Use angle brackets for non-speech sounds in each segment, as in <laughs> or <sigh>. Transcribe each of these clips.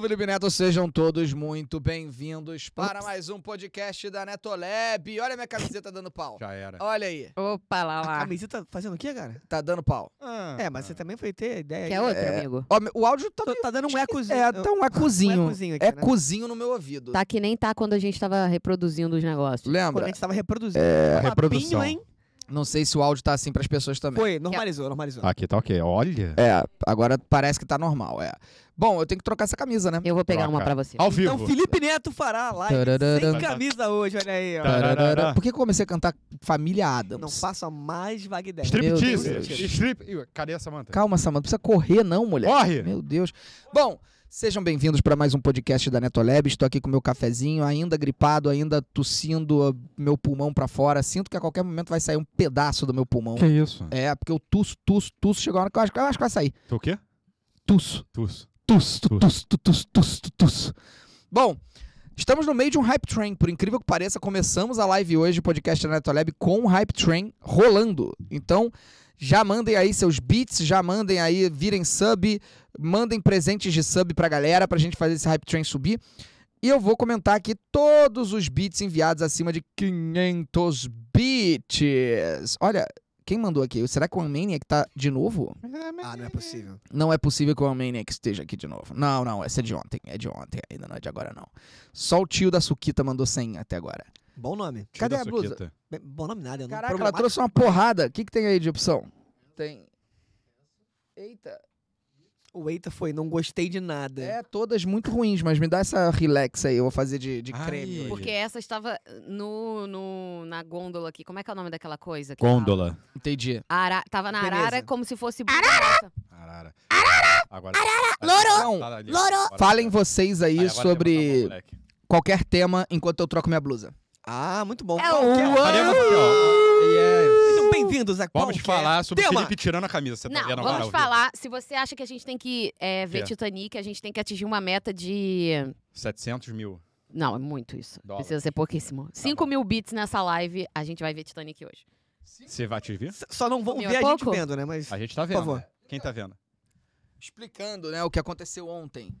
Felipe Neto, sejam todos muito bem-vindos para mais um podcast da Netolab. Olha minha camiseta dando pau. Já era. Olha aí, Opa, lá, A lá. camiseta fazendo o quê, cara? tá dando pau. Ah, É, mas você também foi ter a ideia. aí. Quer né? é outro, amigo? Ó, o áudio tá, Tô- meio- Tá dando um ecozinho. é, tá um ecozinho. Um ecozinho aqui, é né? cozinho no meu ouvido. Tá que nem tá quando a gente tava reproduzindo os negócios. Quando a Lembra? gente tava reproduzindo. É, reprodução. hein? Não sei se o áudio tá assim pras pessoas também. Foi, normalizou, normalizou. Aqui tá ok. Olha. É, agora parece que tá normal, é. Bom, eu tenho que trocar essa camisa, né? Eu vou pegar Troca. uma pra você. Ao vivo. Então, Felipe Neto fará a live Tararara. sem camisa hoje, olha aí, ó. Tá. Tararara. Por que eu comecei a cantar Família Não Adams? faço a mais vaga ideia. Meu Striptease. Deus. Strip. Ih, Cadê essa manta? Calma, Samanta, não precisa correr não, mulher. Corre! É. Meu Deus. Bom, sejam bem-vindos para mais um podcast da Netolab. Estou aqui com meu cafezinho, ainda gripado, ainda tossindo ó, meu pulmão para fora. Sinto que a qualquer momento vai sair um pedaço do meu pulmão. Que isso? É, porque eu tuço, tuço, tuço. Chegou a hora que eu acho, eu acho que vai sair. Tu o quê? Tuço, Tus. tuço, tu- Tuço. tuço, tu- tuço, tuço, tu- tuço. Bom, estamos no meio de um hype train. Por incrível que pareça, começamos a live hoje, o podcast da Netolab, com um hype train rolando. Então, já mandem aí seus beats, já mandem aí, virem sub, mandem presentes de sub pra galera pra gente fazer esse hype train subir. E eu vou comentar aqui todos os beats enviados acima de 500 beats. Olha, quem mandou aqui? Será que o Maniac tá de novo? Ah, não é possível. Não é possível que o Maniac esteja aqui de novo. Não, não, essa é de ontem. É de ontem, ainda não é de agora não. Só o tio da Suquita mandou 100 até agora. Bom nome. Cadê a blusa? Bem, um- Bom nome nada. eu não- Caraca, ela programático. trouxe uma porrada. O que, que tem aí de opção? Tem. Eita. O Eita foi, não gostei de nada. É, todas muito ruins, mas me dá essa relax aí, eu vou fazer de, de Ai. creme. hoje. Porque essa estava no, no- na gôndola aqui. Como é que é o nome daquela coisa? que Gôndola. Entendi. fala? Ara, tava na Beleza. arara como se fosse. Arara! Arara. Arara! Agora. Loro! Tá ali. Loro! Agora- Falem vocês aí Aí, agora levanta a mão, sobre moleque. qualquer tema enquanto eu troco minha blusa. Ah, muito bom. É Qualquer- o- Cadê você, ó? Yes. Sejam bem-vindos a Vamos qualquer falar sobre o tema. Felipe tirando a camisa. Você tá Não, vendo agora? vamos ao vivo? falar. Se você acha que a gente tem que é, ver Quê? Titanic, a gente tem que atingir uma meta de. 700 mil. Não, é muito isso. Dólares. Tá Precisa ser pouquíssimo. 5 bom. mil bits nessa live, a gente vai ver Titanic hoje. Você vai te ver? S- Só não vão Meu, ver é a gente pouco? vendo, né? Mas A gente tá vendo. favor. Quem tá vendo? Explicando, né, o que aconteceu ontem.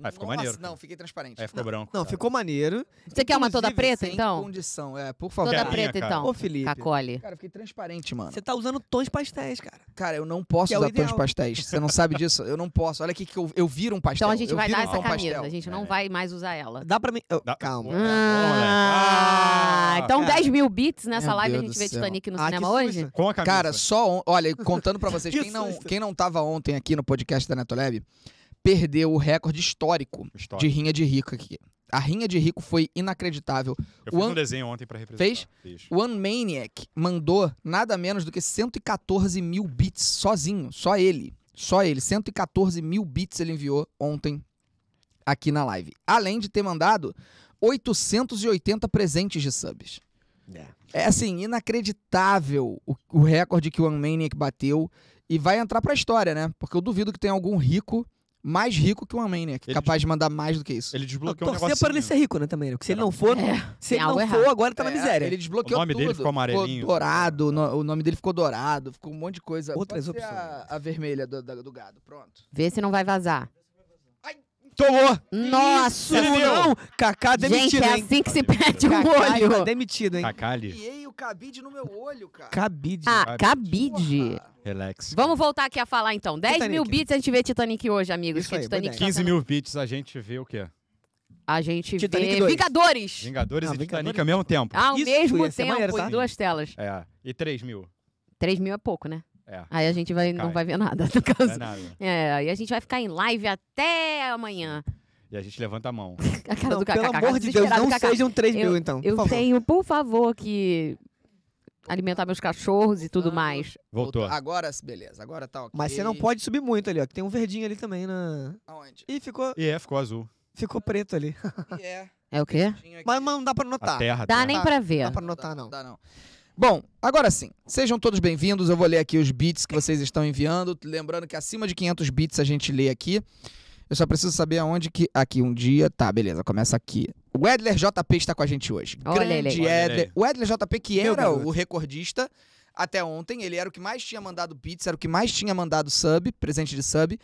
Ah, ficou Nossa, maneiro. Não, fiquei transparente. Aí ficou branco. Não, ficou maneiro. Você quer uma toda Inclusive, preta, Sem então? condição, é, por favor. Toda Quer a minha, preta, cara? então. Ô, Felipe. Cacole. Cara, eu fiquei transparente, mano. Você tá usando tons pastéis, cara. Cara, eu não posso Que é o usar tons ideal. pastéis. Você não sabe disso? Eu não posso. Olha aqui que eu, eu viro um pastel. Então a gente Eu vai viro dar um essa tom camisa. pastel. A gente não vai mais usar ela. Dá pra mim. Oh, Dá- Calma. Pô, é bom, moleque. Ah, Ah, então cara. 10 mil bits nessa Meu live Deus a do gente vê céu. Titanic no Ah, que cinema hoje? susto. Com a camisa. Cara, só on... olha, contando pra vocês, Que quem não, susto. quem não tava ontem aqui no podcast da Netolab, perdeu o recorde histórico História. de rinha de rico aqui. A rinha de rico foi inacreditável. Eu fiz One- um desenho ontem pra representar. Fez? Fiz. O Unmaniac mandou nada menos do que 114 mil bits sozinho, só ele. Só ele. 114 mil bits ele enviou ontem aqui na live. Além de ter mandado 880 presentes de subs. É. É assim, inacreditável o, o recorde que o Unmaniac bateu. E vai entrar pra história, né? Porque eu duvido que tenha algum rico, mais rico que o Unmaniac, Ele- capaz de mandar mais do que isso. Ele desbloqueou um Torcer negocinho. para ele ser rico, né, também, né? Porque se ele não for, É, se tem ele não algo for, errado. agora tá na É, miséria. Ele desbloqueou O nome tudo. dele ficou amarelinho. dourado, no- o nome dele ficou dourado, ficou um monte de coisa. Outras Pode ser opções. A, a vermelha do, da- do gado, pronto. Vê se não vai vazar. Tomou! Nossa! Isso não! Cacá Gente, Tá demitido, é hein? assim que se perde um Cacá está olho. demitido, hein? Cacalhe. Enfiei o cabide no meu olho, cara. Cabide. Ah, cabide. Porra. Relax. Vamos voltar aqui a falar então. 10 mil Titanic. bits a gente vê Titanic hoje, amigos. Isso que aí, boa Titanic ideia. tá 15 sendo- é. mil bits, a gente vê o quê? A gente Titanic vê dois. Vingadores. Ah. Vingadores Ah, e Vingadores. Titanic ao mesmo tempo. Ao Isso mesmo ia ser tempo, maneiro, tá? em duas telas. É. E 3 mil. 3 mil é pouco, né? É. Aí a gente vai, Cai. não vai ver nada, no Não é caso. nada. É, aí a gente vai ficar em live até amanhã. E a gente levanta a mão. A cara Não, do Cacá. pelo Cacá, amor de Deus, desesperado, não Cacá. sejam 3 mil, então. Eu por favor. tenho, por favor, que alimentar meus cachorros e tudo Voltando. mais. Voltou. Agora, beleza, agora tá ok. Mas você não pode subir muito ali, ó. Que tem um verdinho ali também na. Aonde? Ih, ficou, E é, ficou azul. ficou preto ali. E é. É o quê? tinha aqui. Mas, mas não dá pra notar. A terra. a Dá terra. nem Tá, pra Não dá ver. pra notar, não. Dá É, não. Bom, agora sim. Sejam todos bem-vindos. Eu vou ler aqui os bits que vocês estão enviando. Lembrando que acima de 500 bits a gente lê aqui. Eu só preciso saber aonde que... Aqui, um dia. Tá, beleza. Começa aqui. O Edler JP está com a gente hoje. Olha ele aí. Grande Olha ele Edler. aí. O Edler JP, que Meu era garoto. o recordista até ontem. Ele era o que mais tinha mandado bits, era o que mais tinha mandado sub, presente de sub.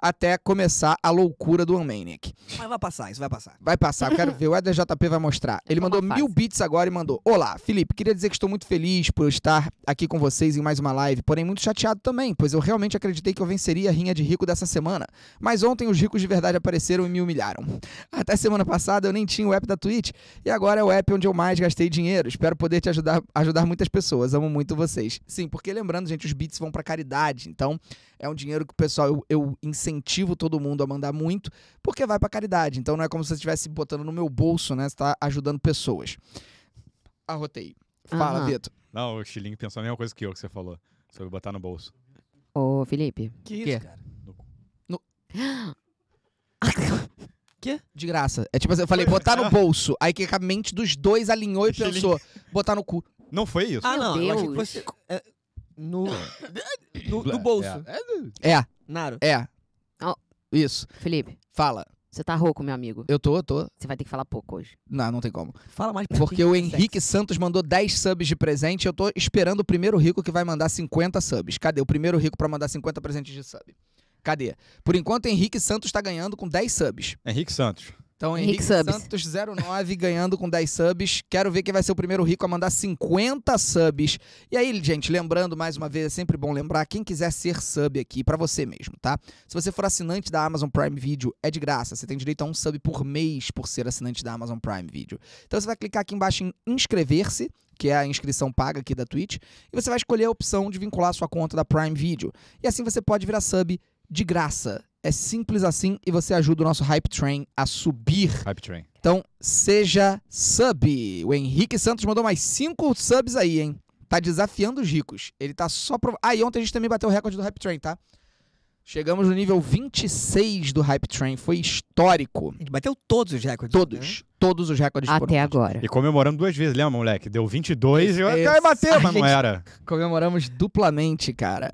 até começar a loucura do Unmaniac. Mas vai passar, isso vai passar. Vai passar, eu quero ver. O Eder JP vai mostrar. Ele É uma mandou fase. mil bits agora e mandou. Olá, Felipe, queria dizer que estou muito feliz por estar aqui com vocês em mais uma live, porém muito chateado também, pois eu realmente acreditei que eu venceria a rinha de rico dessa semana. Mas ontem os ricos de verdade apareceram e me humilharam. Até semana passada eu nem tinha o app da Twitch e agora é o app onde eu mais gastei dinheiro. Espero poder te ajudar, ajudar muitas pessoas. Amo muito vocês. Sim, porque lembrando, gente, os bits vão pra caridade, então é um dinheiro que o pessoal, eu, eu incentivo todo mundo a mandar muito porque vai pra caridade. Então não é como se você estivesse botando no meu bolso, né? Você tá ajudando pessoas. Arrotei. Fala, Aham. Vitor. Não, o Chilinho pensou a mesma coisa que eu que você falou. Sobre botar no bolso. Ô, Felipe. Que Quê? cara? De graça. É tipo assim, eu falei, botar no bolso. Aí que a mente dos dois alinhou e Deixa ele- pensou, botar no cu. Não foi isso. Ah, Meu não, eu achei que Deus. você... é, <coughs> no, no, no bolso. É, é. É, Naro. é. Ó. Isso. Felipe, Fala. você tá rouco, meu amigo. Eu tô, eu tô. Você vai ter que falar pouco hoje. Não, não tem como. Fala mais pra Porque o Henrique Santos mandou 10 subs de presente. Eu tô esperando o primeiro rico que vai mandar 50 subs. Cadê? O primeiro rico pra mandar 50 presentes de sub. Cadê? Por enquanto, Henrique Santos tá ganhando com 10 subs. Henrique Santos. Então, Henrique, Henrique subs. Santos 09 ganhando com 10 subs. Quero ver quem vai ser o primeiro rico a mandar 50 subs. E aí, gente, lembrando mais uma vez, é sempre bom lembrar quem quiser ser sub aqui pra você mesmo, tá? Se você for assinante da Amazon Prime Video, é de graça. Você tem direito a um sub por mês por ser assinante da Amazon Prime Video. Então você vai clicar aqui embaixo em inscrever-se, que é a inscrição paga aqui da Twitch, e você vai escolher a opção de vincular sua conta da Prime Video. E assim você pode virar sub de graça. É simples assim e você ajuda o nosso Hype Train a subir. Hype Train. Então, seja sub. O Henrique Santos mandou mais cinco subs aí, hein? Tá desafiando os ricos. Ele tá só. Prov... Ah, e ontem a gente também bateu o recorde do Hype Train, tá? Chegamos no nível 26 do Hype Train. Foi histórico. A gente bateu todos os recordes. né? Todos. Todos os recordes foram. Até agora. E comemorando duas vezes, lembra, moleque? Deu 22 e eu Esse- até Ai, bateu, mas não gente. era. Comemoramos duplamente, cara.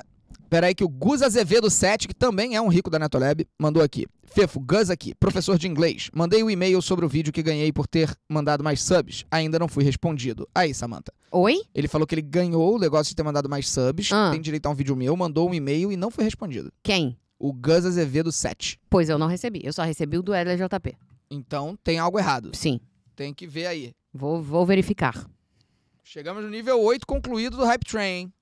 Peraí que o Gus Azevedo 7, que também é um rico da Netolab, mandou aqui. Fefo, Gus aqui, professor de inglês. Mandei o e-mail sobre o vídeo que ganhei por ter mandado mais subs. Ainda não fui respondido. Aí, Samantha. Oi? Ele falou que ele ganhou o negócio de ter mandado mais subs. Ah. Tem direito a um vídeo meu, mandou um e-mail e não foi respondido. Quem? O Gus Azevedo 7. Pois eu não recebi. Eu só recebi o do LJP. Então tem algo errado. Sim. Tem que ver aí. Vou, vou verificar. Chegamos no nível 8 concluído do Hype Train. hein?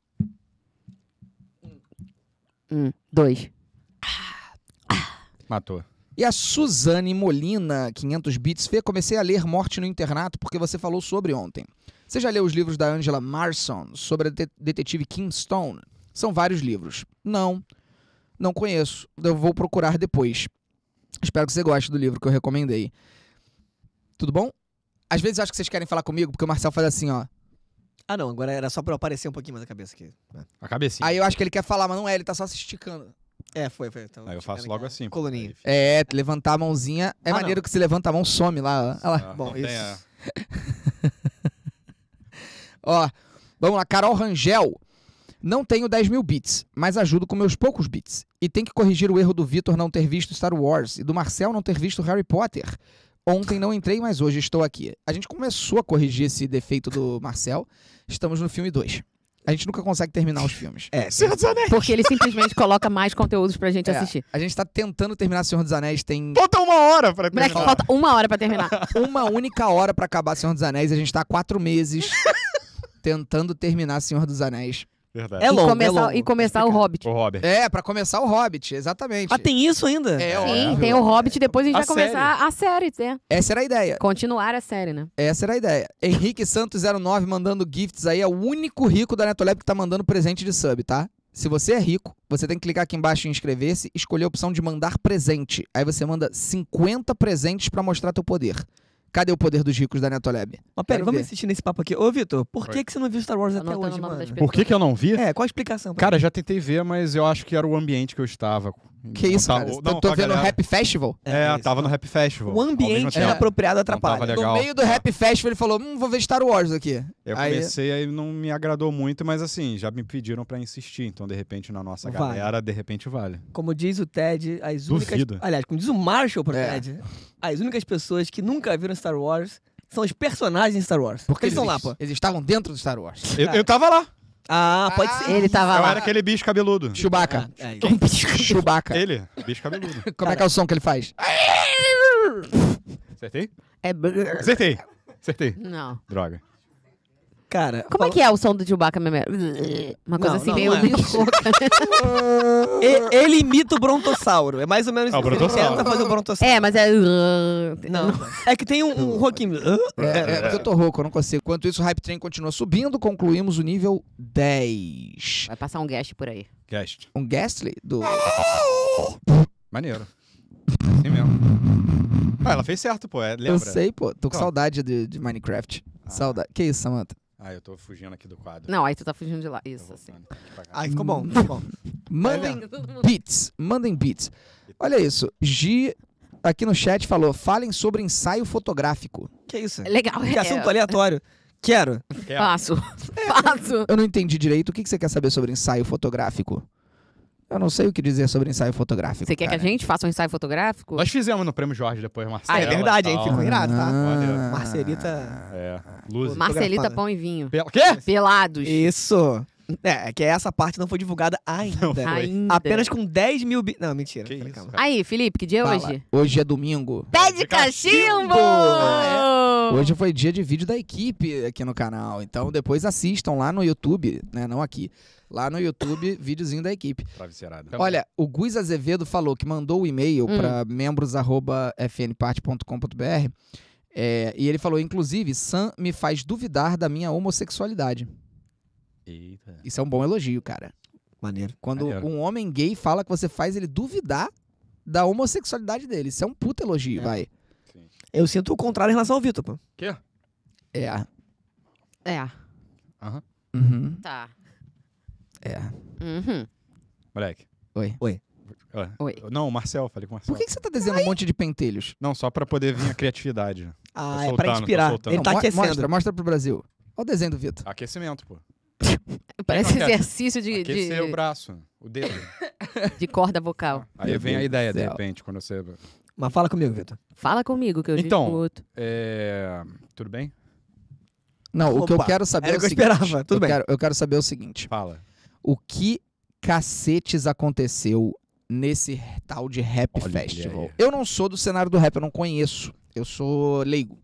Um, dois. Matou. E a Suzane Molina, 500 bits, Fê, comecei a ler Morte no Internato porque você falou sobre ontem. Você já leu os livros da Angela Marson sobre a det- detetive Kim Stone? São vários livros. Não, não conheço. Eu vou procurar depois. Espero que você goste do livro que eu recomendei. Tudo bom? Às vezes eu acho que vocês querem falar comigo porque o Marcel faz assim, ó. Ah, não. Agora era só pra eu aparecer um pouquinho mais a cabeça aqui. A cabecinha. Aí eu acho que ele quer falar, mas não é, ele tá só se esticando. É, foi, foi. Então, Aí eu ficando faço aqui logo a assim. pô. Coluninha. Aí- É, levantar a mãozinha. É Ah, maneiro que se levanta a mão, some lá. ó. Olha lá. Ah, Bom, não tem isso. a- Ó, vamos lá, Carol Rangel. Não tenho 10 mil bits, mas ajudo com meus poucos bits. E tem que corrigir o erro do Vitor não ter visto Star Wars e do Marcel não ter visto Harry Potter. Ontem não entrei, mas hoje estou aqui. A gente começou a corrigir esse defeito do Marcel. Estamos no filme 2. A gente nunca consegue terminar os filmes. É, Senhor dos Anéis. Porque ele simplesmente coloca mais conteúdos pra gente É, assistir. A gente tá tentando terminar Senhor dos Anéis. Tem Falta uma hora pra Moleque, terminar. falta uma hora pra terminar. uma única hora pra acabar Senhor dos Anéis. A gente tá há quatro meses tentando terminar Senhor dos Anéis. Verdade. é e longo, é começar, longo. e começar o Hobbit. O Hobbit. É, pra começar o Hobbit, exatamente. Ah, tem isso ainda? É, ó. Sim, tem o Hobbit, depois a gente A vai começar a série, né? Essa era a ideia. Continuar a série, né? Essa era a ideia. Henrique Santos 09 mandando gifts aí. É o único rico da Netolab que tá mandando presente de sub, tá? Se você é rico, você tem que clicar aqui embaixo em inscrever-se, escolher a opção de mandar presente. Aí você manda 50 presentes pra mostrar teu poder. Cadê o poder dos ricos da Netolab? Mas pera, Quero vamos ver. insistir nesse papo aqui. Ô, Vitor, por Oi. que, que você não viu Star Wars Tô até anotando hoje, o nome mano? das pessoas. Por que que eu não vi? É, qual a explicação? pra Cara, já tentei ver, mas eu acho que era o ambiente que eu estava. Que isso, Não tá- cara? não, Tô- com tô a vendo o galera. Happy Festival? mim? É, isso. tava no Rap Festival. O ao mesmo Um ambiente tempo. É. inapropriado tava atrapalha. legal. No meio do Happy Festival ele falou, hum, vou ver Star Wars aqui. Eu Aí- comecei, aí não me agradou muito, mas assim, já me pediram pra insistir. Então, de repente, na nossa Vale. galera, de repente vale. Como diz o Ted, as únicas... Duvido. Aliás, como diz o Marshall pro É. Ted, as únicas pessoas que nunca viram Star Wars são os personagens de Star Wars. Porque eles estão lá, pô. Eles estavam dentro do Star Wars. Eu, Cara. eu tava lá. Ah, pode ser. Ele Tá tava Eu lá. era aquele bicho cabeludo. <laughs> Chewbacca. Ah, é, então. Chewbacca. Ele, bicho cabeludo. Como é que é o som que ele faz? Acertei? É brrr. Acertei. Acertei. Não. Droga. Cara, Como é que é o som do Chewbacca mesmo? É- Uma coisa Não, assim, não, meio, não é. meio <laughs> rouca. E- ele imita o brontossauro. É mais ou menos É o isso. Ele brontossauro. tenta fazer o brontossauro. É, mas é. Não. É que tem um, um roquinho. É, é, porque eu tô rouco, eu não consigo. Enquanto isso, o Hype Train continua subindo, concluímos o nível 10. Vai passar um guest por aí. Cast. Um Ghastly do... Maneiro. Sim mesmo. Ah, ela fez certo, pô. É, lembra? Eu sei, pô. Tô com Ó. saudade de, de Minecraft. Saudade. Que isso, Samantha? Ah, eu tô fugindo aqui do quadro. Não, aí tu tá fugindo de lá. Isso, Tô assim. voltando aqui pra cá. Ai, ficou bom, ficou bom. Mandem beats. Mandem beats. Olha isso. Gi aqui no chat falou, falem sobre ensaio fotográfico. Que <laughs> isso? Legal, Que é. assunto aleatório. Quero. Quer? <laughs> Faço. Faço. Eu não entendi direito. O que, que você quer saber sobre ensaio fotográfico? Eu não sei o que dizer sobre ensaio fotográfico. Você quer que a cara. gente faça um ensaio fotográfico? Nós fizemos no Prêmio Jorge depois, Marcelo. Ah, é verdade, hein? hein? Ficou irado, tá? Ah. Marcelita. É, luz. Marcelita fotografada. Pão e Vinho. Pela... Quê? Pelados. Isso. É, é que essa parte não foi divulgada ainda. foi. Ainda. é, Apenas com 10 mil bi... Não, mentira. Que Pera, isso, calma. cara. Aí, Felipe, que dia é Fala. hoje? Hoje é domingo. Pé de de cachimbo! cachimbo! Hoje foi dia de vídeo da equipe aqui no canal. Então depois assistam lá no YouTube, né? Não aqui. Lá no YouTube, videozinho da equipe. Travesseirada. Olha, o Guiz Azevedo falou que mandou o e-mail Hum. pra membros.fnparte.com.br é, e ele falou, inclusive, Sam me faz duvidar da minha homossexualidade. Eita. Isso é um bom elogio, cara. Maneiro. Quando Maneiro. um homem gay fala que você faz ele duvidar da homossexualidade dele. Isso é um puta elogio, vai. Eu sinto o contrário em relação ao Vitor, pô. Quê? É. É, Aham. Uhum. tá. É. Uhum. Moleque. Oi. Oi. Ah, Oi. Não, o Marcel, falei com o Marcel. Por que, que você tá desenhando um monte de pentelhos? Não, só pra poder vir a criatividade. Ah, Tô é soltando, pra tô inspirar. soltando. Ele tá Mo- aquecendo. Mostra, mostra pro Brasil. Olha o desenho do Vitor. Aquecimento, pô. Parece Aquece- exercício de, de, Aquecer o braço, o dedo. de corda vocal. Aí Meu vem a Deus ideia, do de céu. repente, quando você... Mas fala comigo, Vitor. Fala comigo que eu Então, discuto. É... Tudo bem? Não, o que eu Opa, quero saber é era o o que eu seguinte. esperava, tudo eu bem. Quero, eu quero saber o seguinte. Fala. o que cacetes aconteceu nesse tal de Rap Olha Festival. aí. Eu não sou do cenário do rap, eu não conheço. Eu sou leigo.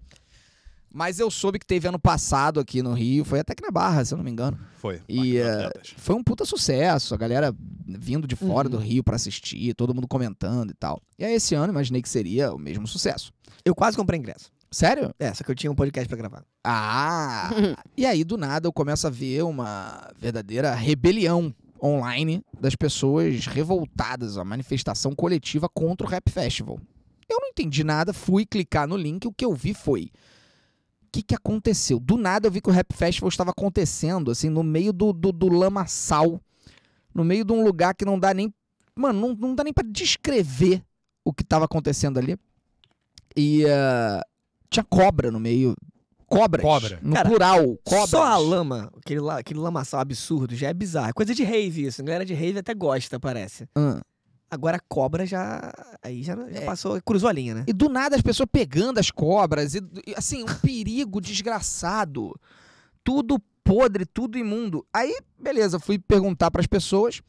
Mas eu soube que teve ano passado aqui no Rio, foi até que na Barra, se eu não me engano. Foi. E, Máquina eh, dos Atletas. Foi um puta sucesso, a galera vindo de fora Uhum. do Rio pra assistir, todo mundo comentando e tal. E aí esse ano imaginei que seria o mesmo sucesso. Eu quase comprei ingresso. Sério? É, só que eu tinha um podcast pra gravar. Ah! e aí, do nada, eu começo a ver uma verdadeira rebelião online das pessoas revoltadas, uma manifestação coletiva contra o Rap Festival. Eu não entendi nada, fui clicar no link, o que eu vi foi. O que, que aconteceu? Do nada eu vi que o Rap Festival estava acontecendo, assim, no meio do, do, do lamaçal, no meio de um lugar que não dá nem. Mano, não, não dá nem pra descrever o que estava acontecendo ali. E ah, tinha cobra no meio. Cobras. Cobra. No Cara, plural, cobras. Só a lama, aquele, la, aquele lamaçal absurdo, já é bizarro. É coisa de rave isso. A galera de rave até gosta, parece. Ah. É. Agora cobra já. Aí já, já passou, cruzou a linha, né? E do nada as pessoas pegando as cobras, e e, assim, um perigo desgraçado. Tudo podre, tudo imundo. Aí, beleza, fui perguntar pras pessoas.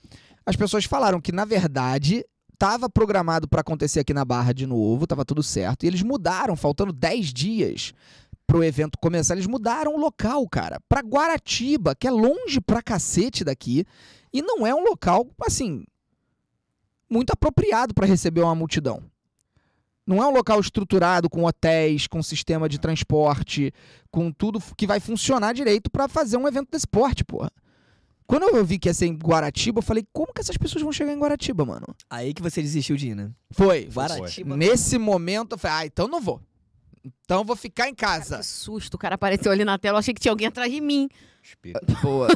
As pessoas falaram que, na verdade, tava programado pra acontecer aqui na Barra de novo, tava tudo certo. E eles mudaram, faltando 10 dias pro evento começar. Eles mudaram o local, cara, pra Guaratiba, que é longe pra cacete daqui. E não é um local, assim, muito apropriado pra receber uma multidão. Não é um local estruturado com hotéis, com sistema de transporte, com tudo que vai funcionar direito pra fazer um evento desse porte, porra. Quando eu vi que ia ser em Guaratiba, eu falei, como que essas pessoas vão chegar em Guaratiba, mano? Aí que você desistiu de ir, né? Foi. Guaratiba. Nesse momento, eu falei, ah, então não vou. Então eu vou ficar em casa. Que susto, o cara apareceu ali na tela. Eu achei que tinha alguém atrás de mim. Um Espírito. Boa.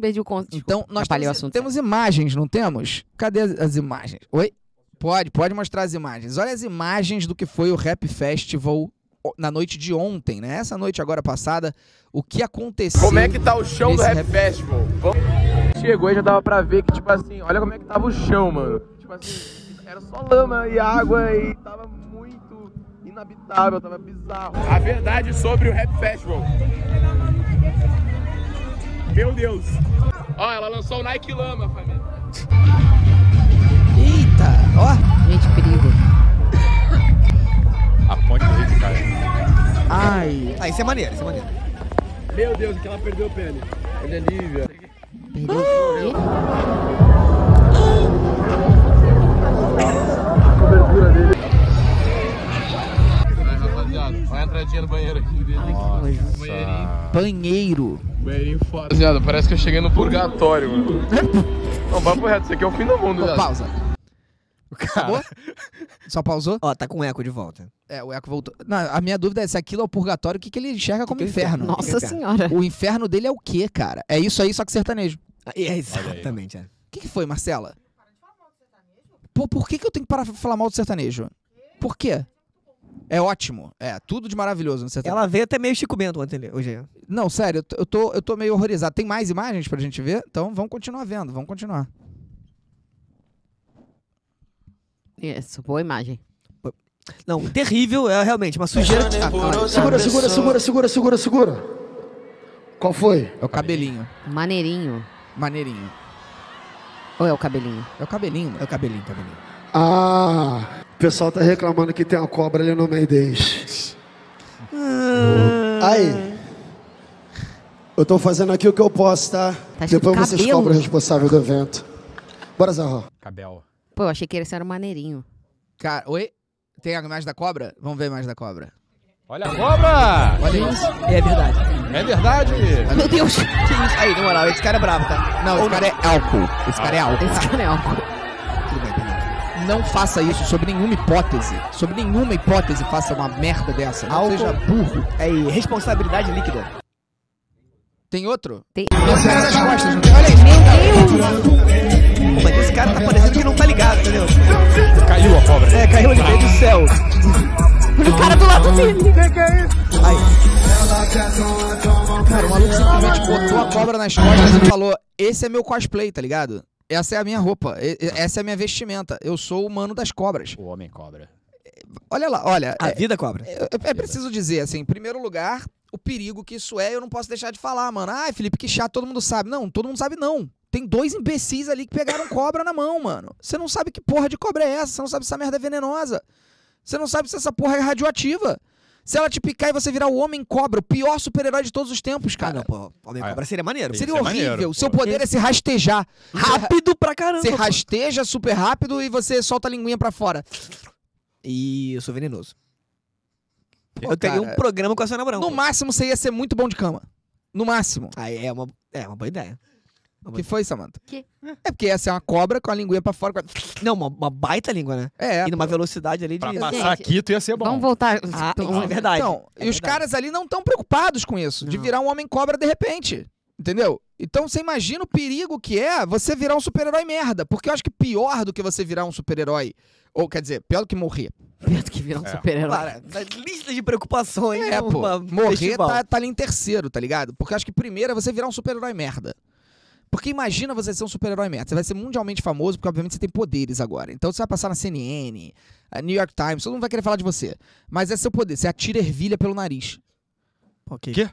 Perdi o conto. desculpa. Então, nós Atrapalhei temos, o assunto. temos imagens, não temos? Cadê as, as imagens? Oi? Pode, pode mostrar as imagens. Olha as imagens do que foi o Rap Festival o- na noite de ontem, né? Essa noite agora passada, o que aconteceu? Como é que tá o chão do nesse Rap rap- Festival? Vamos- Chegou e já dava pra ver que, tipo assim, olha como é que tava o chão, mano. Tipo assim, era só lama e água e tava muito inabitável, tava bizarro. A verdade sobre o Rap Festival. Meu Deus. Ó, ela lançou o Nike Lama, família. Eita, ó. Gente, perigo. A ponte do Rio, Ah, cara. Ai. Ah, isso é maneiro, isso é maneiro. Meu Deus, que ela perdeu o pênis. Olha Lívia. Perdeu o quê? Aí, rapaziada, olha a entradinha no banheiro aqui dele. Banheirinho. Nossa. Banheiro. Banheirinho fora. Rapaziada, parece que eu cheguei no purgatório, <laughs> mano. Não, papo reto, isso aqui é o fim do mundo, Pô, viado. pausa. Cara. Só pausou? Ó, tá com eco de volta. É, o Eco voltou. Não, a minha dúvida é se aquilo é o purgatório, o que, que ele enxerga como que é inferno? inferno? Nossa cara. senhora. O inferno dele é o quê, cara? É isso aí, só que sertanejo. Ah, É, exatamente. é. O que, que foi, Marcela? Pô, por que, que eu tenho que parar de falar mal do sertanejo? Por quê? É ótimo. É, tudo de maravilhoso no sertanejo. Ela veio até meio Chico Bento ontem, né, hoje. Não, sério, eu tô- eu tô, eu tô meio horrorizado. Tem mais imagens pra gente ver? Então vamos continuar vendo, vamos continuar. Isso, boa imagem. Não, terrível, é realmente uma sujeira. Ah, calma aí. Segura, segura, segura, segura, segura, segura. Qual foi? É o cabelinho. Maneirinho. Maneirinho. Ou é o cabelinho? É o cabelinho. É o cabelinho, cabelinho. Ah, o pessoal tá reclamando que tem uma cobra ali no meio deles. Ah. Aí. Eu tô fazendo aqui o que eu posso, tá? Tá escrito Depois vocês cabelo. cobram o responsável do evento. Bora, Zé Ró. Cabel. Pô, eu achei que esse era o maneirinho. Cara, oi? Tem a imagem da cobra? Vamos ver a imagem da cobra. Olha a cobra! Olha isso. É verdade. É verdade! Meu Deus! Aí, na moral, esse cara é bravo, tá? Não, esse cara é álcool. Esse cara é álcool. Esse cara é álcool. Tudo bem, perdão. Não faça isso sobre nenhuma hipótese. Sobre nenhuma hipótese faça uma merda dessa. Não Álcool. seja burro. Aí, É, responsabilidade líquida. Tem outro? Tem- Esse cara nas é costas, não tem? Olha isso. Pô, Mas esse cara tá parecendo que não tá ligado, entendeu? Caiu a cobra. É, caiu ali veio do céu. O cara do lado dele. é Cara, o maluco simplesmente botou a cobra nas costas e falou: Esse é meu cosplay, tá ligado? Essa é a minha roupa, e- e- essa é a minha vestimenta. Eu sou o mano das cobras. O homem cobra. Olha lá, olha. Ah, A é- vida cobra. É, é preciso dizer, assim, em primeiro lugar, o perigo que isso é, eu não posso deixar de falar, mano. Ai, Felipe, que chato, todo mundo sabe. Não, todo mundo sabe não. Tem dois imbecis ali que <coughs> pegaram cobra na mão, mano. Você não sabe que porra de cobra é essa, você não sabe se essa merda é venenosa. Você não sabe se essa porra é radioativa. Se ela te picar e você virar o homem cobra, o pior super-herói de todos os tempos, Ah, cara. não, pô. Homem Ah, é. cobra seria maneiro. Sim. Seria Isso é horrível. maneiro, Seu pô. poder é se rastejar. Rápido pra caramba. Você pô. rasteja super rápido e você solta a linguinha pra fora. E eu sou venenoso. Pô, eu teria um cara, programa com a Sônia Branco. No máximo, você ia ser muito bom de cama. No máximo. Aí é uma, é uma boa ideia. O que assim? foi, Samanta? Que? É porque essa é uma cobra com a linguinha pra fora. com a- Não, uma, uma baita língua, né? É. E numa velocidade ali de. Pra Gente, passar aqui, tu ia ser bom. Vamos voltar. Ah, Então, isso é verdade. Então, É e os verdade. caras ali não estão preocupados com isso, de Não. virar um homem cobra de repente. Entendeu? Então você imagina o perigo que é você virar um super-herói merda. Porque eu acho que pior do que você virar um super-herói. Ou quer dizer, pior do que morrer. Pedro que virou um É. super-herói. Para, da lista de preocupações. É, pô. uma- Morrer festival. tá, tá ali em terceiro, tá ligado? Porque eu acho que primeiro é você virar um super-herói merda. Porque imagina você ser um super-herói merda. Você vai ser mundialmente famoso, porque obviamente você tem poderes agora. Então você vai passar na CNN, a New York Times, todo mundo vai querer falar de você. Mas é seu poder, você atira ervilha pelo nariz. Ok. Que-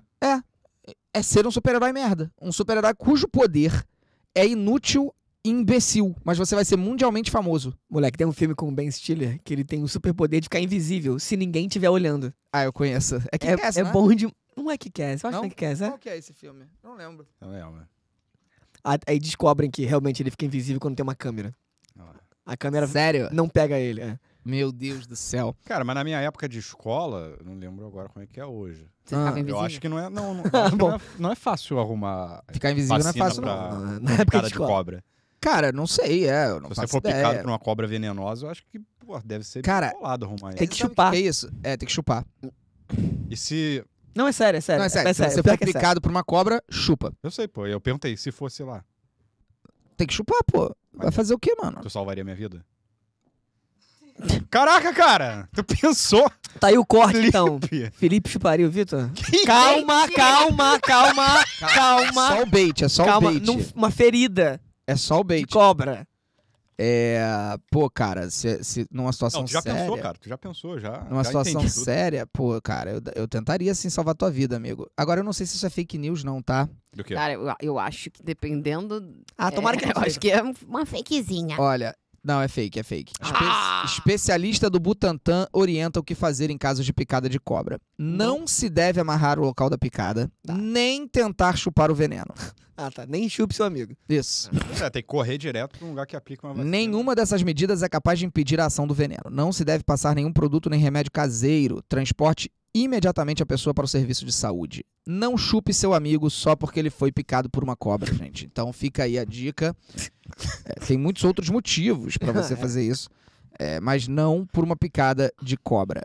É ser um super-herói merda. Um super-herói cujo poder é inútil e imbecil. Mas você vai ser mundialmente famoso. Moleque, tem um filme com o Ben Stiller que ele tem o superpoder de ficar invisível se ninguém estiver olhando. Ah, eu conheço. É que é essa, é né? bom de. Não é que quer, eu acho Não? que é que quer, é? Qual que é esse filme? Não lembro. Não lembro. A- Aí descobrem que realmente ele fica invisível quando tem uma câmera. Ah. A câmera Sério? não pega ele. É. Meu Deus do céu. Cara, mas na minha época de escola, eu não lembro agora como é que é hoje. Você Ah, ficava eu Eu invisível. acho que não é. Não, <laughs> não, eu acho que Tá Bom. não, é, não é fácil arrumar Ficar invisível não é vacina fácil, não. pra não. Na época cara de de escola. cobra. Cara, não sei, é. Eu não Se você faço for ideia. picado por uma cobra venenosa, eu acho que, pô, deve ser Cara, colado arrumar tem isso. que Sabe o chupar. é isso? É, tem que chupar. E se. Não, é sério, é sério. não, é sério. É se sério. você pior for que é sério. picado por uma cobra, chupa. Eu sei, pô. Eu perguntei, se fosse lá, Tem que chupar, pô. Vai fazer o quê, mano? tu salvaria minha <laughs> vida? Caraca, cara! Tu pensou? Tá aí o corte, então. Felipe. Felipe chuparia o Vitor? Calma, calma, calma, calma. Só o bait, é só calma, o bait. num- uma ferida É só o de bait. cobra. É, pô, cara, se, se numa situação Não, tu já séria. pensou, cara. Tu já pensou, já. Numa já situação entendi tudo. séria, pô, cara, eu, eu tentaria sim salvar tua vida, amigo. Agora eu não sei se isso é fake news, não, tá? Do quê? Cara, eu, eu acho que dependendo. Ah, tomara é, que <laughs> Eu não acho seja. que é uma fakezinha. Olha, não, é fake, é fake. Espe- Ah! Especialista do Butantan orienta o que fazer em casos de picada de cobra. Não se deve amarrar o local da picada, Tá. nem tentar chupar o veneno. Ah, tá. Nem chupe seu amigo. Isso. É, tem que correr direto pra um lugar que aplica uma vacina. Nenhuma dessas medidas é capaz de impedir a ação do veneno. Não se deve passar nenhum produto nem remédio caseiro. Transporte imediatamente a pessoa para o serviço de saúde. Não chupe seu amigo só porque ele foi picado por uma cobra, gente. Então fica aí a dica. É, tem muitos outros motivos para você É. fazer isso, é, mas não por uma picada de cobra.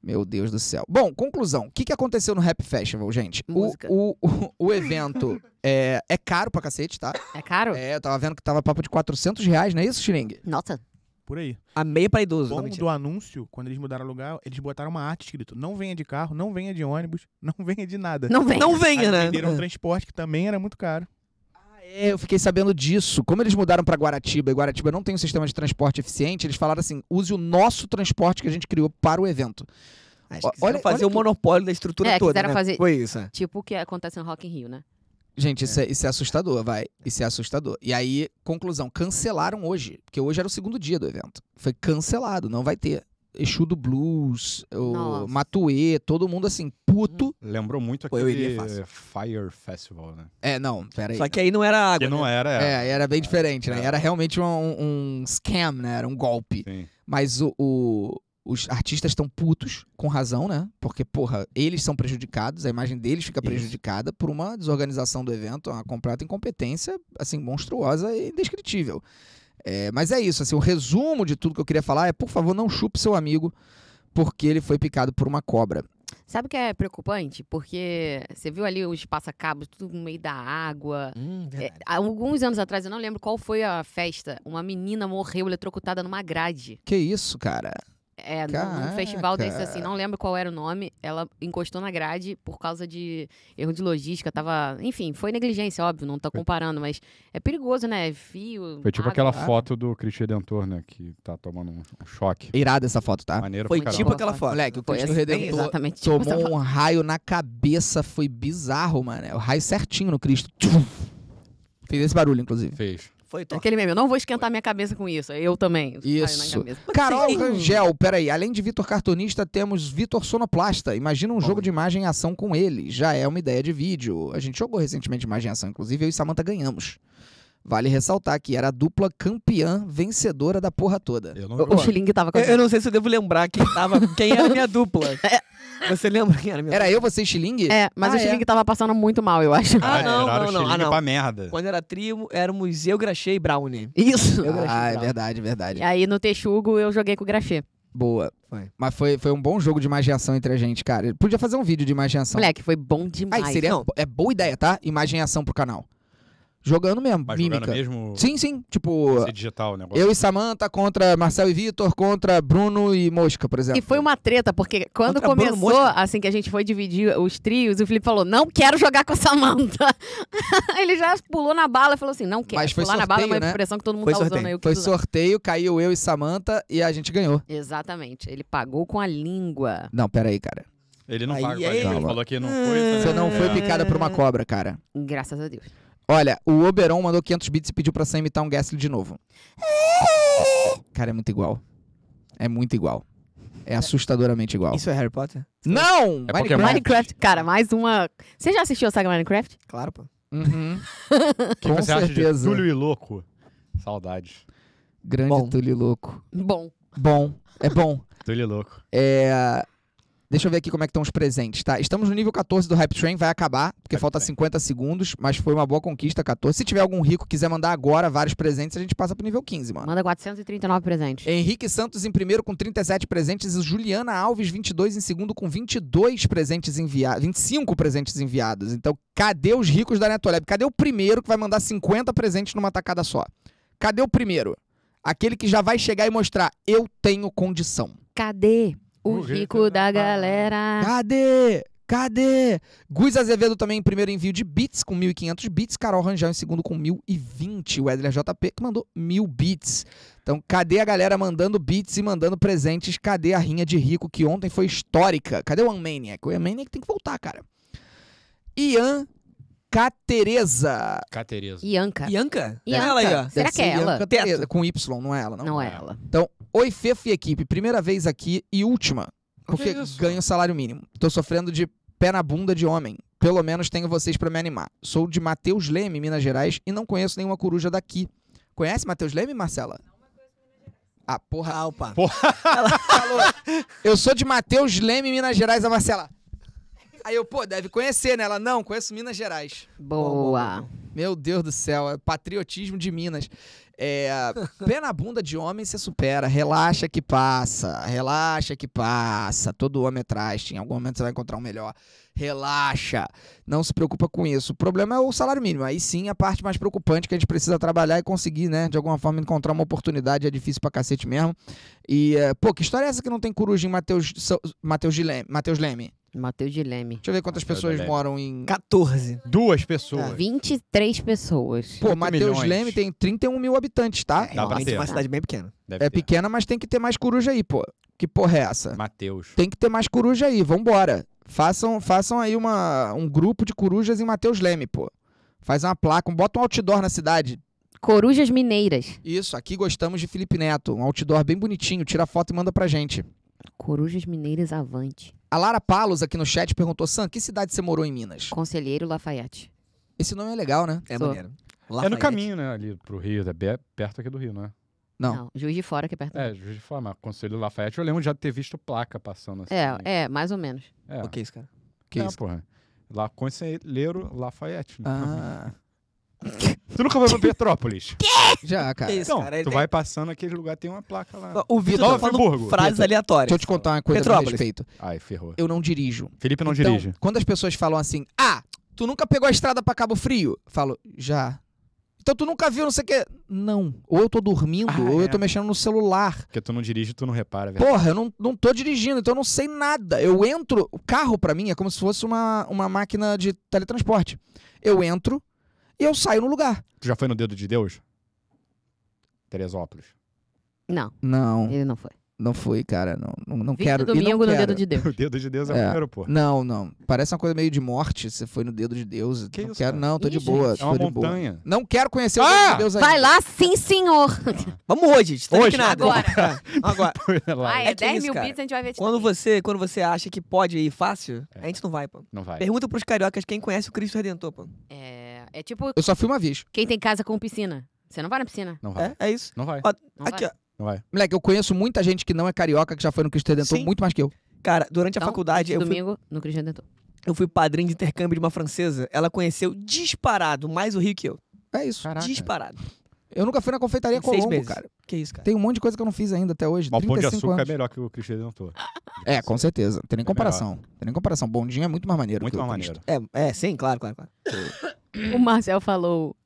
Meu Deus do céu. Bom, conclusão. O que, que aconteceu no Rap Festival, gente? O- Música. O, o, o evento é, é caro pra cacete, tá? É caro? É, eu tava vendo que tava papo de 400 reais, não é isso, Xiringue? Nossa. Por aí. A meia pra idoso. Não, Bom mentira. do anúncio, quando eles mudaram o lugar, eles botaram uma arte escrito: não venha de carro, não venha de ônibus, <laughs> não venha de nada. Não vem. Não Aí venha, né? venderam um transporte que também era muito caro. É, eu fiquei sabendo disso. Como eles mudaram pra Guaratiba e Guaratiba não tem um sistema de transporte eficiente, eles falaram assim: use o nosso transporte que a gente criou para o evento. Acho Ó, que quiseram olha- fazer olha o que- monopólio da estrutura É, toda. quiseram né? fazer- Foi isso. é. Tipo o que acontece no Rock in Rio, né? Gente, isso é, isso é assustador, vai. Isso é assustador. E aí, conclusão: cancelaram hoje, porque hoje era o segundo dia do evento. Foi cancelado, não vai ter. Exu do Blues, o Nossa. Matuê, todo mundo assim, Uhum. puto. Lembrou muito Pô, eu iria aquele fácil. eh, Fire Festival, né? É, não, peraí. Só que aí não era água. Que não né? era. É, era bem diferente, né? é. Era realmente um, um scam, né? Era um golpe. Sim. Mas o- o- os artistas estão putos, com razão, né? Porque, porra, eles são prejudicados, a imagem deles fica Isso. prejudicada por uma desorganização do evento, uma completa incompetência, assim, monstruosa e indescritível. É, mas é isso, assim, o resumo de tudo que eu queria falar é, por favor, não chupe seu amigo porque ele foi picado por uma cobra. Sabe o que é preocupante? Porque você viu ali os passacabos, tudo no meio da água. Hum, É, verdade. há alguns anos atrás, eu não lembro qual foi a festa, uma menina morreu eletrocutada numa grade. Que isso, cara? É, num- num festival Caraca. desse assim, não lembro qual era o nome. Ela encostou na grade por causa de erro de logística, tava. Enfim, foi negligência, óbvio, não tô comparando, mas é perigoso, né? Fio. Foi tipo água. aquela foto do Cristo Redentor, né? Que tá tomando um, um choque. Irada essa foto, tá? Maneiro Foi pra tipo caramba. boa aquela foto. foto. Moleque, o Foi Cristo assim, Redentor exatamente. tipo essa tomou um raio na cabeça, foi bizarro, mano. É O raio certinho no Cristo. Tchum. Fez esse barulho, inclusive. Fez. Foi É top. Aquele meme, eu não vou esquentar minha cabeça com isso. Eu também. Raio na Isso. cabeça. Carol Sim. Rangel, peraí. Além de Vitor Cartunista, temos Vitor Sonoplasta. Imagina um jogo Olha. de imagem e ação com ele. Já é uma ideia de vídeo. A gente jogou recentemente imagem e ação, inclusive eu e Samantha ganhamos. Vale ressaltar que era a dupla campeã vencedora da porra toda. Eu não O- O joguei. Xiling tava com a Eu, gente. eu não sei se eu devo lembrar quem tava, quem era a minha dupla. Você lembra quem era a minha Era eu, você e Xiling? É, mas Ah, o é. Xiling tava passando muito mal, eu acho. Ah, não, Tiraram não, o não, xilingue ah, não. pra merda. Quando era trio, éramos eu, Graxê e Brownie. <laughs> Isso. Eu gravei, Ah, é bravo. verdade, é verdade. E aí no Texugo eu joguei com o Grafê. Boa. Foi. Mas foi, foi um bom jogo de imaginação entre a gente, cara. Ele podia fazer um vídeo de imaginação. Moleque, foi bom demais. Aí seria. não. É boa ideia, tá? Imaginação pro canal. Jogando mesmo, Mas mímica. jogando mesmo Sim, sim. Tipo, ser digital o negócio. eu e Samantha contra Marcel e Vitor contra Bruno e Mosca, por exemplo. E foi uma treta, porque quando Contra Bruno começou, né? Mosca? assim que a gente foi dividir os trios, o Felipe falou: Não quero jogar com a Samanta. <laughs> Ele já pulou na bala e falou assim: Não quero. Mas foi pular na bala sorteio, é uma né? expressão que todo mundo Foi tá usando sorteio. aí. O que Foi tu- sorteio, caiu eu e Samantha e a gente ganhou. Exatamente. Ele pagou com a língua. Não, peraí, cara. Ele não Aí, paga aí- pra gente. Calma. Falou que não foi. né? Você não foi É. picada por uma cobra, cara. Graças a Deus. Olha, o Oberon mandou 500 bits e pediu pra Sam imitar um Gasly de novo. Cara, é muito igual. É muito igual. É assustadoramente igual. Isso é Harry Potter? Não! É Minecraft. Pokémon? Minecraft, cara, mais uma. Você já assistiu a saga Minecraft? Claro, pô. Uhum. O que Com você acha de certeza. Túlio e Louco? Saudade. Grande Bom. Tule Louco. Bom. Bom, é bom. Túlio e Louco. É, Deixa eu ver aqui como é que estão os presentes, tá? Estamos no nível 14 do Hype Train, vai acabar, porque Hype falta Train. 50 segundos, mas foi uma boa conquista, 14. Se tiver algum rico que quiser mandar agora vários presentes, a gente passa pro nível 15, mano. Manda 439 presentes. Henrique Santos em primeiro com 37 presentes e Juliana Alves 22 em segundo com 22 presentes enviados, 25 presentes enviados. Então, cadê os ricos da Netolab? Cadê o primeiro que vai mandar 50 presentes numa tacada só? Cadê o primeiro? Aquele que já vai chegar e mostrar eu tenho condição. Cadê o O rico rico da da- galera? Cadê? Cadê? Guiz Azevedo também em primeiro envio de bits com 1.500 bits. Carol Rangel em segundo com 1.020. O Edler JP que mandou 1.000 bits. Então, cadê a galera mandando bits e mandando presentes? Cadê a rinha de rico que ontem foi histórica? Cadê o Unmaniac? O Unmaniac tem que voltar, cara. Ian Catereza. Catereza. Ianca. Ianca? Ianca. É. Ela aí, ó. Será Deve que é ser Ian ela? Catereza, com Y, não é ela, não? Não é ela. Oi, Fefo e equipe. Primeira vez aqui e última. Porque Que isso? ganho salário mínimo. Tô sofrendo de pé na bunda de homem. Pelo menos tenho vocês pra me animar. Sou de Matheus Leme, Minas Gerais, e não conheço nenhuma coruja daqui. Conhece Matheus Leme, Marcela? Ah, porra. Ah, opa. Eu sou de Matheus Leme, Minas Gerais, a Marcela. Aí eu, pô, deve conhecer, né? Ela, não, conheço Minas Gerais. Boa. Meu Deus do céu, é patriotismo de Minas. É, pé na bunda de homem você supera, relaxa que passa, relaxa que passa. Todo homem é traste, em algum momento você vai encontrar um melhor. Relaxa, não se preocupa com isso. O problema é o salário mínimo, aí sim é a parte mais preocupante que a gente precisa trabalhar e conseguir, né, de alguma forma encontrar uma oportunidade, é difícil pra cacete mesmo. E, é, pô, que história é essa que não tem coruja em Mateus, São- Mateus, de Leme, Mateus Leme? Matheus de Leme. Deixa eu ver quantas Mateus de pessoas Leme. moram em... 14. Duas pessoas. É. 23 pessoas. Pô, 8 Matheus milhões. Leme tem 31 mil habitantes, tá? Dá pra Realmente ter. uma cidade bem pequena. Deve É ter. pequena, mas tem que ter mais coruja aí, pô. Que porra é essa? Mateus. Tem que ter mais coruja aí, vambora. Façam, façam aí uma, um grupo de corujas em Mateus Leme, pô. Faz uma placa, bota um outdoor na cidade. Corujas mineiras. Isso, aqui gostamos de Felipe Neto. Um outdoor bem bonitinho, tira foto e manda pra gente. Corujas mineiras avante. A Lara Palos aqui no chat perguntou, Sam, que cidade você morou em Minas? Conselheiro Lafayette. Esse nome é legal, né? É Sou. maneiro. É no Lafayette. caminho, né? Ali pro Rio, é be- perto aqui do Rio, né? Não. Juiz de Fora, que é perto. É, Juiz de Fora, mas Conselho Lafayette, eu lembro de já ter visto placa passando assim. É, é, mais ou menos. é. O que é isso, cara? Que é, isso? porra. Lá, Conselheiro Lafayette. Né? Ah, Tu nunca foi pra Petrópolis? já, cara. <laughs> Que Deixa isso, Então, cara? Ele tu tem- vai passando aquele lugar, tem uma placa lá. O Vitor tá Nova falando Friburgo. frases Vitor. aleatórias. eu te contar uma coisa a Petrópolis. respeito. Ai, ferrou. Eu não dirijo. Felipe não Então, dirige. Quando as pessoas falam assim, ah, tu nunca pegou a estrada pra Cabo Frio? Falo, já. Então tu nunca viu, não sei o quê. Não. Ou eu tô dormindo, Ah, ou é. eu tô mexendo no celular. Porque tu não dirige, tu não repara, velho. Porra, eu não, não tô dirigindo, então eu não sei nada. Eu entro. O carro, pra mim, é como se fosse uma, uma máquina de teletransporte. Eu entro e eu saio no lugar. Tu já foi no Dedo de Deus? Teresópolis. Não, Não, É. ele não foi. não fui, cara. Não, não, não Vinte quero. e domingo não no quero. dedo de <laughs> Deus. O Dedo de Deus é, É. o aeroporto. Não, não. Parece uma coisa meio de morte. Você foi no dedo de Deus. Que não isso, quero, cara? não. Tô Ih, de boa. É tô uma de boa. <laughs> montanha. Não quero conhecer o Ah! dedo de Deus ainda. Vai lá, sim, senhor. Vamos hoje, gente. Tá Hoje, nada. agora. <laughs> agora. Lá. Ai, É é, que 10 isso, mil cara. bits, a gente vai ver. Quando você, quando você acha que pode ir fácil, a gente não vai, pô. Não É. vai. Pergunta pros cariocas quem conhece o Cristo Redentor, pô. É, é tipo Eu só fui uma vez. quem tem casa com piscina. Você não vai na piscina. Não vai. É, é isso. Não vai. Ó, Não Aqui, vai. ó. Não vai. Moleque, eu conheço muita gente que não é carioca, que já foi no Cristo Redentor Sim. muito mais que eu. Cara, durante a Então, faculdade, eu fui, Domingo, no Cristo Redentor. eu fui padrinho de intercâmbio de uma francesa. Ela conheceu disparado mais o Rio que eu. É isso. Caraca. Disparado. Eu nunca fui na confeitaria Em seis Colombo, meses. cara. Que isso, cara? Tem um monte de coisa que eu não fiz ainda até hoje. Mas o Pão de 35 Açúcar é anos. melhor que o Cristo Redentor. É, com certeza. Não tem nem É comparação. Tem nem comparação. Bondinho é muito mais maneiro. Muito que o mais Cristo. maneiro. É, é, sim, claro, claro, claro. O Marcel falou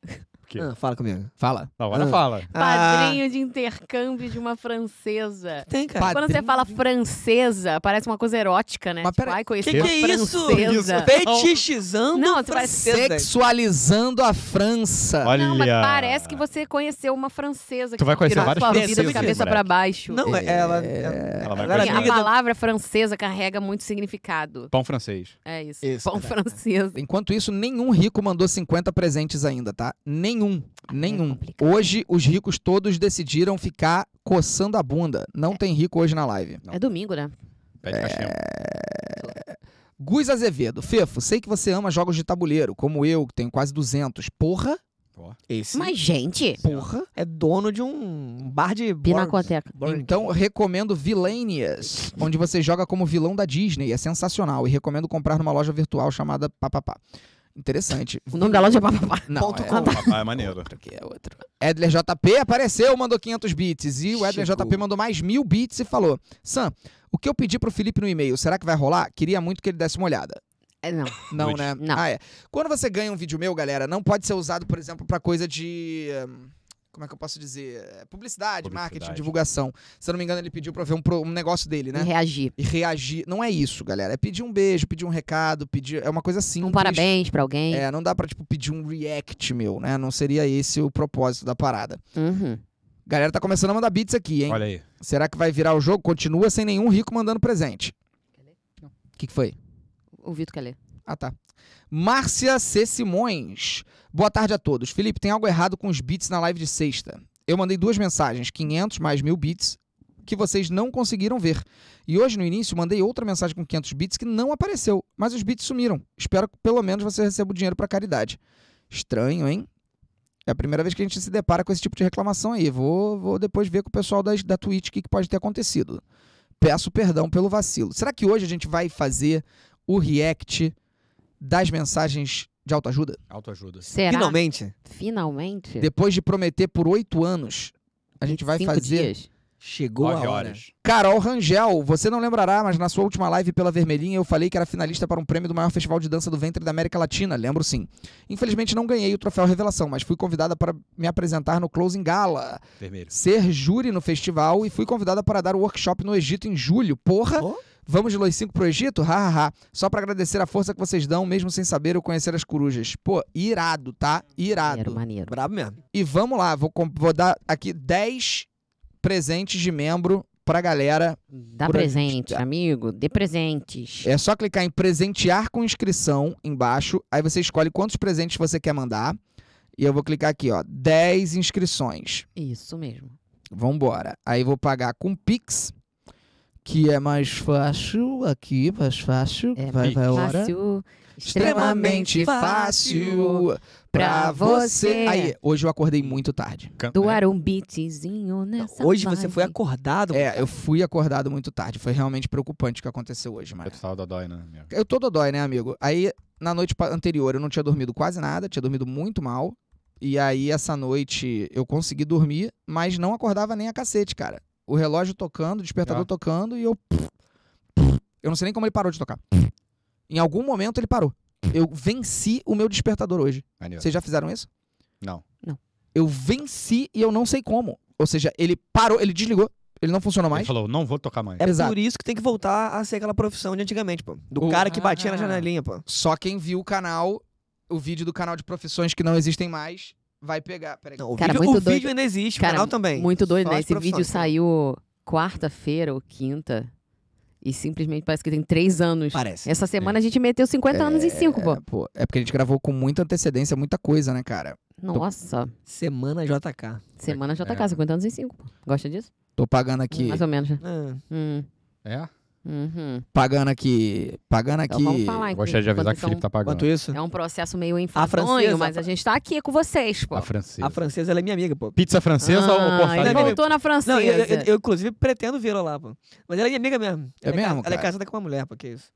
Que? Ah, fala comigo. Fala. Não, agora Ah. fala. padrinho de intercâmbio de uma francesa. Ah, tem, cara. Pad- Quando você Padrinho fala francesa, parece uma coisa erótica, né? Mas tipo, pera- ai, conheci Que uma que é isso? francesa. Fetichizando Não, você vai- francesa. Sexualizando a França. Olha. Não, mas parece que você conheceu uma francesa. Tu vai conhecer virou várias sua vida de francesas, cabeça moleque. pra baixo. Não, tá- é- ela... ela- Ela vai ela era conhecer. Sim, a amiga do- palavra francesa carrega muito significado. Pão francês. É isso. Isso, Pão verdade. francês. Enquanto isso, nenhum rico mandou 50 presentes ainda, tá? Nenhum. Nenhum. complicado. Hoje, os ricos todos decidiram ficar coçando a bunda. Não tem rico hoje na live. Não. É domingo, né? Pede cachimbo. Guiz Azevedo. Fefo, sei que você ama jogos de tabuleiro, como eu, que tenho quase 200. Porra? Esse Mas, gente, Porra? é dono de um bar de... Pinacoteca. Board- Então, recomendo Villainias, onde você joga como vilão da Disney. É sensacional. E recomendo comprar numa loja virtual chamada Papapá. Interessante. o nome da loja é papapá. Não, Ponto é com. Papai é maneiro. outro que é outro. Edler JP apareceu, mandou 500 bits. E o Edler Chegou. JP mandou mais mil bits e falou: Sam, o que eu pedi pro Felipe no e-mail, será que vai rolar? Queria muito que ele desse uma olhada. É, não. Não, Nude. né? Não. Ah, é. Quando você ganha um vídeo meu, galera, não pode ser usado, por exemplo, pra coisa de. hum, Como é que eu posso dizer? É, Publicidade, marketing, Publicidade. divulgação. Se eu não me engano, ele pediu pra eu ver um, pro- um negócio dele, E né? reagir. E reagir. Não é isso, galera. É pedir um beijo, pedir um recado, pedir. É uma coisa simples. Um parabéns pra alguém. É, não dá pra, tipo, pedir um react meu, né? Não seria esse o propósito da parada. Uhum. Galera tá começando a mandar beats aqui, hein? Olha aí. Será que vai virar o jogo? Continua sem nenhum rico mandando presente. O que, que foi? O Vitor quer ler. Ah, tá. Márcia C. Simões. Boa tarde a todos. Felipe, tem algo errado com os beats na live de sexta. Eu mandei duas mensagens, 500 mais 1000 bits, que vocês não conseguiram ver. E hoje, no início, mandei outra mensagem com 500 bits que não apareceu, mas os bits sumiram. Espero que pelo menos você receba o dinheiro pra caridade. Estranho, hein? É a primeira vez que a gente se depara com esse tipo de reclamação aí. Vou, vou depois ver com o pessoal das, da Twitch o que que pode ter acontecido. Peço perdão pelo vacilo. Será que hoje a gente vai fazer o react das mensagens de autoajuda? Autoajuda. Será? Finalmente. Finalmente. Depois de prometer por oito anos, a gente vai Cinco fazer. dias. Chegou né? a Nove hora. horas. Carol Rangel, você não lembrará, mas na sua última live pela Vermelhinha eu falei que era finalista para um prêmio do maior festival de dança do ventre da América Latina, lembro sim. Infelizmente não ganhei o troféu Revelação, mas fui convidada para me apresentar no Closing Gala, Vermelho. ser júri no festival e fui convidada para dar o workshop no Egito em julho. Porra! Oh. Vamos de Los 5 pro Egito? Ha, ha, ha. Só para agradecer a força que vocês dão, mesmo sem saber ou conhecer as corujas. Pô, irado, tá? Maneiro, Irado. maneiro. Brabo mesmo. E vamos lá, vou, comp- vou dar aqui 10 presentes de membro pra galera. Dá Por aí, presente, gente. amigo. Dê presentes. É só clicar em presentear com inscrição embaixo. Aí você escolhe quantos presentes você quer mandar. E eu vou clicar aqui, ó. 10 inscrições. Isso mesmo. Vambora. Aí vou pagar com Pix, que é mais fácil aqui, mais fácil. É vai, vai, hora. Fácil. Extremamente fácil pra você. você. Aí, hoje eu acordei muito tarde. Can- é. Doar um beatzinho nessa Hoje você vibe. foi acordado. É, eu fui acordado muito tarde. Foi realmente preocupante o que aconteceu hoje, mano. Eu tava dodói, né? meu? Eu tô dodói, né, amigo? Aí, na noite pa- anterior, eu não tinha dormido quase nada, tinha dormido muito mal. E aí, essa noite, eu consegui dormir, mas não acordava nem a cacete, cara. O relógio tocando, o despertador Ah. tocando, e eu. <sniffs> Eu não sei nem como ele parou de tocar. Em algum momento ele parou. Eu venci o meu despertador hoje. Maneiro. Vocês já fizeram isso? É. Não. Eu venci e eu não sei como. Ou seja, ele parou, ele desligou, ele não funcionou Ele mais. falou, não vou tocar mais. É Exato. por isso que tem que voltar a ser aquela profissão de antigamente, pô. Do O- cara que batia Ah. na janelinha, pô. Só quem viu o canal, o vídeo do canal de profissões que não existem mais, vai pegar. Peraí. Não, o Cara, vídeo, muito o vídeo doido. ainda existe, Cara, o canal também. Muito doido, Só né? as Esse profissões, vídeo pô. saiu quarta-feira ou quinta. E simplesmente parece que tem três anos. Parece. Essa semana a gente meteu 50 anos e cinco, pô. É, pô, é porque a gente gravou com muita antecedência, muita coisa, né, cara? Nossa. Semana JK. Semana JK, É. 50 anos e cinco. pô. Gosta disso? Tô pagando aqui, Mais ou menos, né? Ah, Hum. É? Uhum. pagando aqui, pagando aqui. Então vamos falar, então. Gostaria de avisar que o Felipe tá pagando. enquanto isso, É um processo meio francesa- enfadonho, mas a gente tá aqui com vocês, pô. A francesa. a francesa ela é minha amiga, pô. Pizza francesa ou Ah, porfada? Ele voltou na francesa. Não, eu, eu- eu, inclusive pretendo vê-la lá, pô. Mas ela é minha amiga mesmo. É Ela mesmo, ca- Ela é cara? casada com uma mulher, pô, que isso.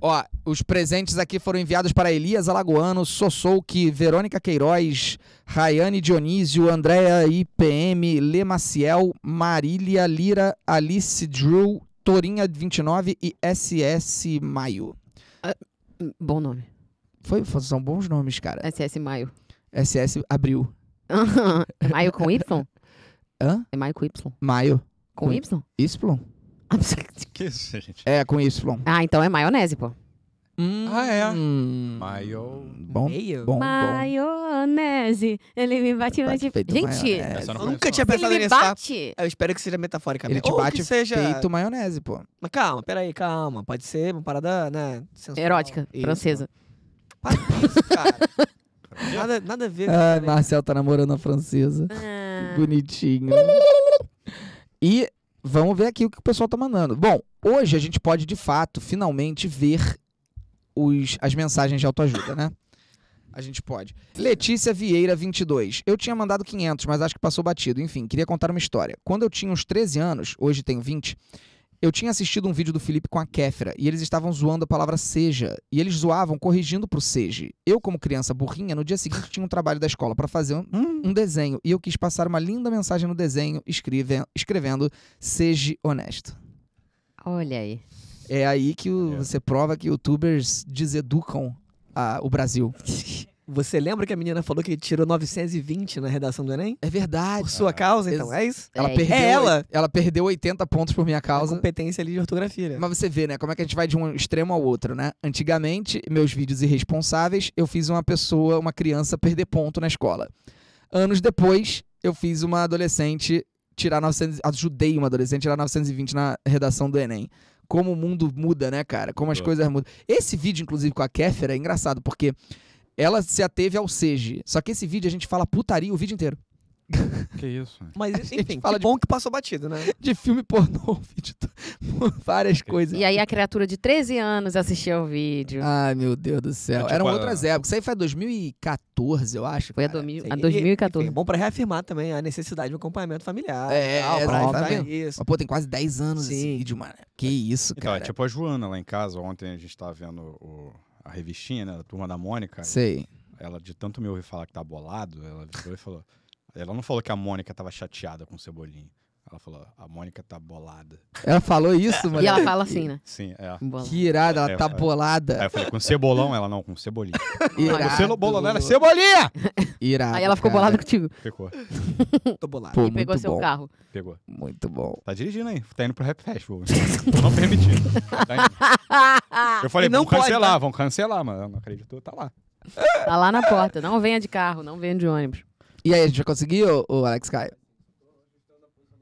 Ó, os presentes aqui foram enviados para Elias Alagoano, Sossouque, Verônica Queiroz, Rayane Dionísio, Andréa IPM, Lê Maciel, Marília Lira, Alice Drew, Torinha29 e SS Maio. Bom nome. Foi, são bons nomes, cara. SS Maio. <laughs> SS Abril. é Maio com Y? Hã? É Maio com Y. Maio. Com Com- Y? Isplon? Que isso, gente? É, com Isplon. <laughs> Ah, então é maionese, pô. Ah, é. Hum, Maio. Bom, Meio? bom, bom. Maionese. Ele me bate Bate de... feito Gente, maionese. Essa eu não Eu conheço, nunca tinha não. pensado ele me nisso, tá? bate. Eu espero que seja metaforicamente. Ele te Ou bate que seja... Feito maionese, pô. Mas calma, peraí, calma. Pode ser uma parada, né? sensual. Erótica, Isso, francesa. pô. Para com isso, cara. <laughs> nada, nada a ver. né? Ah, cara. Marcel tá namorando a francesa. Ah. Bonitinho. E vamos ver aqui o que o pessoal tá mandando. Bom, hoje a gente pode, de fato, finalmente ver os, as mensagens de autoajuda, né? A gente pode. Letícia Vieira, 22. Eu tinha mandado 500, mas acho que passou batido. Enfim, queria contar uma história. Quando eu tinha uns 13 anos, hoje tenho 20, eu tinha assistido um vídeo do Felipe com a Kéfera e eles estavam zoando a palavra seja. E eles zoavam corrigindo pro seja. Eu, como criança burrinha, no dia seguinte tinha um trabalho da escola pra fazer um, um desenho. E eu quis passar uma linda mensagem no desenho, escreve- escrevendo seja honesto. Olha aí. É aí que o- Maneiro. você prova que youtubers deseducam a- o Brasil. Você lembra que a menina falou que tirou 920 na redação do Enem? É Por verdade. sua causa, então, ex- é isso? Ela É, perdeu, é ela? ela perdeu 80 pontos por minha A causa. competência ali de ortografia. né? Mas você vê, né? Como é que a gente vai de um extremo ao outro, né? Antigamente, meus vídeos irresponsáveis, eu fiz uma pessoa, uma criança, perder ponto na escola. Anos depois, eu fiz uma adolescente tirar 900. Ajudei uma adolescente a tirar 920 na redação do Enem. Como o mundo muda, né, cara? Como as Mudou. coisas mudam. Esse vídeo, inclusive, com a Kéfera, é engraçado, porque ela se ateve ao SEGE. Só que esse vídeo a gente fala putaria o vídeo inteiro. Que isso? né? Mas, gente enfim, fala que de- bom que passou batido, né? De filme pornô, <laughs> vídeo. Várias coisas. E aí a criatura de 13 anos assistiu o vídeo. Ai, meu Deus do É céu. tipo Eram a- outras épocas. Isso aí foi 2014, eu acho. Foi a, cara. domi- Sim, a e- enfim, 2014. É bom pra reafirmar também a necessidade de um acompanhamento familiar. É, tal, pra exato, reafirmar tá vendo? isso. Mas, pô, tem quase 10 anos esse Sim. vídeo, mano. Que isso, Então, cara. é tipo a Joana lá em casa. Ontem a gente tava vendo o- a revistinha, né? Da turma da Mônica. Sei. Ela, de tanto me ouvir falar que tá bolado, ela virou e falou. Ela não falou que a Mônica tava chateada com o Cebolinha. Ela falou, a Mônica tá bolada. Ela falou isso, mano. E ela fala assim, né? Sim, é. Bola. Que irada, ela É, tá é. bolada. Aí eu falei, com cebolão? Ela não, com cebolinha. Irado. Você não bolou, não era cebolinha! Irado, Aí ela ficou cara. bolada contigo. Pegou, Tô bolado. Pô, e pegou muito seu bom. carro. pegou. Muito bom. Tá dirigindo aí, tá indo pro Rap Festival. <laughs> não permitido. Tá indo. Eu falei, E não vão pode, cancelar, vão cancelar, mas ela não acreditou, tá lá. Tá lá na porta. Não venha de carro, não venha de ônibus. E aí, a gente vai conseguir, ô, ô Alex Caio?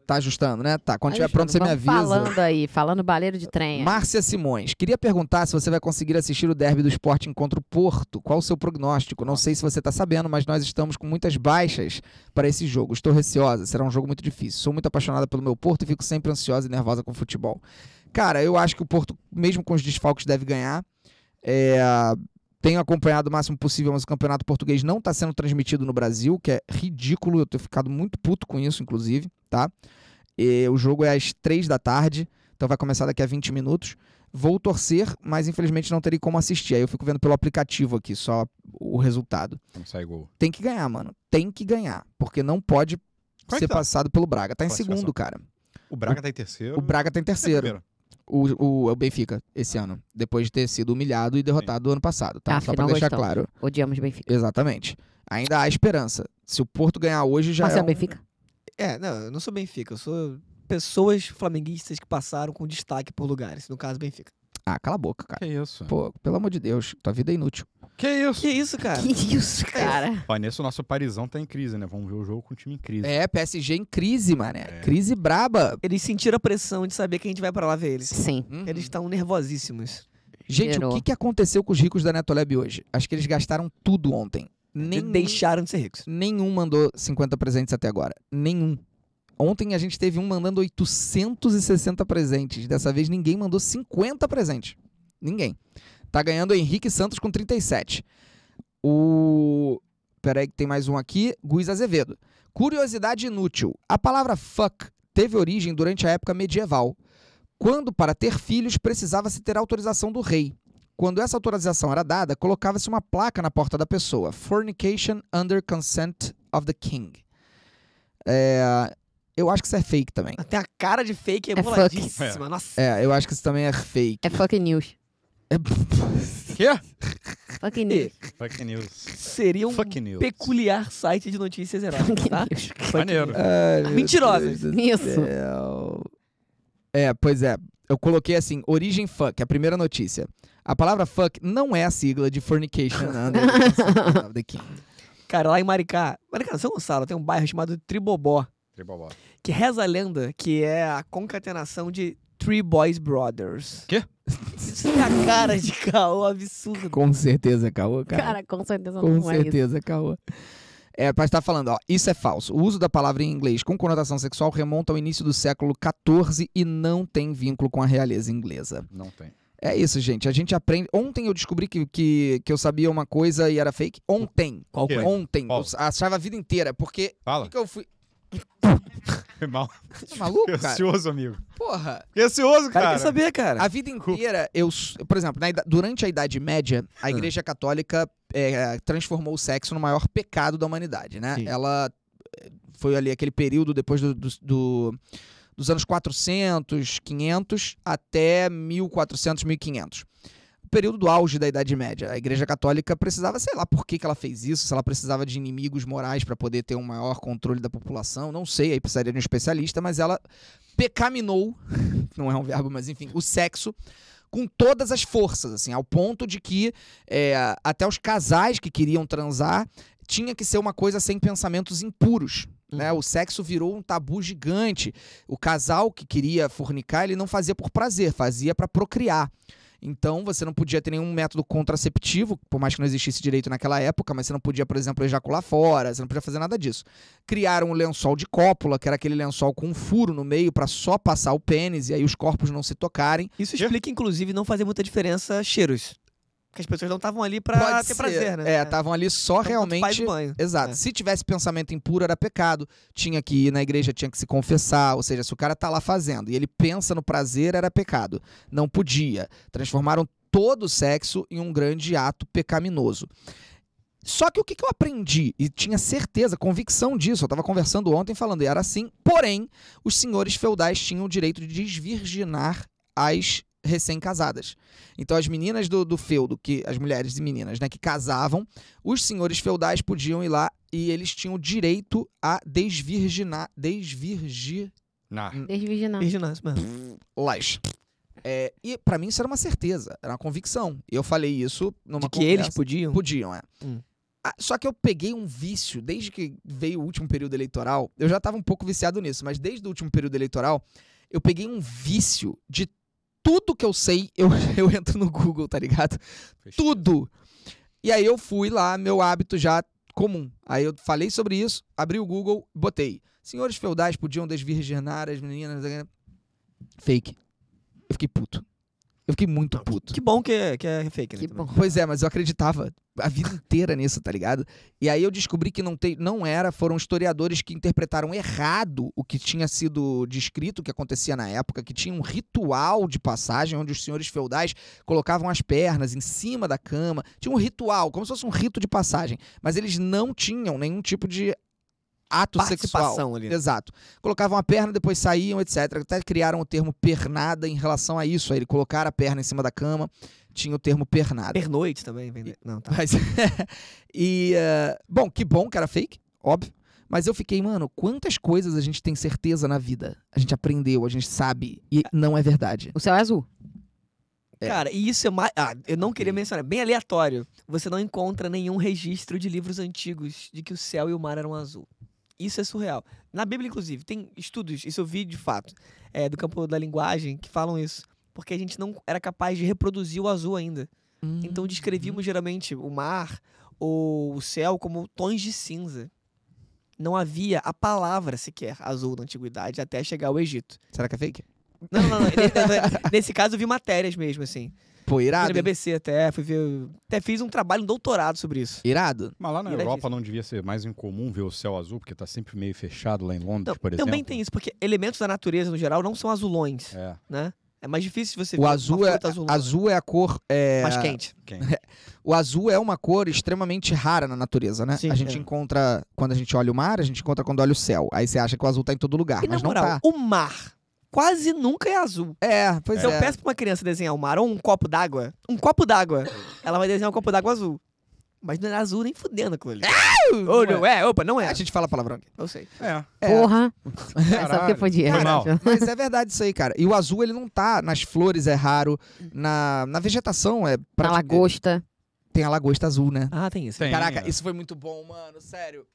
Tá ajustando, né? Tá. Quando tiver Alexandre, pronto, você me vamos avisa. Falando aí, falando baleiro de trem. é. Márcia Simões, queria perguntar se você vai conseguir assistir o derby do esporte contra o Porto. Qual o seu prognóstico? Não sei se você está sabendo, mas nós estamos com muitas baixas para esse jogo. Estou receosa, será um jogo muito difícil. Sou muito apaixonada pelo meu Porto e fico sempre ansiosa e nervosa com o futebol. Cara, eu acho que o Porto, mesmo com os desfalques, deve ganhar. É, Tenho acompanhado o máximo possível, mas o campeonato português não está sendo transmitido no Brasil, que é ridículo. Eu tenho ficado muito puto com isso, inclusive, tá? E o jogo é às três da tarde. Então vai começar daqui a 20 minutos. Vou torcer, mas infelizmente não terei como assistir. Aí eu fico vendo pelo aplicativo aqui, só o resultado. Não sai gol. Tem que ganhar, mano. Tem que ganhar. Porque não pode Como é ser que tá? passado pelo Braga. Tá em Classificação. segundo, cara. O Braga tá em terceiro. O Braga tá em Quem é terceiro. O, o, o Benfica, esse ano. Depois de ter sido humilhado e derrotado ano passado, tá? Ah, Só pra final deixar gostosa. claro. Odiamos Benfica. Exatamente. Ainda há esperança. Se o Porto ganhar hoje, já Marcelo é um... Benfica? É, não, eu não sou Benfica, eu sou pessoas flamenguistas que passaram com destaque por lugares, no caso Benfica. Ah, cala a boca, cara. Que isso? Pô, pelo amor de Deus, tua vida é inútil. Que isso? Que isso, É. cara? Que isso, cara? Ó, nesse o nosso parizão tá em crise, né? Vamos ver o jogo com o time em crise. É, PSG em crise, mané. Crise braba. Eles sentiram a pressão de saber que a gente vai pra lá ver eles. Sim. Uhum. Eles estão nervosíssimos. Gente, o Gerou. que, que aconteceu com os ricos da Netolab hoje? Acho que eles gastaram tudo ontem. Nem Nenhum, deixaram de ser ricos. nenhum mandou 50 presentes até agora. Nenhum. Ontem a gente teve um mandando 860 presentes. Dessa vez ninguém mandou 50 presentes. Ninguém. Tá ganhando o Henrique Santos com 37. O. Peraí, que tem mais um aqui. Guiz Azevedo. Curiosidade inútil. A palavra fuck teve origem durante a época medieval, quando para ter filhos precisava-se ter autorização do rei. Quando essa autorização era dada, colocava-se uma placa na porta da pessoa: Fornication under consent of the king. É, eu acho que isso é fake também. Até a cara de fake é, É fuck. boladíssima. Nossa. É, eu acho que isso também é fake. É fucking news. É- <laughs> Quê? Fucking news. Fuck news. Seria um Fuck news. peculiar site de notícias eróticas, Fucking tá? news. Maneiro. Ai, meu Mentirosas. Deus do Isso. céu. É, pois é. Eu coloquei assim, origem fuck, a primeira notícia. A palavra fuck não é a sigla de fornication under the consent of the king. Cara, lá em Maricá, Maricá, não, São Gonçalo, tem um bairro chamado Tribobó, Tribobó. que reza a lenda que é a concatenação de Three Boys Brothers. Quê? Isso tem a cara de caô absurdo. Com certeza, caô, cara. Cara, com certeza Com não é isso. certeza, caô. É, mas tá falando, ó, isso é falso. O uso da palavra em inglês com conotação sexual remonta ao início do século XIV e não tem vínculo com a realeza inglesa. Não tem. É isso, gente. A gente aprende. Ontem eu descobri que, que, que eu sabia uma coisa e era fake. Ontem. Qual quê? Ontem. Qual? Eu achava a vida inteira, porque. Fala. que que eu fui. Foi mal. Você é maluco, cara? Ansioso, amigo. Porra. Fiquei ansioso, O cara, cara. quer saber, cara. A vida inteira, eu. s- Por exemplo, na ida- durante a Idade Média, Hum. a Igreja Católica é, transformou o sexo no maior pecado da humanidade, né? Sim. Ela é, foi ali aquele período depois do- do- do- dos anos 400, 500 até 1400, 1500. período do auge da Idade Média. A Igreja Católica precisava, sei lá por que, que ela fez isso, se ela precisava de inimigos morais para poder ter um maior controle da população, não sei, aí precisaria de um especialista, mas ela pecaminou, não é um verbo, mas enfim, o sexo com todas as forças, assim, ao ponto de que é, até os casais que queriam transar tinha que ser uma coisa sem pensamentos impuros. Né? O sexo virou um tabu gigante. O casal que queria fornicar, ele não fazia por prazer, fazia para procriar. Então, você não podia ter nenhum método contraceptivo, por mais que não existisse direito naquela época, mas você não podia, por exemplo, ejacular fora, você não podia fazer nada disso. Criaram um lençol de cópula, que era aquele lençol com um furo no meio para só passar o pênis e aí os corpos não se tocarem. Isso explica, inclusive, não fazer muita diferença cheiros. Porque as pessoas não estavam ali pra ter prazer, né? É, estavam ali só Então, tanto faz realmente banho. Exato. É. Se tivesse pensamento impuro, era pecado. Tinha que ir na igreja, tinha que se confessar. Ou seja, se o cara tá lá fazendo e ele pensa no prazer, era pecado. Não podia. Transformaram todo o sexo em um grande ato pecaminoso. Só que o que, que eu aprendi, e tinha certeza, convicção disso, eu estava conversando ontem falando, e era assim, porém, os senhores feudais tinham o direito de desvirginar as recém-casadas. Então as meninas do, do feudo, que as mulheres e meninas, né, que casavam, os senhores feudais podiam ir lá e eles tinham o direito a desvirginar, desvirgi Nah. Desvirginar. Virginal, isso mesmo. las. É, e pra mim isso era uma certeza, era uma convicção. E eu falei isso numa De que conversa. eles podiam. Podiam, é. Hum. Ah, Só que eu peguei um vício, desde que veio o último período eleitoral, eu já tava um pouco viciado nisso, mas desde o último período eleitoral, eu peguei um vício de tudo que eu sei, eu, <laughs> eu entro no Google, tá ligado? Tudo! E aí eu fui lá, meu hábito já comum. Aí eu falei sobre isso, abri o Google, botei. Senhores feudais podiam desvirginar as meninas. né? Fake. Eu fiquei puto. Eu fiquei muito puto. Que bom que é, que é fake, né? Que também. <laughs> bom. Pois é, mas eu acreditava a vida inteira nisso, tá ligado? E aí eu descobri que não, tem, não era, foram historiadores que interpretaram errado o que tinha sido descrito, o que acontecia na época, que tinha um ritual de passagem onde os senhores feudais colocavam as pernas em cima da cama, tinha um ritual, como se fosse um rito de passagem, mas eles não tinham nenhum tipo de ato sexual. Participação ali. né? Exato. Colocavam a perna, depois saíam, etc. Até criaram o termo pernada em relação a isso. Aí ele colocar a perna em cima da cama, tinha o termo pernada. Pernoite também. vende- Não, tá. Mas, <laughs> e, eh, bom, que bom que era fake, óbvio. Mas eu fiquei, mano, quantas coisas a gente tem certeza na vida? A gente aprendeu, a gente sabe, e não é verdade. O céu é azul. É. Cara, e isso é mais. Ah, eu não queria mencionar, é bem aleatório. Você não encontra nenhum registro de livros antigos de que o céu e o mar eram azul. Isso é surreal. Na Bíblia, inclusive, tem estudos, isso eu vi de fato, é, do campo da linguagem, que falam isso. Porque a gente não era capaz de reproduzir o azul ainda. Então descrevíamos geralmente o mar ou o céu como tons de cinza. Não havia a palavra sequer azul na antiguidade até chegar ao Egito. Será que é fake? Não, não, não. nesse- Nesse caso eu vi matérias mesmo, assim. Pô, Fui irado. na hein? BBC até, fui ver. Até fiz um trabalho, um doutorado sobre isso. Irado. Mas lá na E era Europa disso. não devia ser mais incomum ver o céu azul, porque tá sempre meio fechado lá em Londres, Não, por exemplo. também tem isso, porque elementos da natureza, no geral, não são azulões, É, né? É mais difícil você O ver azul uma é, fruta azulona, azul é a cor. é, mais quente. quem? O azul é uma cor extremamente rara na natureza, né? Sim, a gente é. encontra quando a gente olha o mar, a gente encontra quando olha o céu. Aí você acha que o azul tá em todo lugar, E na mas não moral, tá. o mar quase nunca é azul. É, pois Se eu é. peço pra uma criança desenhar o mar ou um copo d'água, um copo d'água, ela vai desenhar um copo d'água azul. Mas não é azul nem fudendo aquilo ali. Ou não é, opa, não é. A gente fala palavrão. Eu sei. É. É. <laughs> Porra. É só porque Caralho. podia. Foi mal. Mas é verdade isso aí, cara. E o azul, ele não tá nas flores, é raro. Na, na vegetação, é... Na prati- lagosta. Tem a lagosta azul, né? Ah, tem isso. Tem, Caraca, é. isso foi muito bom, mano. Sério.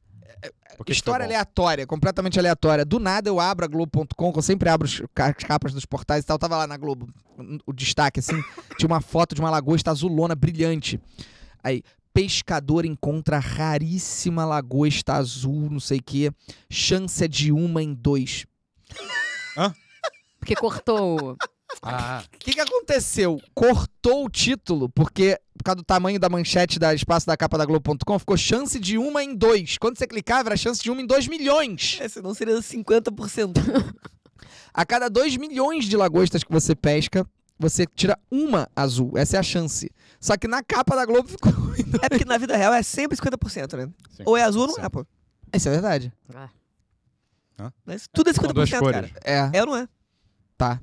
Por que que História foi bom? aleatória, completamente aleatória. Do nada eu abro a Globo.com, que eu sempre abro os ca- as capas dos portais e tal. Eu tava lá na Globo, o destaque, assim. <laughs> tinha uma foto de uma lagosta azulona brilhante. Aí, pescador encontra raríssima lagosta azul, não sei o quê. Chance é de uma em dois. <laughs> Porque cortou. <laughs> o- Ah, O que, que aconteceu? Cortou o título, porque por causa do tamanho da manchete da espaço da capa da Globo.com, ficou chance de uma em dois. Quando você clicava, era chance de uma em dois milhões. Esse não seria 50%. A cada dois milhões de lagostas que você pesca, você tira uma azul. Essa é a chance. Só que na capa da Globo ficou. é porque na vida real é sempre 50%, né? sim. Ou é azul ou não é, pô. Isso é verdade. Mas tudo é 50%, duas cara. cores. É. É ou não é? Tá.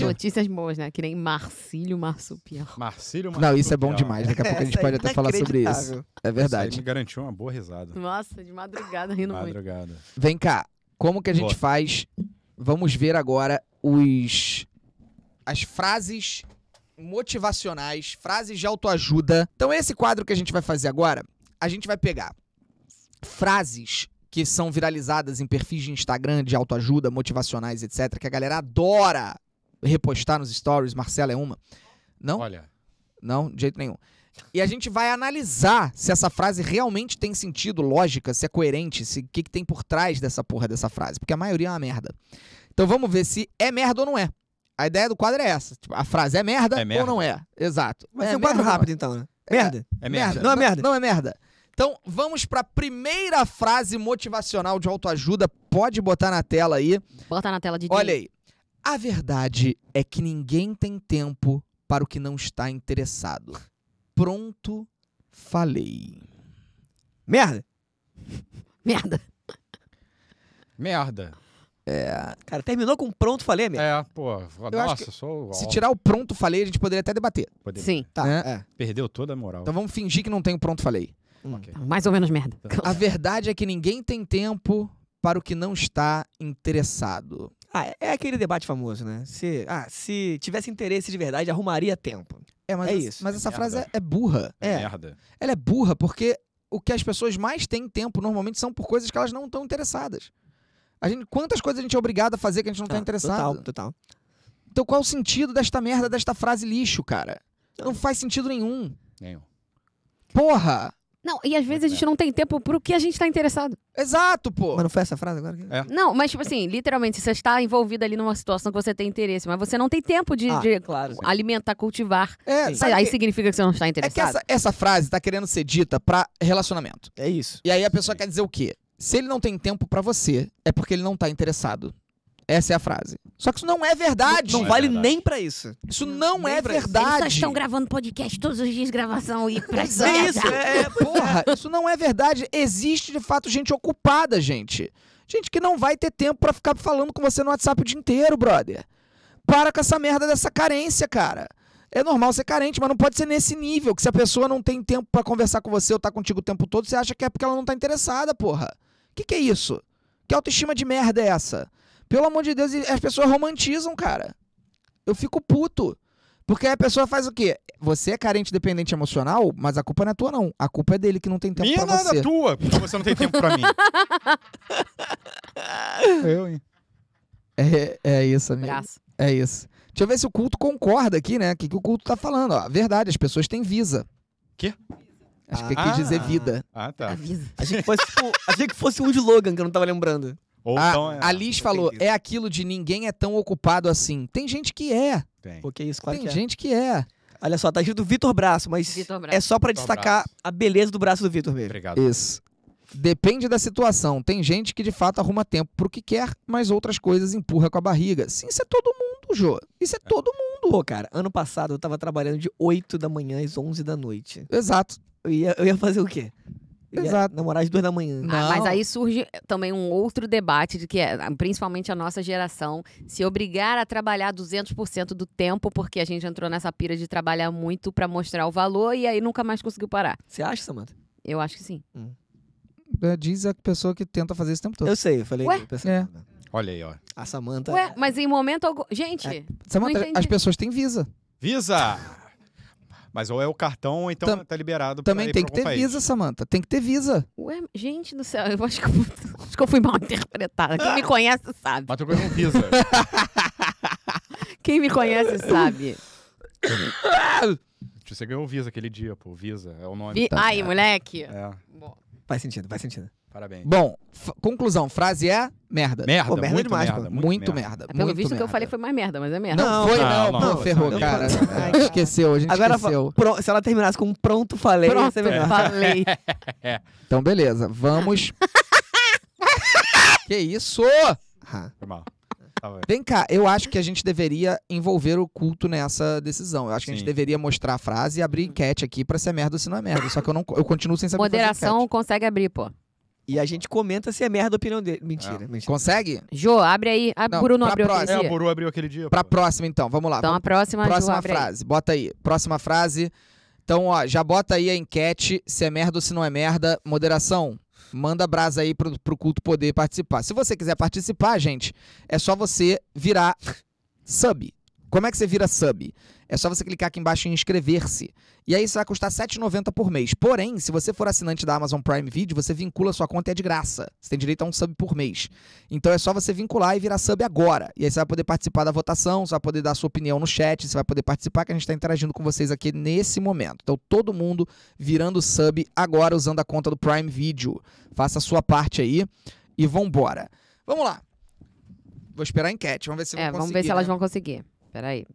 Notícias boas, né? Que nem Marcílio Marsupial. Marcílio Não, isso é bom Marsupial. demais. Daqui a <laughs> pouco a gente Essa é pode até falar sobre isso. É inacreditável. Isso aí verdade. me garantiu uma boa risada. Nossa, de madrugada rindo muito. Madrugada. Vem cá. Como que a gente Boa. faz? Vamos ver agora os as frases motivacionais, frases de autoajuda. Então esse quadro que a gente vai fazer agora, a gente vai pegar frases que são viralizadas em perfis de Instagram de autoajuda, motivacionais, etc, que a galera adora repostar nos stories. Marcela é uma. Não? Olha, Não, de jeito nenhum. E a gente vai analisar se essa frase realmente tem sentido, lógica, se é coerente, se o que, que tem por trás dessa porra dessa frase. Porque a maioria é uma merda. Então vamos ver se é merda ou não é. A ideia do quadro é essa. Tipo, a frase é merda, É merda. ou não é. Exato. Vai é ser um quadro merda ou não é? rápido, então, né? Merda. é merda. Não é merda. Não é merda. Então vamos pra primeira frase motivacional de autoajuda. Pode botar na tela aí. Bota na tela de Olha aí. A verdade é que ninguém tem tempo para o que não está interessado. Pronto, falei. Merda. Merda. Merda. Cara, terminou com pronto, falei, é merda. É, pô. acho nossa, sou. Se tirar o pronto, falei, a gente poderia até debater. Poder- Sim. Tá, É. é. Perdeu toda a moral. Então vamos fingir que não tem o pronto, falei. Ok. Mais ou menos merda. A verdade é que ninguém tem tempo para o que não está interessado. Ah, é aquele debate famoso, né? Se, ah, se tivesse interesse de verdade, arrumaria tempo. É, mas, É essa- isso. mas essa Merda. frase é, é burra. É É. merda. Ela é burra porque o que as pessoas mais têm tempo normalmente são por coisas que elas não estão interessadas. A gente, quantas coisas a gente é obrigado a fazer que a gente não está Ah, interessado? Total, total. Então qual o sentido desta merda, desta frase lixo, cara? Não faz sentido nenhum. Nenhum. Porra! Não, e às vezes a gente não tem tempo pro que a gente tá interessado. Exato, pô! Mas não foi essa frase agora? Não, mas tipo assim, literalmente, você está envolvido ali numa situação que você tem interesse, mas você não tem tempo de, Ah, de claro, sim. alimentar, cultivar. é, Sim. sabe aí que- significa que você não está é que interessado. essa, essa frase tá querendo ser dita pra relacionamento. É isso. E aí a pessoa quer dizer o quê? Se ele não tem tempo pra você, é porque ele não tá interessado. Essa é a frase. Só que isso não é verdade. Não É vale verdade. nem pra isso. Isso não é Lembra? verdade. Eles só estão gravando podcast todos os dias, gravação e pra É isso. É, é, Porra, isso não é verdade. Existe de fato gente ocupada, gente. Gente que não vai ter tempo pra ficar falando com você no WhatsApp o dia inteiro, brother. Para com essa merda dessa carência, cara. É normal ser carente, mas não pode ser nesse nível que se a pessoa não tem tempo pra conversar com você ou tá contigo o tempo todo, você acha que é porque ela não tá interessada, porra. Que que é isso? Que autoestima de merda é essa? Pelo amor de Deus, e as pessoas romantizam, cara. Eu fico puto. Porque aí a pessoa faz o quê? Você é carente dependente emocional, mas a culpa não é tua, não. A culpa é dele que não tem tempo Minha pra nada você. tua, porque você não tem tempo pra mim. Eu, hein? É, é isso, amigo. Braço. É isso. Deixa eu ver se o culto concorda aqui, né? O que, que o culto tá falando? Ó, verdade, as pessoas têm visa. Quê? Acho que Ah. quis dizer vida. Ah, tá. Avisa. <laughs> Achei que fosse, tipo, achei que fosse um de Logan, que eu não tava lembrando. Ou A, então é. a Liz falou, entendi. é aquilo de ninguém é tão ocupado assim. Tem gente que é. Tem. Pô, que isso, claro tem que é. gente que é. Olha só, tá escrito Vitor Braço, mas Vitor Braço. é só pra Vitor destacar Braço. a beleza do braço do Vitor mesmo. Obrigado. Isso. Depende da situação. Tem gente que de fato arruma tempo pro que quer, mas outras coisas empurra com a barriga. Sim, isso é todo mundo, Jô. Isso é todo mundo. Pô, cara, ano passado eu tava trabalhando de 8 da manhã às 11 da noite. Exato. Eu ia, eu ia fazer o quê? Eu ia Exato. Namorar às 2 da manhã. Não. Ah, mas aí surge também um outro debate de que é, principalmente a nossa geração se obrigar a trabalhar 200% do tempo porque a gente entrou nessa pira de trabalhar muito pra mostrar o valor e aí nunca mais conseguiu parar. Você acha, Samanta? Eu acho que sim. É, Diz a pessoa que tenta fazer isso o tempo todo. Eu sei, eu falei. Ué? eu pensei- É. Olha aí, ó. A Tá. Samanta. Ué, mas em momento algum, gente, Samantha, Não entendi. as pessoas têm visa. Visa! Mas ou é o cartão, ou então Tam- tá liberado pra Também ir tem pra que ter algum país. visa, Samantha. Tem que ter visa. ué, gente do céu, <laughs> eu acho que eu, acho que eu fui mal interpretada. <laughs> Quem me conhece sabe. Mas tu ganhou um visa. Quem me conhece sabe. Tá. Você ganhou um visa aquele dia, pô. Visa é o nome. Vi... Aí, moleque. É, Bom, Faz sentido, faz sentido. parabéns. Bom, f- conclusão. Frase é merda. Merda, Pô, merda Tá muito demais, merda. pô. Muito, merda. Ah, Pelo É muito visto, o que eu merda. falei foi mais merda, mas é merda. Não, foi, não, Não, pô, não, não, ferrou, não. cara. Ai, Ai, esqueceu, a gente Agora, fa- esqueceu. pro- se ela terminasse com um pronto, falei. ia Pronto, ser melhor. falei. <laughs> Então, beleza, vamos. que isso? Ah. Foi mal. Tava- Vem cá, eu acho que a gente deveria envolver o culto nessa decisão. Eu acho que a gente Sim. deveria mostrar a Hum. frase e abrir enquete aqui pra se é merda ou se não é merda. Só que eu, não, eu continuo sem saber fazer Moderação enquete. consegue abrir, pô. E a gente comenta se é merda a opinião dele. Mentira, mentira. Consegue? Jô, abre aí. A Não, Bruno pra abriu aqui. próxima. É, a Boru abriu aquele dia. Pra pô. próxima, então. Vamos lá. Então a próxima, Jô, Próxima abre aí. frase, bota aí. Próxima frase. Então, ó, já bota aí a enquete, se é merda ou se não é merda. Moderação, manda brasa aí pro, pro culto poder participar. Se você quiser participar, gente, é só você virar sub. Como é que você vira sub? É só você clicar aqui embaixo em inscrever-se. E aí isso vai custar R$ 7,90 por mês. Porém, se você for assinante da Amazon Prime Video, você vincula sua conta e é de graça. Você tem direito a um sub por mês. Então é só você vincular e virar sub agora. E aí você vai poder participar da votação, você vai poder dar sua opinião no chat, você vai poder participar, que a gente está interagindo com vocês aqui nesse momento. Então todo mundo virando sub agora usando a conta do Prime Video. Faça a sua parte aí e vambora. Vamos lá. Vou esperar a enquete, vamos ver se eu É, vou vamos ver conseguir, se elas né? vão conseguir. Peraí.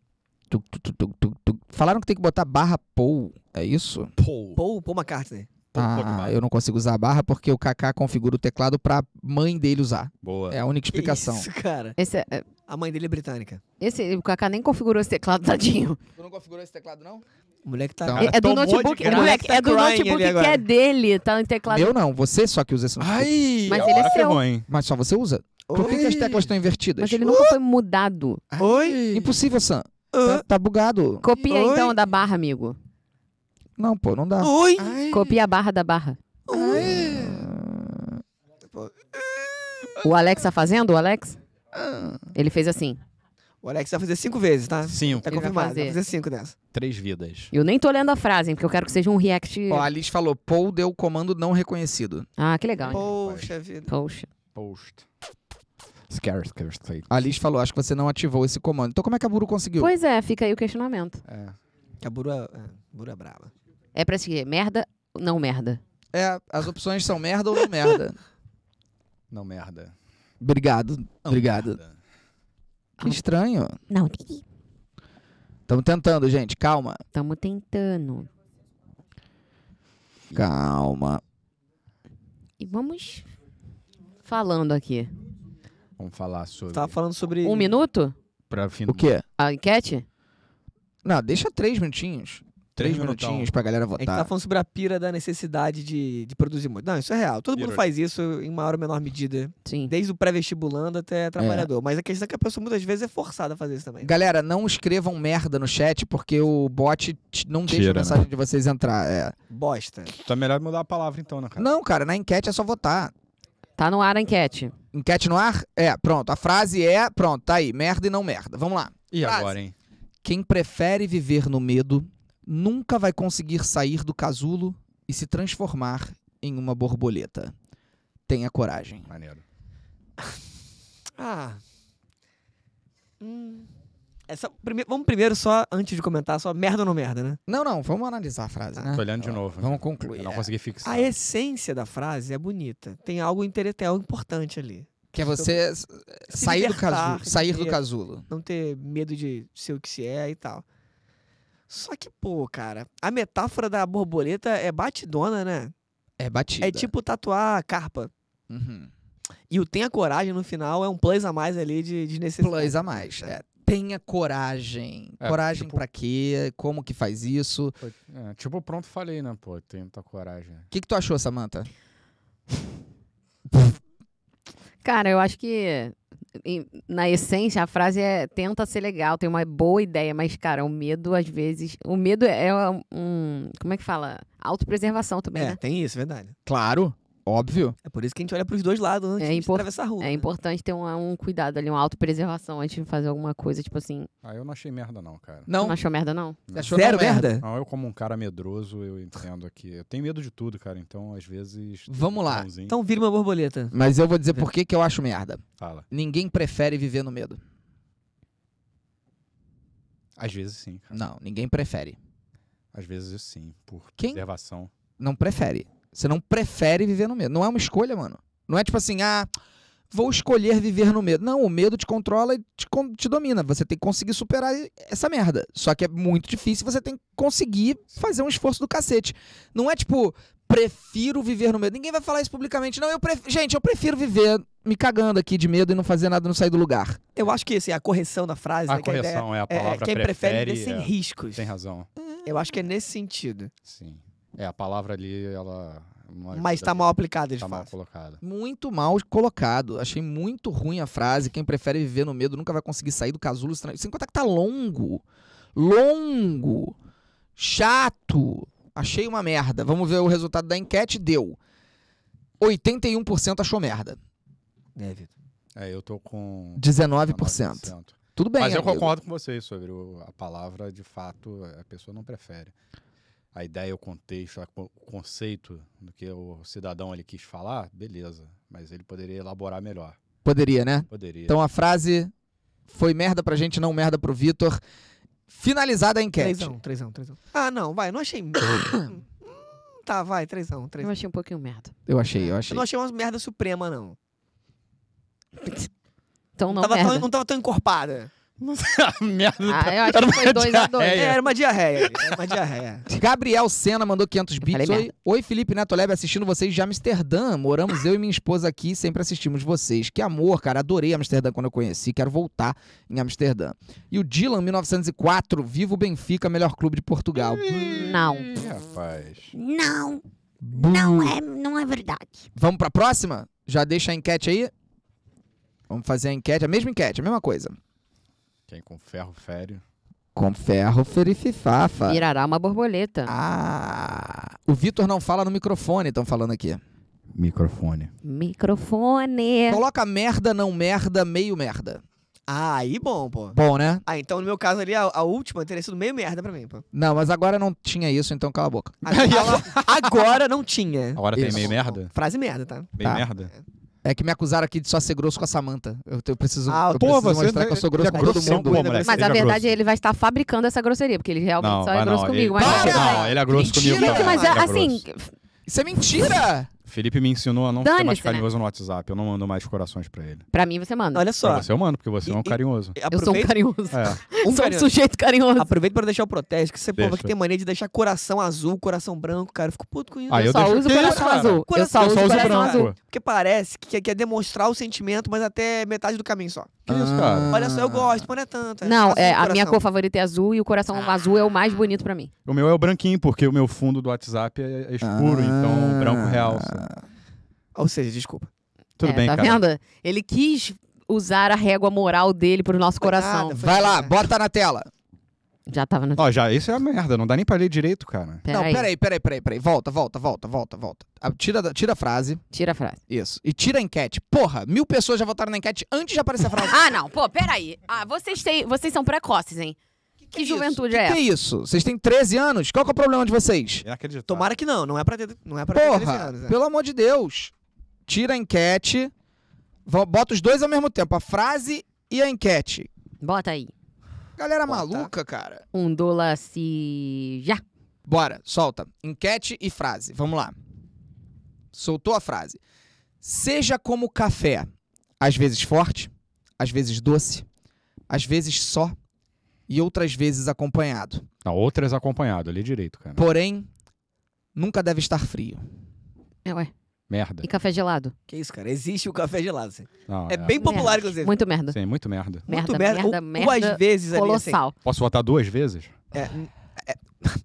Tuc, tuc, tuc, tuc, tuc, tuc. Falaram que tem que botar barra Pou, é isso? Pô, Paul, Paul McCartney. Pou Ah, Pogba. eu não consigo usar a barra porque o Kaká configura o teclado pra mãe dele usar. Boa. É a única Que explicação. Isso, cara. Esse, é- A mãe dele é britânica. esse, o Kaká nem configurou esse teclado, <laughs> tadinho. Tu não configurou esse teclado, não? O moleque tá. Então, É, é do tomou de notebook, graça. moleque, é do Tá crying notebook ali que agora. é dele, tá no teclado. Eu não, você só que usa esse notebook. Ai, Mas agora ele é seu. ferrou, hein? Mas só você usa. Por que, que as teclas estão invertidas? Mas ele nunca foi mudado. Oi? Impossível, Sam. Tá, tá bugado. Copia Oi? então da barra, amigo. Não, pô, não dá. Oi? Copia a barra da barra. O Alex tá fazendo, o Alex? Ele fez assim. O Alex vai fazer cinco vezes, tá? Cinco. Tá Ele vai confirmado. fazer. Vai fazer cinco dessa. Três vidas. Eu nem tô lendo a frase, hein, porque eu quero que seja um react. Ó, a Alice falou, Paul deu comando não reconhecido. Ah, que legal. hein? Poxa vida. Poxa. Post. Scare, scare, scare. A Alice falou, acho que você não ativou esse comando. Então como é que a Buru conseguiu? Pois é, fica aí o questionamento. Que a Buru é, é, Buru é brava. É pra seguir merda, não merda. É, as opções são merda ou não merda. Não, merda. <laughs> Obrigado, obrigado. Merda. Que estranho. Não, Estamos tentando, gente, calma. Tamo tentando. Calma. E vamos falando aqui. Vamos falar sobre... Tava falando sobre. Um minuto? Pra fim O quê? A enquete? Não, deixa três minutinhos. Três, minutão. É tá minutinhos pra galera A gente votar. tava falando sobre a pira da necessidade de, de produzir muito. Não, isso é real. Todo mundo Pirou. faz isso em maior ou menor medida. Sim. Desde o pré-vestibulando até trabalhador. Mas a questão é que a pessoa muitas vezes é forçada a fazer isso também. Galera, não escrevam merda no chat, porque o bot t- não deixa a Tira, né? mensagem de vocês entrar. é. Bosta. Tá melhor mudar a palavra então, né, cara? Não, cara, na enquete é só votar. Tá no ar a enquete. Enquete no ar? É, pronto. A frase é, pronto, tá aí, merda e não merda. Vamos lá. E Frase. agora, hein? Quem prefere viver no medo nunca vai conseguir sair do casulo e se transformar em uma borboleta. Tenha coragem. Maneiro. Ah. Hum. É só- prime- vamos primeiro só, antes de comentar, só merda ou não merda, né? Não, não, vamos analisar a frase, né? Tô olhando de novo. Vamos Eu concluir. não é. consegui fixar. A essência da frase é bonita. Tem algo intelectual importante ali. Que é você s- Se sair do libertar casulo. de Sair do medo. casulo. Não ter medo de ser o que se é e tal. Só que, pô, cara, a metáfora da borboleta é batidona, né? É batida. É tipo tatuar a carpa. Uhum. E o tenha coragem no final é um plus a mais ali de, de necessidade. Plus a mais. é. Tenha coragem. É, coragem tipo- pra quê? Como que faz isso? O É, tipo, pronto, falei, né, pô? Tem muita coragem. que, que tu achou, Samantha? Cara, eu acho que em- na essência a frase é tenta ser legal, tem uma boa ideia, mas cara, o medo às vezes, o medo é um, como é que fala? Autopreservação também, É, né? tem isso, verdade. Claro, óbvio. É por isso que a gente olha pros dois lados antes É de impor- atravessar a rua. É né? importante ter um, um cuidado ali, uma autopreservação antes de fazer alguma coisa, tipo assim, Ah, eu não achei merda, não, cara. não, Não, achou merda não? você achou Zero não merda? merda? Não, eu, como um cara medroso, eu entendo que. Eu tenho medo de tudo, cara. Então, às vezes. Vamos lá. Bonzinho. Então vira uma borboleta. Mas eu vou dizer por que, que eu acho merda. Fala. Ninguém prefere viver no medo. Às vezes sim, cara. Não, ninguém prefere. Às vezes sim, por Quem? preservação. Não prefere. Você não prefere viver no medo. Não é uma escolha, mano. Não é tipo assim, ah, vou escolher viver no medo. Não, o medo te controla e te, con- te domina. Você tem que conseguir superar essa merda. Só que é muito difícil, você tem que conseguir fazer um esforço do cacete. Não é tipo, prefiro viver no medo. Ninguém vai falar isso publicamente. Não, eu prefiro. Gente, eu prefiro viver me cagando aqui de medo e não fazer nada, não sair do lugar. Eu acho que assim, a correção da frase, A né, que a ideia correção é a é, é palavra quem prefere, prefere. ver sem é, riscos. Tem razão. Eu acho que é nesse sentido. Sim. É, a palavra ali, ela Mas tá mal aplicada, de Tá mal fato. colocada. Muito mal colocado. Achei muito ruim a frase. Quem prefere viver no medo nunca vai conseguir sair do casulo estranho. Sem contar que tá longo. Longo. Chato. Achei uma merda. Vamos ver o resultado da enquete. Deu. 81% achou merda. É, Vitor. É, eu tô com... 19%. Tudo bem, Mas eu amigo. concordo com vocês sobre o- a palavra, de fato, a pessoa não prefere. A ideia, o contexto, a co- o conceito do que o cidadão ele quis falar, beleza. Mas ele poderia elaborar melhor. Poderia, né? Poderia. Então a frase foi merda pra gente, não merda pro Vitor. Finalizada a enquete. Trêsão, trêsão, trêsão. Ah, não, vai, não achei. Hum, tá, vai, trêsão, Eu trêsão. achei um pouquinho merda. Eu achei, eu achei. Eu não achei uma merda suprema, não. Então não tava merda. Tão, não tava tão encorpada. merda do <laughs> Ah, eu acho que foi dois a dois. É, É. era uma diarreia. Era uma diarreia. Gabriel Senna mandou 500 Eu falei bits. Oi, merda. Oi, Felipe Neto Leve, assistindo vocês de Amsterdã. Moramos eu e minha esposa aqui e sempre assistimos vocês. Que amor, cara. Adorei Amsterdã quando eu conheci. Quero voltar em Amsterdã. E o Dylan, 1904, Vivo Benfica, melhor clube de Portugal. Não. Ih, rapaz. Não, Bu. é, não é verdade. Vamos pra próxima? Já deixa a enquete aí? Vamos fazer a enquete. A mesma enquete, a mesma coisa. Quem com ferro fere. Com ferro, Ah. ferififafa. Virará uma borboleta. Ah, o Vitor não fala no microfone, estão falando aqui. Microfone. Microfone. Coloca merda, não merda, meio merda. Ah, aí bom, pô. Bom, né? Ah, então no meu caso ali, a, a última teria sido meio merda pra mim, pô. Não, mas agora não tinha isso, então cala a boca. Agora, agora não tinha. Agora tem Isso. meio merda? Frase merda, tá? Meio Tá. merda? É que me acusaram aqui de só ser grosso com a Samanta. Eu, te- eu preciso, Ah, eu pô, preciso você mostrar não- que eu sou ele grosso é com todo grossão, mundo. pô, né? moleque. Mas Seja a verdade grosso. é ele vai estar fabricando essa grosseria, porque ele realmente Não, só é vai grosso não. comigo. ele... Mas, Para! Não, ele é grosso Mentira! comigo. Gente, também. mas Ele é assim, grosso. Isso é mentira! Felipe me ensinou a não ficar mais Dane-se, né? carinhoso no WhatsApp. Eu não mando mais corações pra ele. pra mim você manda. Olha Pra só. você eu mando, porque você é um E- e- carinhoso. eu sou um Aproveita, carinhoso. É. <laughs> um sou um carinhoso. sujeito carinhoso. Aproveita pra deixar o protesto, que você povo Deixa. aqui tem mania de deixar coração azul, coração branco, cara. Eu fico puto com isso. Ah, Eu, eu só deixo- uso Que coração isso, cara? azul. Tá, Eu só Coração- uso só uso é coração branco. azul. Porque parece que quer demonstrar o sentimento, mas até metade do caminho só. Que isso, cara? Olha só, eu gosto, mas não é tanto. Não, azul é, a coração. minha cor favorita é azul e o coração azul é o mais bonito pra mim. O meu é o branquinho, porque o meu fundo do WhatsApp é é escuro, então o branco realça. Ou seja, desculpa. Tudo É, bem, tá cara. vendo? Ele quis usar a régua moral dele pro nosso Foi coração. nada, foi Vai lá, nada. bota na tela. Já tava no. Ó, já, isso é a merda, não dá nem pra ler direito, cara. Pera não, aí. peraí, peraí, peraí, peraí. Volta, volta, volta, volta, volta. Ah, Tira, da- tira a frase. Tira a frase. Isso. E tira a enquete. Porra, mil pessoas já votaram na enquete antes de aparecer a <laughs> frase. Ah, não, pô, peraí. Ah, vocês, têm, vocês são precoces, hein? Que, Que isso? juventude Que é Que essa? é isso? Vocês têm 13 anos? Qual que é o problema de vocês? Inacreditável. Tomara que não, não é pra ter, não é pra ter 13 Porra, anos, né? pelo amor de Deus. Tira a enquete. vo- Bota os dois ao mesmo tempo, a frase e a enquete. Bota aí. Galera Bota. maluca, cara. Um dólar se. Já. Bora, solta. Enquete e frase. Vamos lá. Soltou a frase. Seja como o café, às vezes forte, às vezes doce, às vezes só e outras vezes acompanhado. Não, outras acompanhado, lê direito, cara. Porém, nunca deve estar frio. É, ué. Merda. E café gelado. Que isso, cara? Existe o café gelado. Assim. Não, É bem popular, Merda. inclusive. Muito merda. Sim, muito merda. Merda, Ou- merda, ou merda. às vezes ali, assim. Colossal. Posso votar duas vezes?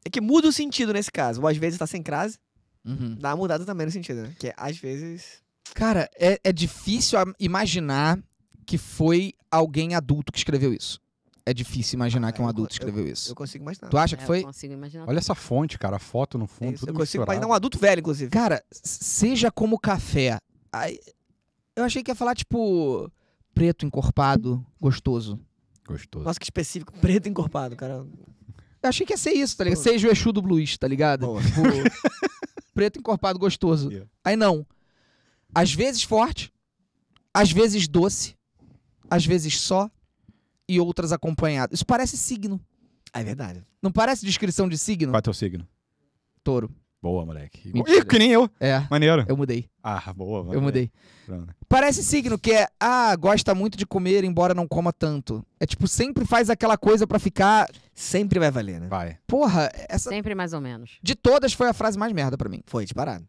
É que muda o sentido nesse caso. Ou às vezes tá sem crase, Uhum. dá uma mudada também no sentido, né? Que é, às vezes. Cara, é, é difícil a- imaginar que foi alguém adulto que escreveu isso. É difícil imaginar que um eu- adulto eu- escreveu Eu isso. consigo imaginar. Tu acha É, que eu foi? consigo imaginar. Olha essa fonte, cara, a foto no É fundo, isso, tudo eu consigo imaginar misturado. um adulto velho, inclusive. Cara, seja como café. Ai, eu achei que ia falar, tipo, preto, encorpado, gostoso. Gostoso. Nossa, que específico. Preto encorpado, cara. Eu achei que ia ser isso, tá ligado? Seja o Exu do Blues, tá ligado? Boa. Tipo, preto, encorpado, gostoso. Yeah. Aí não. Às vezes forte, às vezes doce, às vezes só e outras acompanhadas. Isso parece signo. Ah, é verdade. Não parece descrição de signo? Qual é teu signo? Touro. Boa, moleque. Igual- Mentira. Ih, que nem eu. É, Maneiro. eu mudei. Ah, boa. Eu mudei. Bacana. Parece signo que é, ah, gosta muito de comer, embora não coma tanto. É tipo, sempre faz aquela coisa pra ficar. Sempre vai valer, né? Vai. Porra, essa. Sempre mais ou menos. De todas foi a frase mais merda pra mim. Foi disparado.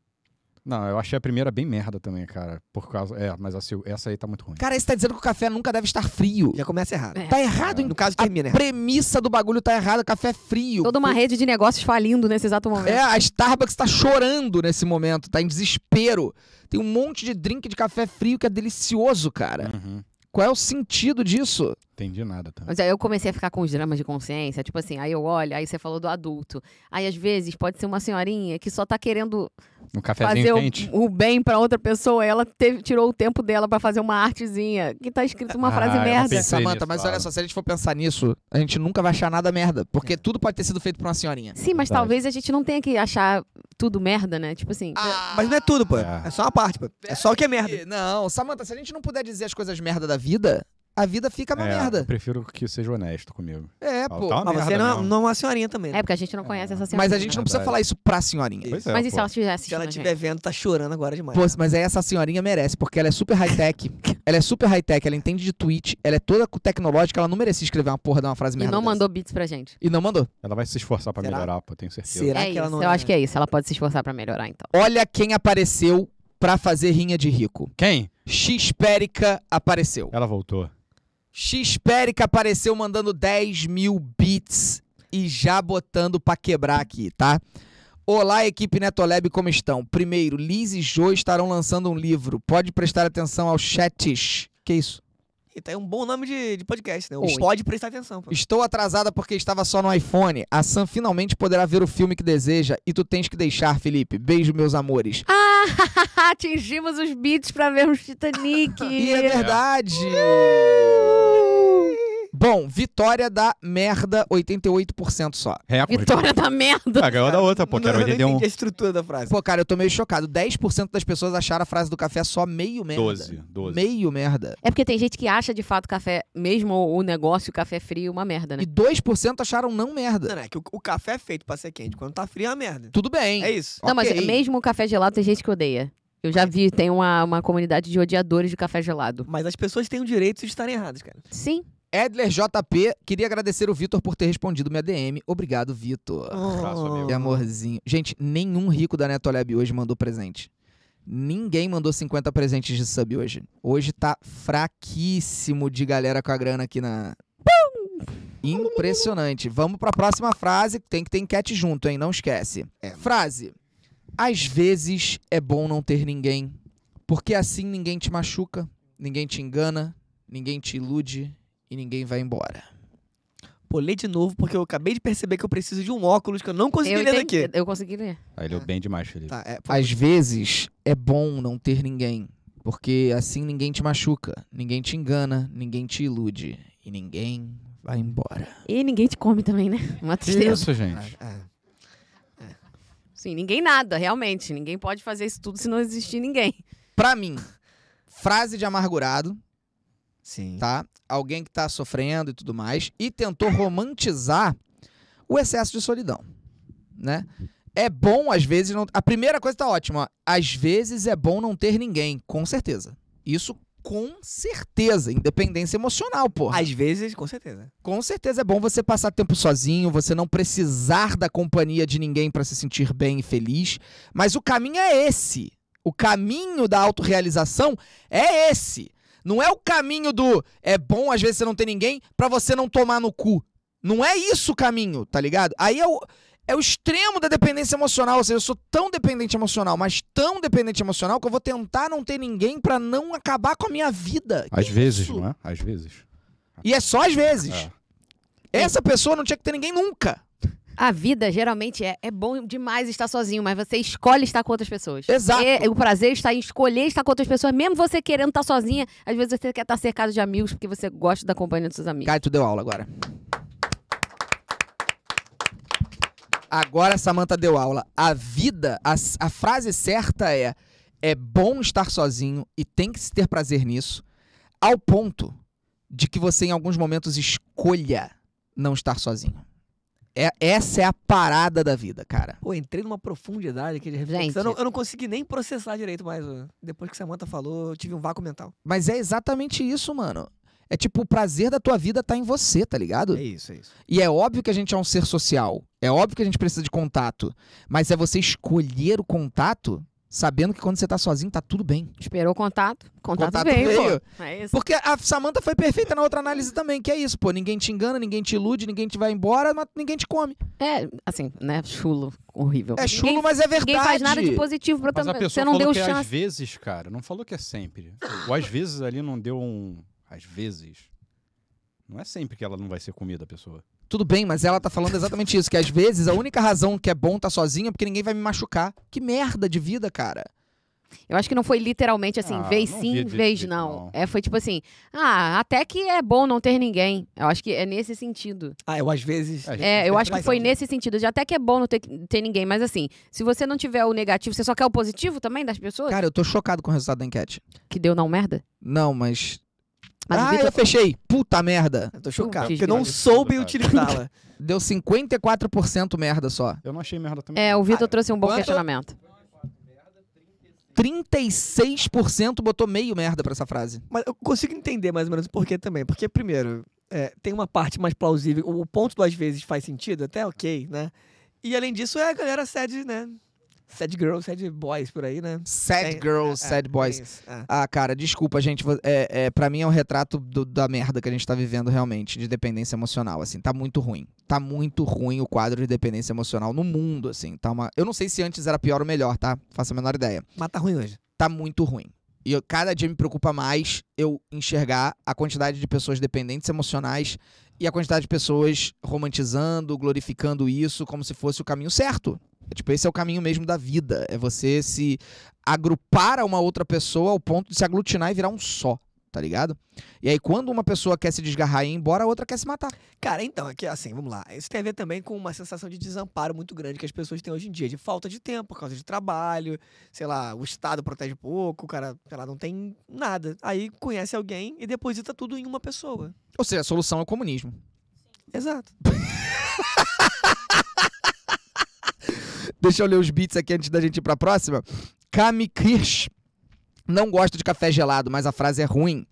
Não, eu achei a primeira bem merda também, cara. Por causa. É, mas a seg- essa aí tá muito ruim. Cara, você tá dizendo que o café nunca deve estar frio. Já começa errado. É. Tá errado, hein? No caso, termina A É. errado. premissa do bagulho tá errada, café frio. Toda uma rede de negócios falindo nesse exato momento. É, a Starbucks tá chorando nesse momento, tá em desespero. Tem um monte de drink de café frio que é delicioso, cara. Uhum. Qual é o sentido disso? Entendi nada também. Mas aí eu comecei a ficar com os dramas de consciência, tipo assim, aí eu olho, aí você falou do adulto. Aí às vezes pode ser uma senhorinha que só tá querendo Um fazer cafezinho o, quente. o bem pra outra pessoa, ela teve- tirou o tempo dela pra fazer uma artezinha, que tá escrito uma Ah, frase eu merda. pensei Samanta, nisso, mas claro. olha só, se a gente for pensar nisso, a gente nunca vai achar nada merda, porque É. tudo pode ter sido feito por uma senhorinha. Sim, mas Verdade. talvez a gente não tenha que achar tudo merda, né? Tipo assim, Ah. Mas não é tudo, pô. É. É só uma parte, pô. É só o que é merda. Não, Samanta, se a gente não puder dizer as coisas merda da vida, a vida fica uma É, Eu merda. prefiro que seja honesto comigo. É, Ah, pô. tá uma Mas você merda não, é- mesmo. não é uma senhorinha também. Né? é porque a gente não conhece essa senhorinha. Mas a gente não precisa Verdade. falar isso pra senhorinha. Pois é, Mas e se pô. ela estiver Se ela assistindo? estiver vendo, tá chorando agora demais. né? Pô, né? mas aí essa senhorinha merece, porque ela é super high-tech. <laughs> ela é super high-tech, ela entende de tweet, ela é toda tecnológica, ela não merecia escrever uma porra de uma frase E merda. não dessa. mandou beats pra gente. E não mandou. Ela vai se esforçar pra Será? melhorar, pô, tenho certeza. Será é que ela isso, não eu é? acho que é isso. Ela pode se esforçar pra melhorar, <laughs> então. Olha quem apareceu pra fazer rinha de rico. Quem? Xpérica apareceu. Ela voltou. Xpérica apareceu mandando 10 mil bits e já botando pra quebrar aqui, tá? Olá, equipe Netolab, como estão? Primeiro, Liz e Jo estarão lançando um livro. Pode prestar atenção aos chats. Que isso? E tá aí um bom nome de, de podcast, né? O Oi. Pode prestar atenção, pô. Estou atrasada porque estava só no iPhone. A Sam finalmente poderá ver o filme que deseja e tu tens que deixar, Felipe. Beijo, meus amores. Atingimos os beats pra vermos <laughs> Titanic. E é verdade! Bom, vitória da merda, 88% só. Recorde. Vitória da merda. Ah, ganhou da outra, pô, um- que era Não, eu não 81. entendi a estrutura da frase. Pô, cara, eu tô meio chocado. 10% das pessoas acharam a frase do café só meio merda. 12, 12. Meio merda. É porque tem gente que acha de fato café, mesmo o negócio, o café frio, uma merda, né? E 2% acharam não merda. Não, não, é que o, o café é feito pra ser quente. Quando tá frio é uma merda. Tudo bem. É isso. Não, mas Ok. mesmo o café gelado tem gente que odeia. Eu já vi, tem uma, uma comunidade de odiadores de café gelado. Mas as pessoas têm o direito de estarem erradas, cara. Tá Sim. Edler JP, queria agradecer o Vitor por ter respondido minha DM. Obrigado, Vitor. abraço, amigo. Que amorzinho. Gente, nenhum rico da Netolab hoje mandou presente. Ninguém mandou 50 presentes de sub hoje. Hoje tá fraquíssimo de galera com a grana aqui na. Impressionante. Vamos pra próxima frase, que tem que ter enquete junto, hein? Não esquece. Frase. Às vezes é bom não ter ninguém, porque assim ninguém te machuca, ninguém te engana, ninguém te ilude e ninguém vai embora. Pô, lê de novo, porque eu acabei de perceber que eu preciso de um óculos que eu não consegui Eu, ler entendi- daqui. eu consegui ler. Aí leu bem demais, Felipe. Tá, é, pô, Às vezes é bom não ter ninguém, porque assim ninguém te machuca, ninguém te engana, ninguém te ilude e ninguém vai embora. E ninguém te come também, né? <laughs> Uma Que tristeza. isso, gente? É, Sim, ninguém nada, realmente. Ninguém pode fazer isso tudo se não existir ninguém. Pra mim, frase de amargurado, Sim. tá? Alguém que tá sofrendo e tudo mais e tentou romantizar o excesso de solidão, né? É bom às vezes não, a primeira coisa tá ótima, ó. às vezes é bom não ter ninguém, com certeza. Isso com certeza, independência emocional, porra. Às vezes, com certeza. Com certeza é bom você passar tempo sozinho, você não precisar da companhia de ninguém pra se sentir bem e feliz, mas o caminho é esse. O caminho da autorrealização é esse. Não é o caminho do é bom às vezes você não ter ninguém pra você não tomar no cu. Não é isso o caminho, tá ligado? Aí é o, é o extremo da dependência emocional, ou seja, eu sou tão dependente emocional, mas tão dependente emocional que eu vou tentar não ter ninguém pra não acabar com a minha vida. Às Que vezes, isso? não é? Às vezes. E é só às vezes. É. Essa pessoa não tinha que ter ninguém nunca. A vida geralmente é, é bom demais estar sozinho, mas você escolhe estar com outras pessoas. Exato. É, o prazer está em escolher estar com outras pessoas, mesmo você querendo estar sozinha. Às vezes você quer estar cercado de amigos porque você gosta da companhia dos seus amigos. Caio, tu deu aula agora. Agora a Samanta deu aula. A vida, a, s- a frase certa é: é bom estar sozinho e tem que se ter prazer nisso, ao ponto de que você, em alguns momentos, escolha não estar sozinho. É, essa é a parada da vida, cara. Pô, entrei numa profundidade aqui de Gente. reflexão. Eu não, eu não consegui nem processar direito mais. ó. Depois que Samantha falou, eu tive um vácuo mental. Mas é exatamente isso, mano. É tipo, o prazer da tua vida tá em você, tá ligado? É isso, é isso. E é óbvio que a gente é um ser social. É óbvio que a gente precisa de contato. Mas é você escolher o contato sabendo que quando você tá sozinho tá tudo bem. Esperou o contato, contato, Contato veio, veio. pô. É isso. Porque a Samantha foi perfeita na outra análise também, que é isso, pô. Ninguém te engana, ninguém te ilude, ninguém te vai embora, mas ninguém te come. É, assim, né? Chulo, horrível. É chulo, ninguém, mas é verdade. Ninguém faz nada de positivo pra Mas a também. pessoa Você não falou deu que é às chance. vezes, cara. Não falou que é sempre. O às vezes ali não deu um. Às vezes. Não é sempre que ela não vai ser comida, a pessoa. Tudo bem, mas ela tá falando exatamente isso, que às vezes a única razão que é bom tá sozinha é porque ninguém vai me machucar. Que merda de vida, cara. Eu acho que não foi literalmente assim, Ah, vez não sim, vi de vez jeito não. não. É, foi tipo assim, ah, até que é bom não ter ninguém. Eu acho que é nesse sentido. Ah, eu às vezes. É, É, eu acho que Mas- foi nesse sentido. Já até que é bom não ter, ter ninguém, mas assim, se você não tiver o negativo, você só quer o positivo também das pessoas? Cara, eu tô chocado com o resultado da enquete. Que deu não merda? Não, mas. Mas o ah, Vitor- eu fechei. Puta merda. Eu tô chocado. Fiz Porque eu não merda. soube utilizá-la. Deu 54% merda só. Eu não achei merda também. É, o Vitor Ah, trouxe um bom quanto- questionamento. 36% botou meio merda pra essa frase. Mas eu consigo entender mais ou menos o porquê também. Porque, primeiro, é, tem uma parte mais plausível. O ponto do às vezes faz sentido, até ok, né? E além disso, é a galera sad, né? Sad girls, sad boys por aí, né? Sad Tem- girls, é, sad tem boys. isso, é. Ah, cara, desculpa, gente. vo- É, é, pra mim é um retrato do- da merda que a gente tá vivendo realmente, de dependência emocional, assim. Tá muito ruim. Tá muito ruim o quadro de dependência emocional no mundo, assim. Tá uma... Eu não sei se antes era pior ou melhor, tá? Faço a menor ideia. Mas tá ruim hoje. Tá muito ruim. E eu- cada dia me preocupa mais eu enxergar a quantidade de pessoas dependentes emocionais e a quantidade de pessoas romantizando, glorificando isso como se fosse o caminho certo. É, Tipo, esse é o caminho mesmo da vida. É você se agrupar a uma outra pessoa ao ponto de se aglutinar e virar um só, tá ligado? E aí, quando uma pessoa quer se desgarrar e ir embora, a outra quer se matar. Cara, então, aqui assim, vamos lá. Isso tem a ver também com uma sensação de desamparo muito grande que as pessoas têm hoje em dia, de falta de tempo por causa de trabalho, sei lá, o Estado protege pouco, o cara, sei lá, não tem nada. Aí conhece alguém e deposita tudo em uma pessoa. Ou seja, a solução é o comunismo. Exato. Deixa eu ler os beats aqui antes da gente ir pra próxima. Kami Kirsch. Não gosto de café gelado, mas a frase é ruim.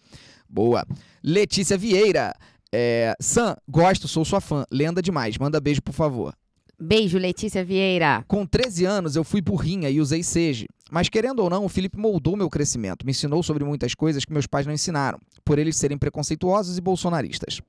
Boa. Letícia Vieira. É, Sam, gosto, sou sua fã. Lenda demais. Manda beijo, por favor. Beijo, Letícia Vieira. Com 13 anos, eu fui burrinha e usei Sage. Mas querendo ou não, o Felipe moldou meu crescimento. Me ensinou sobre muitas coisas que meus pais não ensinaram, por eles serem preconceituosos e bolsonaristas.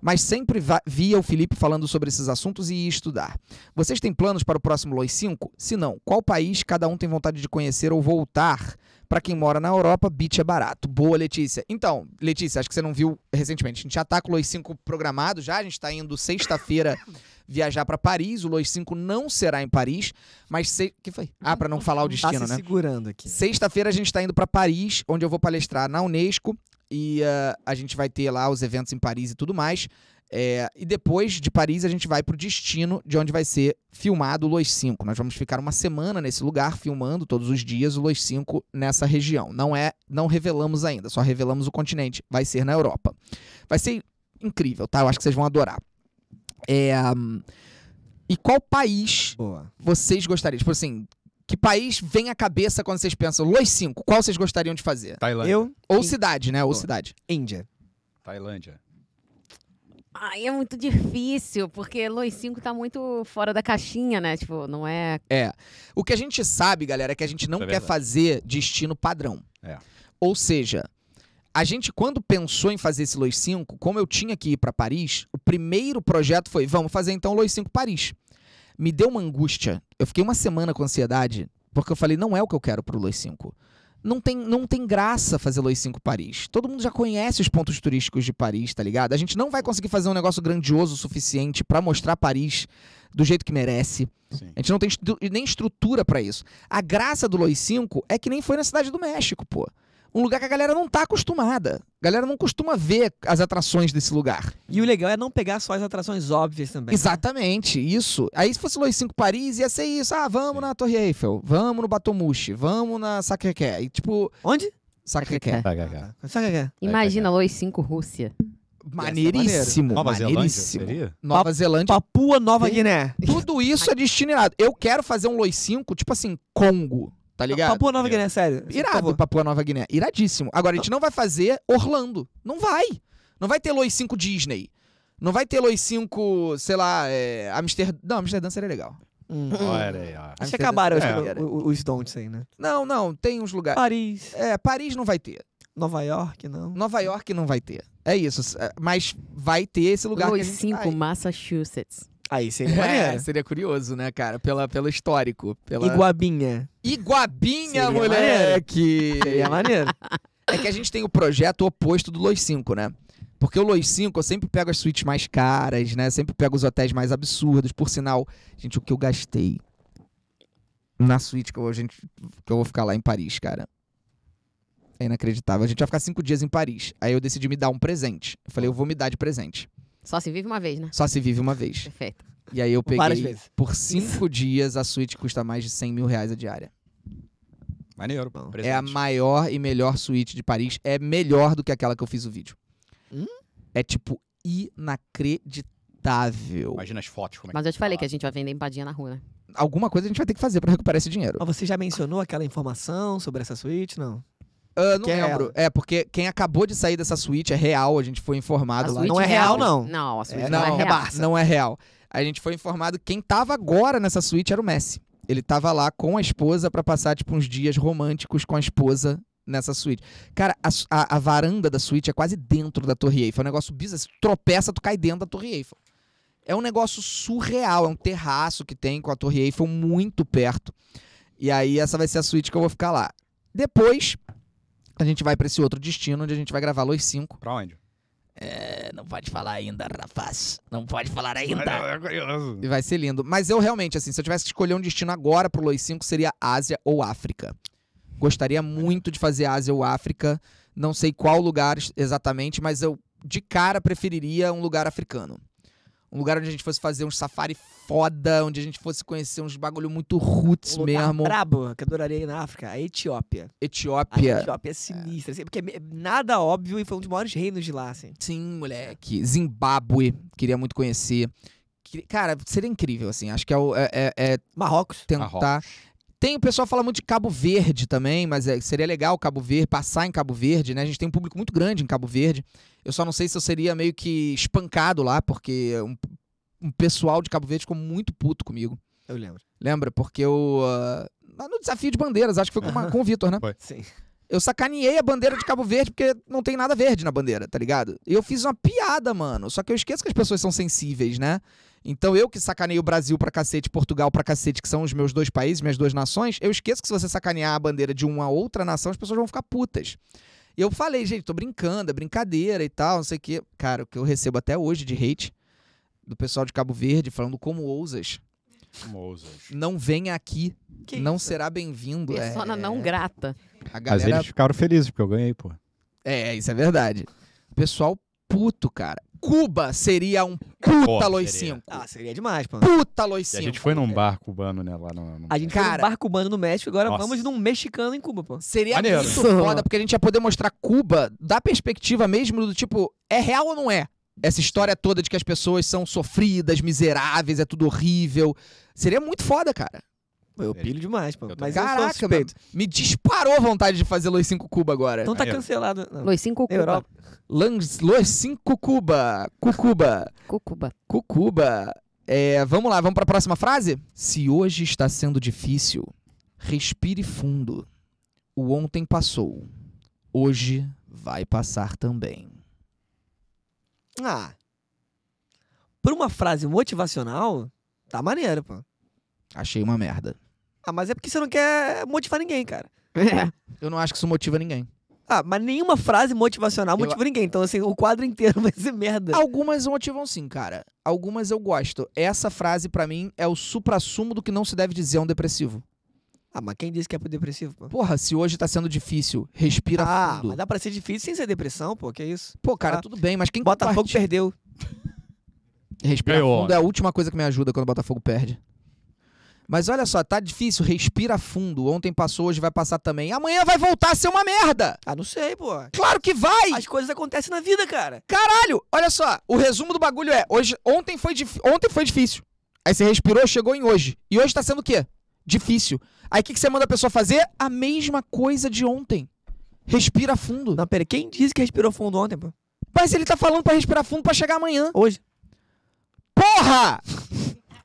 Mas sempre va- via o Felipe falando sobre esses assuntos e ia estudar. Vocês têm planos para o próximo Los 5? Se não, qual país cada um tem vontade de conhecer ou voltar? Para quem mora na Europa, beach é barato. Boa, Letícia. Então, Letícia, acho que você não viu recentemente. A gente já tá com o Los 5 programado já. A gente está indo <coughs> sexta-feira viajar para Paris. O Los 5 não será em Paris, mas... Se... que foi? Ah, para não falar o Tá destino, se né? segurando aqui. Sexta-feira a gente está indo para Paris, onde eu vou palestrar na Unesco e ah, a gente vai ter lá os eventos em Paris e tudo mais. É, e depois de Paris a gente vai pro destino de onde vai ser filmado o Los 5. Nós vamos ficar uma semana nesse lugar filmando todos os dias o Los 5 nessa região. Não é, não revelamos ainda, só revelamos o continente. Vai ser na Europa. Vai ser incrível, tá? Eu acho que vocês vão adorar. É, hum, e qual país Boa. vocês gostariam? Tipo assim, que país vem à cabeça quando vocês pensam Los 5? Qual vocês gostariam de fazer? Tailândia. Eu, Ou Sim. cidade, né? Ou Boa. cidade. Índia. Tailândia. Ai, é muito difícil, porque Lois 5 tá muito fora da caixinha, né? Tipo, não é. O que a gente sabe, galera, é que a gente não É quer verdade. fazer destino padrão. É. Ou seja, a gente quando pensou em fazer esse Los 5, como eu tinha que ir pra Paris, o primeiro projeto foi, vamos fazer então Los 5 Paris. Me deu uma angústia. Eu fiquei uma semana com ansiedade, porque eu falei, não é o que eu quero pro Los 5. Não tem, não tem graça fazer Los 5 Paris. Todo mundo já conhece os pontos turísticos de Paris, tá ligado? A gente não vai conseguir fazer um negócio grandioso o suficiente pra mostrar Paris do jeito que merece. Sim. A gente não tem estru- nem estrutura pra isso. A graça do Lois 5 é que nem foi na Cidade do México, pô. Um lugar que a galera não tá acostumada. A galera não costuma ver as atrações desse lugar. E o legal é não pegar só as atrações óbvias também. Exatamente, isso. Aí se fosse Lois 5 Paris, ia ser isso. Ah, vamos Sim. na Torre Eiffel, vamos no Batomouche, vamos na Sacré-Cœur. E tipo, Onde? Sacré-Cœur. Tá, tá, tá. Ah, tá. Sabe o que é? Imagina Lois 5 Rússia. Maneiríssimo, Nova Zelândia maneiríssimo. seria? Nova Zelândia. Papua Nova Sim. Guiné. Tudo isso é destinado. Eu quero fazer um Lois 5, tipo assim, Congo, tá ligado? Papua Nova Guiné, sério. Irado, Papua Nova Guiné. Iradíssimo. Agora, a gente não vai fazer Orlando. Não vai. Não vai ter Lois 5 Disney. Não vai ter Lois 5, sei lá, é, Amsterdã. Não, Amsterdã seria legal. Hum. Olha aí, ó. Acho que acabaram acho É. que, o- o- os don'ts aí, né? Não, não, tem uns lugares. Paris, É, Paris não vai ter. Nova York, não. Nova York não vai ter. É isso. s- é, Mas vai ter esse lugar. que a Os gente- tá cinco, Ai, Massachusetts. Aí seria É, maneiro. seria curioso, né, cara? Pela, pelo histórico. Pela... Iguabinha. Iguabinha, Seria moleque! <laughs> Seria maneiro. É que a gente tem o projeto oposto do Los 5, né? Porque o Los 5, eu sempre pego as suítes mais caras, né? Sempre pego os hotéis mais absurdos. Por sinal, gente, o que eu gastei na suíte que eu, a gente, que eu vou ficar lá em Paris, cara. É inacreditável. A gente vai ficar cinco dias em Paris. Aí eu decidi me dar um presente. Eu falei, eu vou me dar de presente. Só se vive uma vez, né? Só se vive uma vez. Perfeito. E aí eu Várias peguei. vezes. Por cinco dias, a suíte custa mais de 100 mil reais a diária. Maneiro. Bom, presente. É a maior e melhor suíte de Paris. É melhor do que aquela que eu fiz o vídeo. Hum? É tipo inacreditável. Imagina as fotos. Como é Mas eu te tá falei lá. que a gente vai vender empadinha na rua, né? Alguma coisa a gente vai ter que fazer pra recuperar esse dinheiro. Mas você já mencionou aquela informação sobre essa suíte? Não. Ah, não Quem é lembro. ela? É, porque quem acabou de sair dessa suíte é real, a gente foi A informado lá. suíte Não é real, não. Não, a suíte É, não, é real. Não é real. A gente foi informado que quem tava agora nessa suíte era o Messi. Ele tava lá com a esposa pra passar, tipo, uns dias românticos com a esposa nessa suíte. Cara, a, su- a- a varanda da suíte é quase dentro da Torre Eiffel. É um negócio bizarro. Se tropeça, tu cai dentro da Torre Eiffel. É um negócio surreal. É um terraço que tem com a Torre Eiffel muito perto. E aí, essa vai ser a suíte que eu vou ficar lá. Depois, a gente vai pra esse outro destino, onde a gente vai gravar Los 5. Tá. Pra onde? não pode falar ainda, rapaz. Não pode falar ainda. É curioso. E vai ser lindo. Mas eu realmente, assim, se eu tivesse que escolher um destino agora pro Los 5, seria Ásia ou África. Gostaria muito de fazer Ásia ou África. Não sei qual lugar ex- exatamente, mas eu de cara preferiria um lugar africano. Um lugar onde a gente fosse fazer um safari foda, onde a gente fosse conhecer uns bagulho muito roots Um lugar mesmo. brabo que eu adoraria ir na África, a Etiópia. A Etiópia. Etiópia é sinistra, assim, porque é me- nada óbvio e foi um dos maiores reinos de lá, assim. Sim, moleque. Zimbábue, queria muito conhecer. Que- Cara, seria incrível, assim. Acho que é, o- é- é- é Marrocos. tentar. Marrocos. Tem, o pessoal fala muito de Cabo Verde também, mas é, seria legal Cabo Verde, passar em Cabo Verde, né? A gente tem um público muito grande em Cabo Verde. Eu só não sei se eu seria meio que espancado lá, porque um, um pessoal de Cabo Verde ficou muito puto comigo. Eu lembro. Lembra? Porque eu. ah, lá no desafio de bandeiras, acho que foi com, uma- com o Vitor, né? Sim. Eu sacaneei a bandeira de Cabo Verde porque não tem nada verde na bandeira, tá ligado? E eu fiz uma piada, mano. Só que eu esqueço que as pessoas são sensíveis, né? Então eu que sacanei o Brasil pra cacete, Portugal pra cacete, que são os meus dois países, minhas duas nações, eu esqueço que se você sacanear a bandeira de uma outra nação, as pessoas vão ficar putas. E eu falei, gente, tô brincando, é brincadeira e tal, não sei o quê. Cara, o que eu recebo até hoje de hate do pessoal de Cabo Verde falando como ousas, Moses. não venha aqui, Que não isso? será bem-vindo. Persona é, não grata. A Mas galera eles ficaram felizes porque eu ganhei, pô. É, isso é verdade. Pessoal puto, cara. Cuba seria um puta Pô, Los seria. 5. Ah, seria demais, mano. Puta Los E a 5. gente foi é. num bar cubano, né? Lá no. no- A gente foi Cara. num bar cubano no México, agora Nossa. vamos num mexicano em Cuba, pô. Seria Maneiro. muito foda, porque a gente ia poder mostrar Cuba da perspectiva mesmo do tipo, é real ou não é? Essa história toda de que as pessoas são sofridas, miseráveis, é tudo horrível. Seria muito foda, cara. Pô, Eu Seria. pilho demais, pô. Eu também. Mas eu sou Caraca, mano. suspeito. Me disparou vontade de fazer Los 5 Cuba agora. Então tá Maneiro. cancelado. Não. Los cinco, Cuba. Europa. Lans- Los 5 Cuba. Cucuba. Cucuba. Cucuba. É, vamos lá, vamos para a próxima frase? Se hoje está sendo difícil, respire fundo. O ontem passou. Hoje vai passar também. Ah. Por uma frase motivacional, tá maneiro, pô. Achei uma merda. Ah, mas é porque você não quer motivar ninguém, cara. Eu não acho que isso motiva ninguém. Ah, mas nenhuma frase motivacional Eu- motiva ninguém. Então, assim, o quadro inteiro <laughs> vai ser merda. Algumas motivam sim, cara. Algumas eu gosto. Essa frase, pra mim, é o suprassumo do que não se deve dizer a um depressivo. Ah, mas quem disse que é pro depressivo, pô? Porra, se hoje tá sendo difícil, respira Ah, fundo. mas dá pra ser difícil sem ser depressão, pô. Que isso? Pô, cara, Ah, tudo bem, mas quem Botafogo compartilha- perdeu. Respira Ganhou fundo é a última coisa que me ajuda quando o Botafogo perde. Mas olha só, tá difícil, respira fundo. Ontem passou, hoje vai passar também. Amanhã vai voltar a ser uma merda! Ah, não sei, pô. Claro que vai! As coisas acontecem na vida, cara. Caralho! Olha só, o resumo do bagulho é: hoje, ontem foi, dif- ontem foi difícil. Aí você respirou, chegou em hoje. E hoje tá sendo o quê? Difícil. Aí o que, que você manda a pessoa fazer? A mesma coisa de ontem. Respira fundo. Não, pera, quem disse que respirou fundo ontem, pô? Mas ele tá falando pra respirar fundo pra chegar amanhã. Hoje. Porra!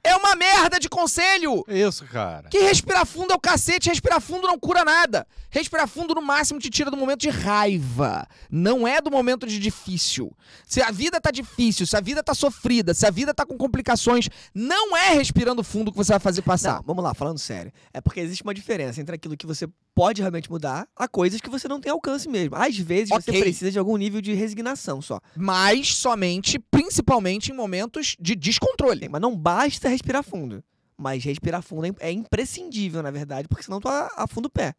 É uma merda de conselho! Isso, cara. Que respirar fundo é o cacete, respirar fundo não cura nada. Respirar fundo no máximo te tira do momento de raiva. Não é do momento de difícil. Se a vida tá difícil, se a vida tá sofrida, se a vida tá com complicações, não é respirando fundo que você vai fazer passar. Não, vamos lá, falando sério. É porque existe uma diferença entre aquilo que você pode realmente mudar a coisas que você não tem alcance mesmo. Às vezes você Ok. precisa de algum nível de resignação só. Mas somente, principalmente em momentos de descontrole. Tem, Mas não basta respirar fundo. Mas respirar fundo é im- é imprescindível, na verdade, porque senão tu a- afunda o pé.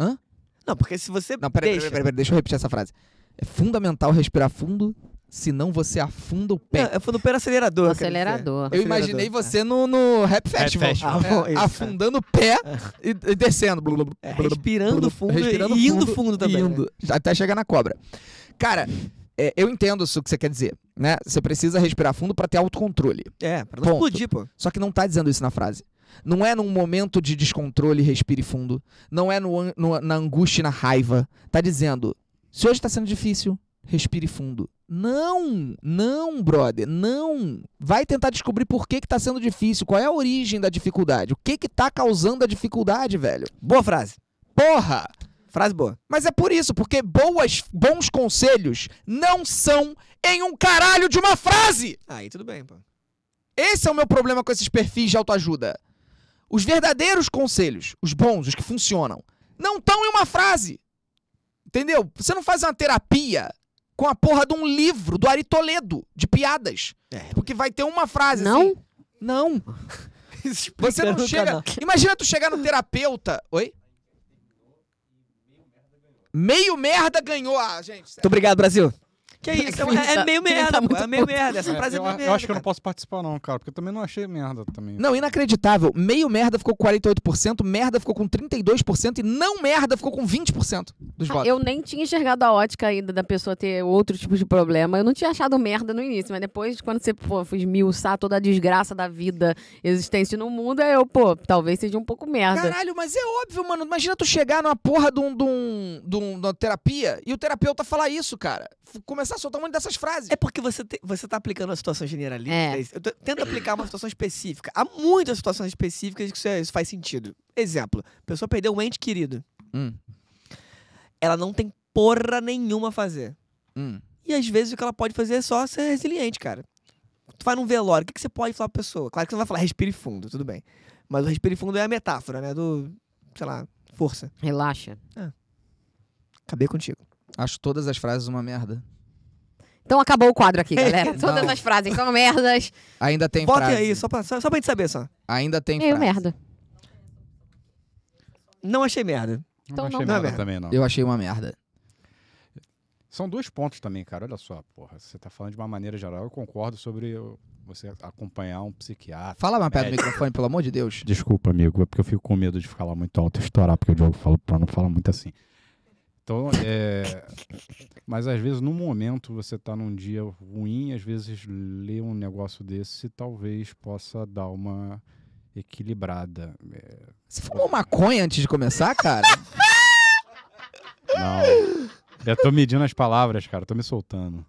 Hã? Não, porque se você Não, peraí, deixa... peraí, peraí, peraí, deixa eu repetir essa frase. É fundamental respirar fundo, senão você afunda o pé. Não, afunda o pé no acelerador. Um eu quero dizer. acelerador. eu imaginei acelerador, você no, no Rap Festival. Festival. Ah, bom, É, isso, afundando o pé e, e descendo. Blu, blu, blu, É, blu, blu. respirando fundo Respirando e indo fundo fundo, também. né? Indo, até chegar na cobra. Cara, é, eu entendo isso que você quer dizer, né? Você precisa respirar fundo pra ter autocontrole. É, pra não Ponto. explodir, pô. Só que não tá dizendo isso na frase. Não é num momento de descontrole, respire fundo. Não é no an- no- na angústia e na raiva. Tá dizendo, se hoje tá sendo difícil, respire fundo. Não, não, brother, não. Vai tentar descobrir por que que tá sendo difícil, qual é a origem da dificuldade, o que que tá causando a dificuldade, velho. Boa frase. Porra! Frase boa. Mas é por isso, porque boas, bons conselhos não são em um caralho de uma frase. Aí tudo bem, pô. <laughs> Esse é o meu problema com esses perfis de autoajuda. Os verdadeiros conselhos, os bons, os que funcionam, não estão em uma frase. Entendeu? Você não faz uma terapia com a porra de um livro do Ari Toledo de piadas, É. porque vai ter uma frase Não? assim. Não. Isso Você explica não no chega. canal. Imagina tu chegar no terapeuta. Oi? Meio merda ganhou. Ah, gente. Muito obrigado, Brasil. Que isso? É, um- é Tá- meio ele tá merda, pô. muito É meio puto. merda. Essa frase é, eu, meio eu merda. acho que eu não cara. posso participar, não, cara, porque eu também não achei merda também. Não, inacreditável. Meio merda ficou com 48%, merda ficou com 32% e não merda ficou com 20% dos votos. Ah, Eu nem tinha enxergado a ótica ainda da pessoa ter outro tipo de problema. Eu não tinha achado merda no início, mas depois, quando você pô, foi esmiuçar toda a desgraça da vida existente no mundo, aí eu, pô, talvez seja um pouco merda. Caralho, mas é óbvio, mano. Imagina tu chegar numa porra de um, de um, de um- de uma terapia e o terapeuta falar isso, cara. F- Começar a soltar um monte dessas frases. É porque você, te- você tá aplicando uma situação generalista. É. Eu tô- tento aplicar uma situação específica. Há muitas situações específicas que isso, é- isso faz sentido. Exemplo, a pessoa perdeu um ente querido. Hum. Ela não tem porra nenhuma a fazer. Hum. E às vezes o que ela pode fazer é só ser resiliente, cara. Tu vai num velório, o que, que você pode falar pra pessoa? Claro que você não vai falar respire fundo, tudo bem. Mas o respire fundo é a metáfora, né? Do, sei lá, força. Relaxa. Acabei contigo. Acho todas as frases uma merda. Então acabou o quadro aqui, galera. Não. Todas as frases são merdas. Ainda tem Votem frase. aí, só pra, só, só pra gente saber só. Ainda tem é Meio frase. merda. Não achei merda. Então achei não. Não é merda merda. também, não. Eu achei uma merda. São dois pontos também, cara. Olha só, porra. Você tá falando de uma maneira geral. Eu concordo sobre eu- você acompanhar um psiquiatra. Fala mais perto do É. Médico. microfone, pelo amor de Deus. Desculpa, amigo, é porque eu fico com medo de falar muito alto e estourar, porque o Diogo falou pra não falar muito assim. Então, é. Mas às vezes, num momento, você tá num dia ruim, às vezes ler um negócio desse talvez possa dar uma equilibrada. É, Você fumou maconha antes de começar, cara? Não. Eu tô medindo as palavras, cara, tô me soltando.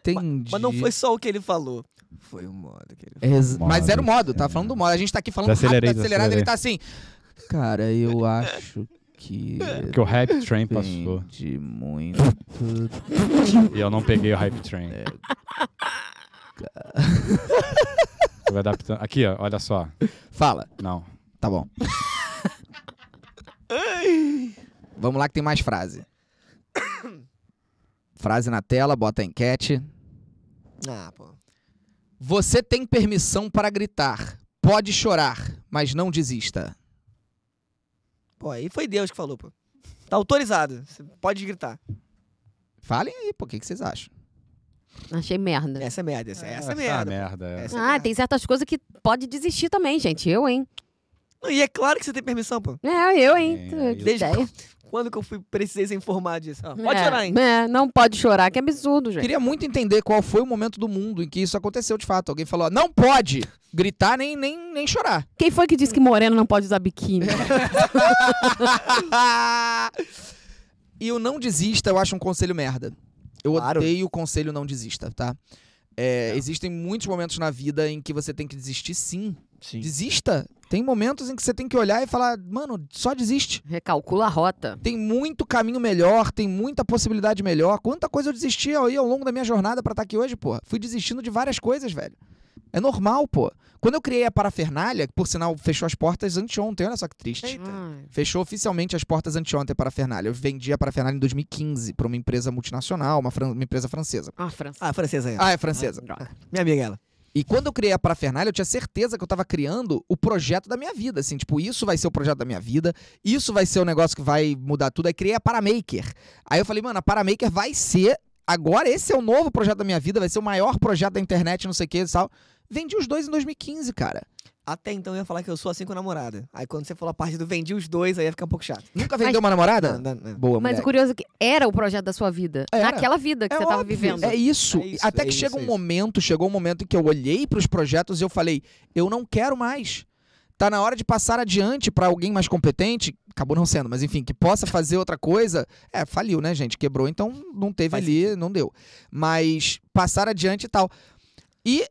Entendi. <laughs> Mas não foi só o que ele falou. Foi o modo que ele falou. Ex- Modo. Mas era o modo, tá falando do modo. A gente tá aqui falando Desacelerei, rápido, acelerado, ele tá assim. É. Cara, <laughs> eu acho que. Porque o Hype Train passou Depende muito. e eu não peguei o Hype Train. Eu vou adaptando. Aqui, ó, olha só. Fala, Não. tá <laughs> bom. Vamos lá que tem mais frase. <coughs> Frase na tela, bota a enquete. Ah, pô. Você tem permissão para gritar. Pode chorar, mas não desista. Pô, aí foi Deus que falou, pô. Tá autorizado. Você pode gritar. Falem aí, pô, o que que vocês acham? Achei merda. Essa é merda, essa, essa é merda. merda. é. Essa é Ah, merda. tem certas coisas que pode desistir também, gente. Eu, hein? Não, e é claro que você tem permissão, pô. É, eu, hein? Sim, Tu- aí- tu- Desde- é. Quando que eu fui, precisei ser informado disso? Ó, pode É, chorar, hein? é, não pode chorar, que absurdo, gente. Queria muito entender qual foi o momento do mundo em que isso aconteceu de fato. Alguém falou, ó, não pode gritar nem, nem, nem chorar. <laughs> Quem foi que disse que moreno não pode usar biquíni? e o não desista, eu acho um conselho merda. Eu Claro. odeio o conselho não desista, tá? É, Existem muitos momentos na vida em que você tem que desistir, sim. Sim. Desista. Tem momentos em que você tem que olhar e falar, mano, só desiste. <laughs> Recalcula a rota. Tem muito caminho melhor, tem muita possibilidade melhor. Quanta coisa eu desisti aí ao longo da minha jornada pra estar aqui hoje, porra. Fui desistindo de várias coisas, velho. É normal, pô. Quando eu criei a parafernália, que por sinal fechou as portas anteontem, olha só que triste. Ai, Fechou oficialmente as portas anteontem para a Fernália. Eu vendi a Parafernália em 2015 para uma empresa multinacional, uma, fran- uma empresa francesa. ah, França. Ah, francesa aí. ó. Ah, é francesa. Droga. Minha amiga ela. E quando eu criei a Parafernália, eu tinha certeza que eu tava criando o projeto da minha vida, assim, tipo, isso vai ser o projeto da minha vida, isso vai ser o negócio que vai mudar tudo. Aí criei a Paramaker. Aí eu falei, mano, a Paramaker vai ser, agora esse é o novo projeto da minha vida, vai ser o maior projeto da internet, não sei o que e tal. Vendi os dois em 2015, cara. Até então eu ia falar que eu sou assim com a namorada. Aí quando você falou a parte do vendi os dois, aí ia ficar um pouco chato. Nunca Mas- vendeu uma namorada? Não, não, não. Boa, Mas moleque. o curioso é que era o projeto da sua vida. Era. Naquela vida que você tava óbvio, vivendo. É isso. É isso, Até é que isso, chega é um isso. momento, chegou um momento em que eu olhei para os projetos e eu falei, eu não quero mais. Tá na hora de passar adiante para alguém mais competente, acabou não sendo, mas enfim, que possa fazer outra coisa. É, faliu, né, gente? Quebrou, então não teve Faz ali, não deu. Mas passar adiante e tal. E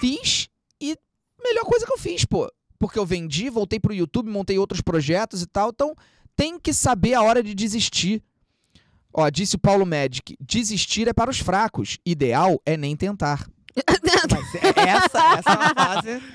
fiz e melhor coisa que eu fiz, pô. Porque eu vendi, voltei pro YouTube, montei outros projetos e tal. Então, tem que saber a hora de desistir. Ó, disse o Paulo Medic, desistir é para os fracos, ideal é nem tentar. <laughs> Mas é- essa, essa é uma fase. <laughs>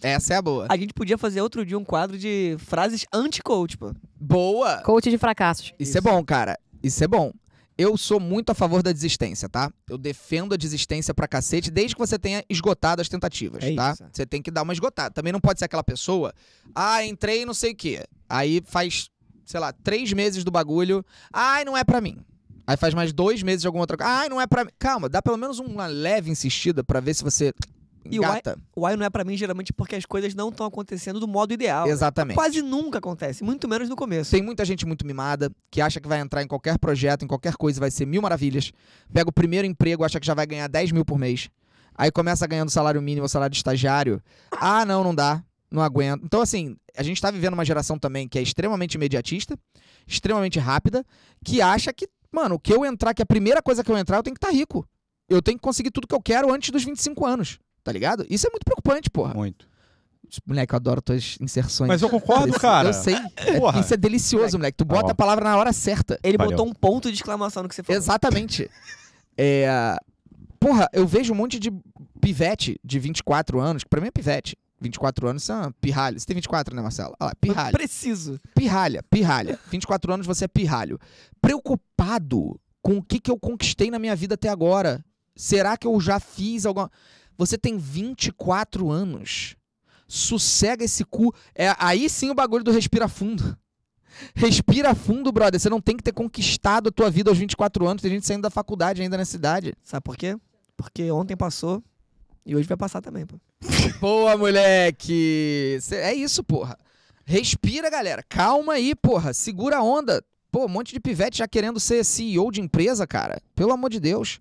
Essa é a boa. A gente podia fazer outro dia um quadro de frases anti-coach, pô. Boa! Coach de fracassos. Isso, é bom, cara. Isso é bom. Eu sou muito a favor da desistência, tá? Eu defendo a desistência pra cacete desde que você tenha esgotado as tentativas, É tá? isso. Você tem que dar uma esgotada. Também não pode ser aquela pessoa, ah, entrei e não sei o quê. Aí faz, sei lá, três meses do bagulho, ai, não é pra mim. Aí faz mais dois meses de alguma outra coisa, ai, não é pra mim. Calma, dá pelo menos uma leve insistida pra ver se você E o ai- engata. O why não é pra mim geralmente porque as coisas não estão acontecendo do modo ideal. né? Exatamente. Quase nunca acontece, muito menos no começo. Tem muita gente muito mimada que acha que vai entrar em qualquer projeto, em qualquer coisa, vai ser mil maravilhas. Pega o primeiro emprego, acha que já vai ganhar 10 mil por mês. Aí começa ganhando salário mínimo, salário de estagiário. Ah, não, não dá. Não aguento. Então, assim, a gente tá vivendo uma geração também que é extremamente imediatista, extremamente rápida, que acha que, mano, o que eu entrar, que a primeira coisa que eu entrar, eu tenho que estar rico. Eu tenho que conseguir tudo que eu quero antes dos 25 anos. Tá ligado? Isso é muito preocupante, porra. Muito. Moleque, eu adoro tuas inserções. Mas eu concordo, Esse- cara. Eu sei. É, Porra. isso é delicioso, moleque. Tu bota Ó. a palavra na hora certa. Ele Valeu. botou um ponto de exclamação no que você falou. Exatamente. É, Porra, eu vejo um monte de pivete de 24 anos, que pra mim é pivete. 24 anos, você é uma pirralha. Você tem 24, né, Marcela? Olha lá, pirralha. Preciso. Pirralha, pirralha. 24 anos você é pirralho. Preocupado com o que, que eu conquistei na minha vida até agora. Será que eu já fiz alguma. Você tem 24 anos. Sossega esse cu. É, aí sim o bagulho do respira fundo. <laughs> Respira fundo, brother. Você não tem que ter conquistado a tua vida aos 24 anos. Tem gente saindo da faculdade ainda na cidade. Sabe por quê? Porque ontem passou e hoje vai passar também, pô. Boa, moleque! Cê- É isso, porra. Respira, galera. Calma aí, porra. Segura a onda. Pô, um monte de pivete já querendo ser CEO de empresa, cara. Pelo amor de Deus.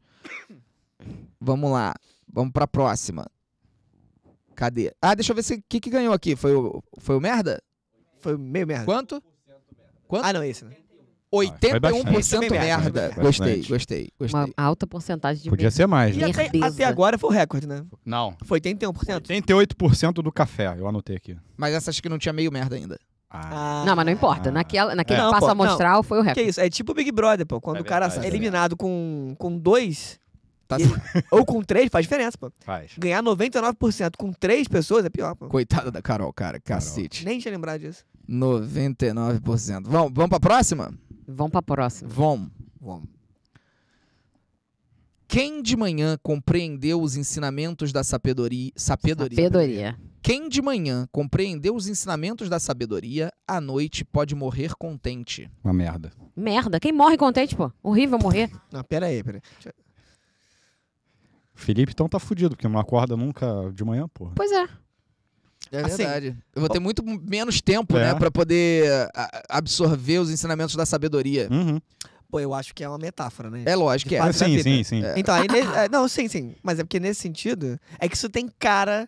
<coughs> Vamos lá. Vamos pra próxima. Cadê? Ah, deixa eu ver se que que ganhou aqui. Foi o, foi o merda? Foi meio merda. Quanto? Ah, não, esse, né? foi bastante. 81% Isso é merda. merda. Bastante. Gostei, gostei, Uma gostei. alta porcentagem de Podia medo. ser mais, E né? até, Merdeza. até agora foi o recorde, né? Não. Foi 81%. 88% do café, eu anotei aqui. Mas essa acho que não tinha meio merda ainda. Ah, Não, mas não importa. Ah. Naquela, naquele É. Não, passo pô, amostral foi o Que recorde. isso? É tipo o Big Brother, pô. Quando É o cara verdade, é é eliminado com, com dois <laughs> Tá E- ou com três, faz diferença, pô. Faz. Ganhar 99% com três pessoas é pior, <laughs> pô. Coitada da Carol, cara. Cacete. Nem tinha lembrado disso. 99%. Vamos, vamos pra próxima? Vamos pra próxima. Vom. Vom. Quem de manhã compreendeu os ensinamentos da sabedoria, sabedoria? Sabedoria. Quem de manhã compreendeu os ensinamentos da sabedoria, à noite pode morrer contente. Uma merda. Merda. Quem morre contente, pô? Horrível morrer. Não, pera aí, pera aí. Deixa- O Felipe então tá fudido, porque não acorda nunca de manhã, porra. Pois é. É Assim, verdade. Eu vou ter muito menos tempo, É. né, Pra poder a- absorver os ensinamentos da sabedoria. Uhum. Pô, eu acho que é uma metáfora, né? É lógico que é. Ah, Fase da sim, vida. sim, sim. Então, aí. ne- é, não, sim, sim. Mas é porque nesse sentido, é que isso tem cara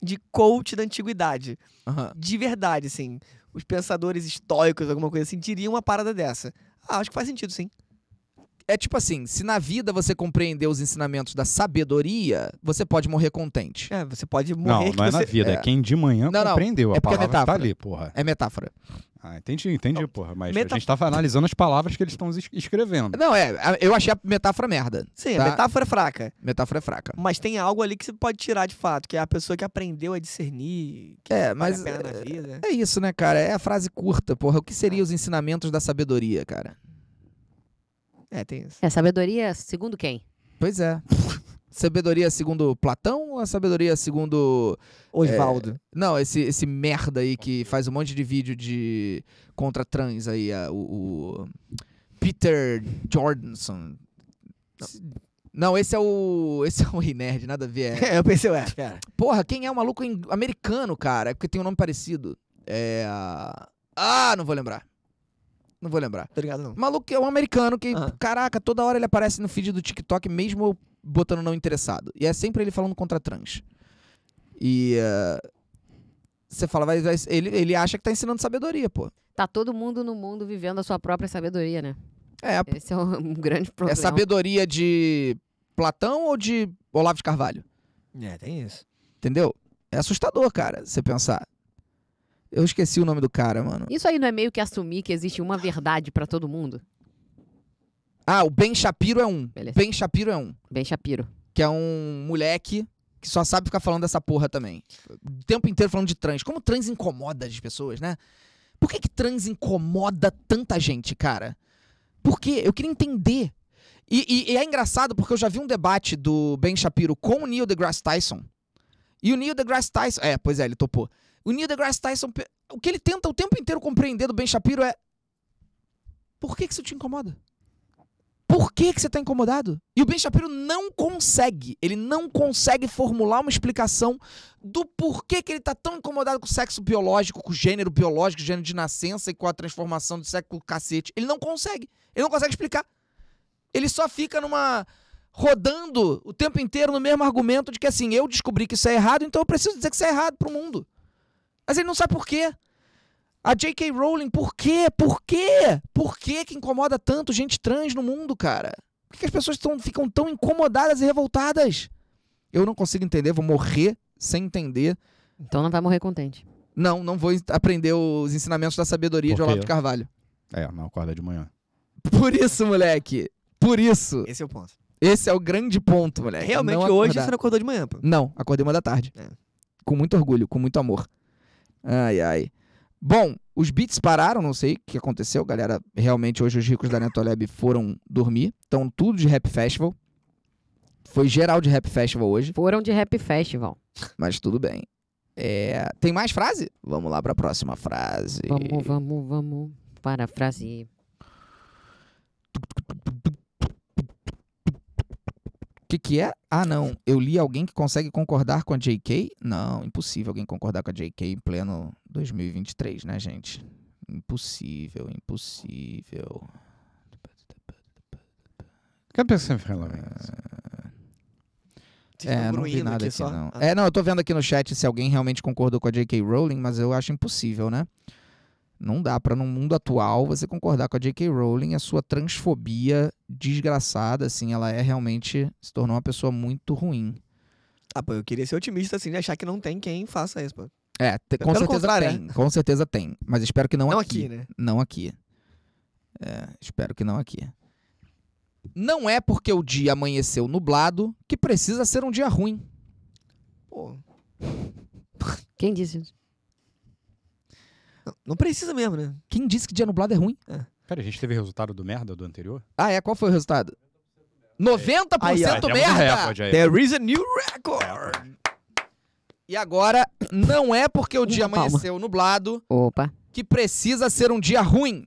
de coach da antiguidade. Aham. De verdade, assim. Os pensadores estoicos, alguma coisa assim, diriam uma parada dessa. Ah, acho que faz sentido, sim. É tipo assim, se na vida você compreender os ensinamentos da sabedoria, você pode morrer contente. É, você pode Não, morrer que não é você... na vida, é, é. quem de manhã Não, não, compreendeu. é a porque é palavra tá metáfora. ali, porra. É metáfora. Ah, entendi, entendi, porra. Mas meta- a gente tava analisando as palavras que eles estão es- escrevendo. Não, é, a- eu achei a metáfora merda. Sim, Tá. a metáfora é fraca. Metáfora é fraca. Mas tem algo ali que você pode tirar de fato, que é a pessoa que aprendeu a discernir, que É, vale mas a pena na vida. é isso, né, cara? É a frase curta, porra. O que seriam os ensinamentos da sabedoria, cara? É, tem isso. É sabedoria segundo quem? Pois <laughs> é. sabedoria segundo Platão ou a sabedoria segundo <laughs> Osvaldo. Não, esse, esse merda aí que faz um monte de vídeo de contra trans aí, a- o, o Peter Jordanson. Esse- Não, esse é o. Esse é o Rei Nerd, nada a ver. <laughs> É- eu pensei, ué, pera. Porra, quem é o maluco em- americano, cara? É porque tem um nome parecido. É. a- Ah, não vou lembrar. Não vou lembrar. Tô ligado, não. O maluco é um americano que, Ah. caraca, toda hora ele aparece no feed do TikTok, mesmo eu botando não interessado. E é sempre ele falando contra trans. E. eh, Você fala, vai, vai- ele, ele acha que tá ensinando sabedoria, pô. Tá todo mundo no mundo vivendo a sua própria sabedoria, né? É, Esse é <laughs> um, um grande é problema. sabedoria de Platão ou de Olavo de Carvalho? É, tem isso. Entendeu? É assustador, cara, você pensar. Eu esqueci o nome do cara, mano. Isso aí não é meio que assumir que existe uma verdade pra todo mundo? Ah, o Ben Shapiro é um. Beleza. Ben Shapiro é um. Bem Shapiro. que é um moleque que só sabe ficar falando dessa porra também. O tempo inteiro falando de trans. Como trans incomoda as pessoas, né? Por que, que trans incomoda tanta gente, cara? Por quê? Eu queria entender. E, e- e é engraçado porque eu já vi um debate do Ben Shapiro com o Neil deGrasse Tyson. E o Neil deGrasse Tyson. É, pois é, ele topou. O Neil deGrasse Tyson. pe- O que ele tenta o tempo inteiro compreender do Ben Shapiro é. Por que, que isso te incomoda? Por que, que você tá incomodado? E o Ben Shapiro não consegue. Ele não consegue formular uma explicação do porquê que ele tá tão incomodado com o sexo biológico, com o gênero biológico, gênero de nascença e com a transformação do sexo com o cacete. Ele não consegue. Ele não consegue explicar. Ele só fica numa. rodando o tempo inteiro no mesmo argumento de que assim, eu descobri que isso é errado, então eu preciso dizer que isso é errado pro mundo. Mas ele não sabe por quê. A J.K. Rowling, por quê? Por quê? Por que que incomoda tanto gente trans no mundo, cara? Por que que as pessoas tão- ficam tão incomodadas e revoltadas? Eu não consigo entender, vou morrer sem entender. Então não vai morrer contente. Não, não vou en- aprender os ensinamentos da sabedoria de Por quê? Olavo de Carvalho. É, não acorda de manhã. Por isso, moleque. Por isso. Esse é o ponto. Esse é o grande ponto, moleque. Realmente, É, Não hoje acordar. você não acordou de manhã, pô. Não, acordei uma da tarde. É. Com muito orgulho, com muito amor. Ai, ai. Bom, os beats pararam, não sei o que aconteceu, galera. Realmente, hoje os ricos da Netolab foram dormir. Então, tudo de Rap Festival. Foi geral de Rap Festival hoje, Foram de Rap Festival. mas tudo bem. É, Tem mais frase? Vamos lá pra próxima frase. Vamos, vamos, vamos. Parafrase. O que, que é? Ah, não. Eu li alguém que consegue concordar com a JK? Não, impossível alguém concordar com a JK em pleno 2023, né, gente? Impossível, impossível. Que pensa em Lamento? Vocês É, tão não vi gruindo nada aqui, só. não. Ah, É, não, eu tô vendo aqui no chat se alguém realmente concordou com a J.K. Rowling, mas eu acho impossível, né? Não dá pra, no mundo atual, você concordar com a J.K. Rowling, a sua transfobia desgraçada, assim, ela é realmente, se tornou uma pessoa muito ruim. Ah, pô, eu queria ser otimista, assim, de achar que não tem quem faça isso, pô. É, te- com Pelo certeza contrário, né? tem, com certeza tem, mas espero que não, Não aqui. aqui, né? Não aqui. É, espero que não aqui. Não é porque o dia amanheceu nublado que precisa ser um dia ruim. Pô, Quem disse isso? não, não precisa mesmo, né? Quem disse que dia nublado é ruim? Pera, a gente teve resultado do merda do anterior? Ah, é? Qual foi o resultado? 90% Aí, ó. Temos um merda! recorde aí. There is a new record! É. E agora, não é porque o dia Uma palma. amanheceu nublado Opa. que precisa ser um dia ruim.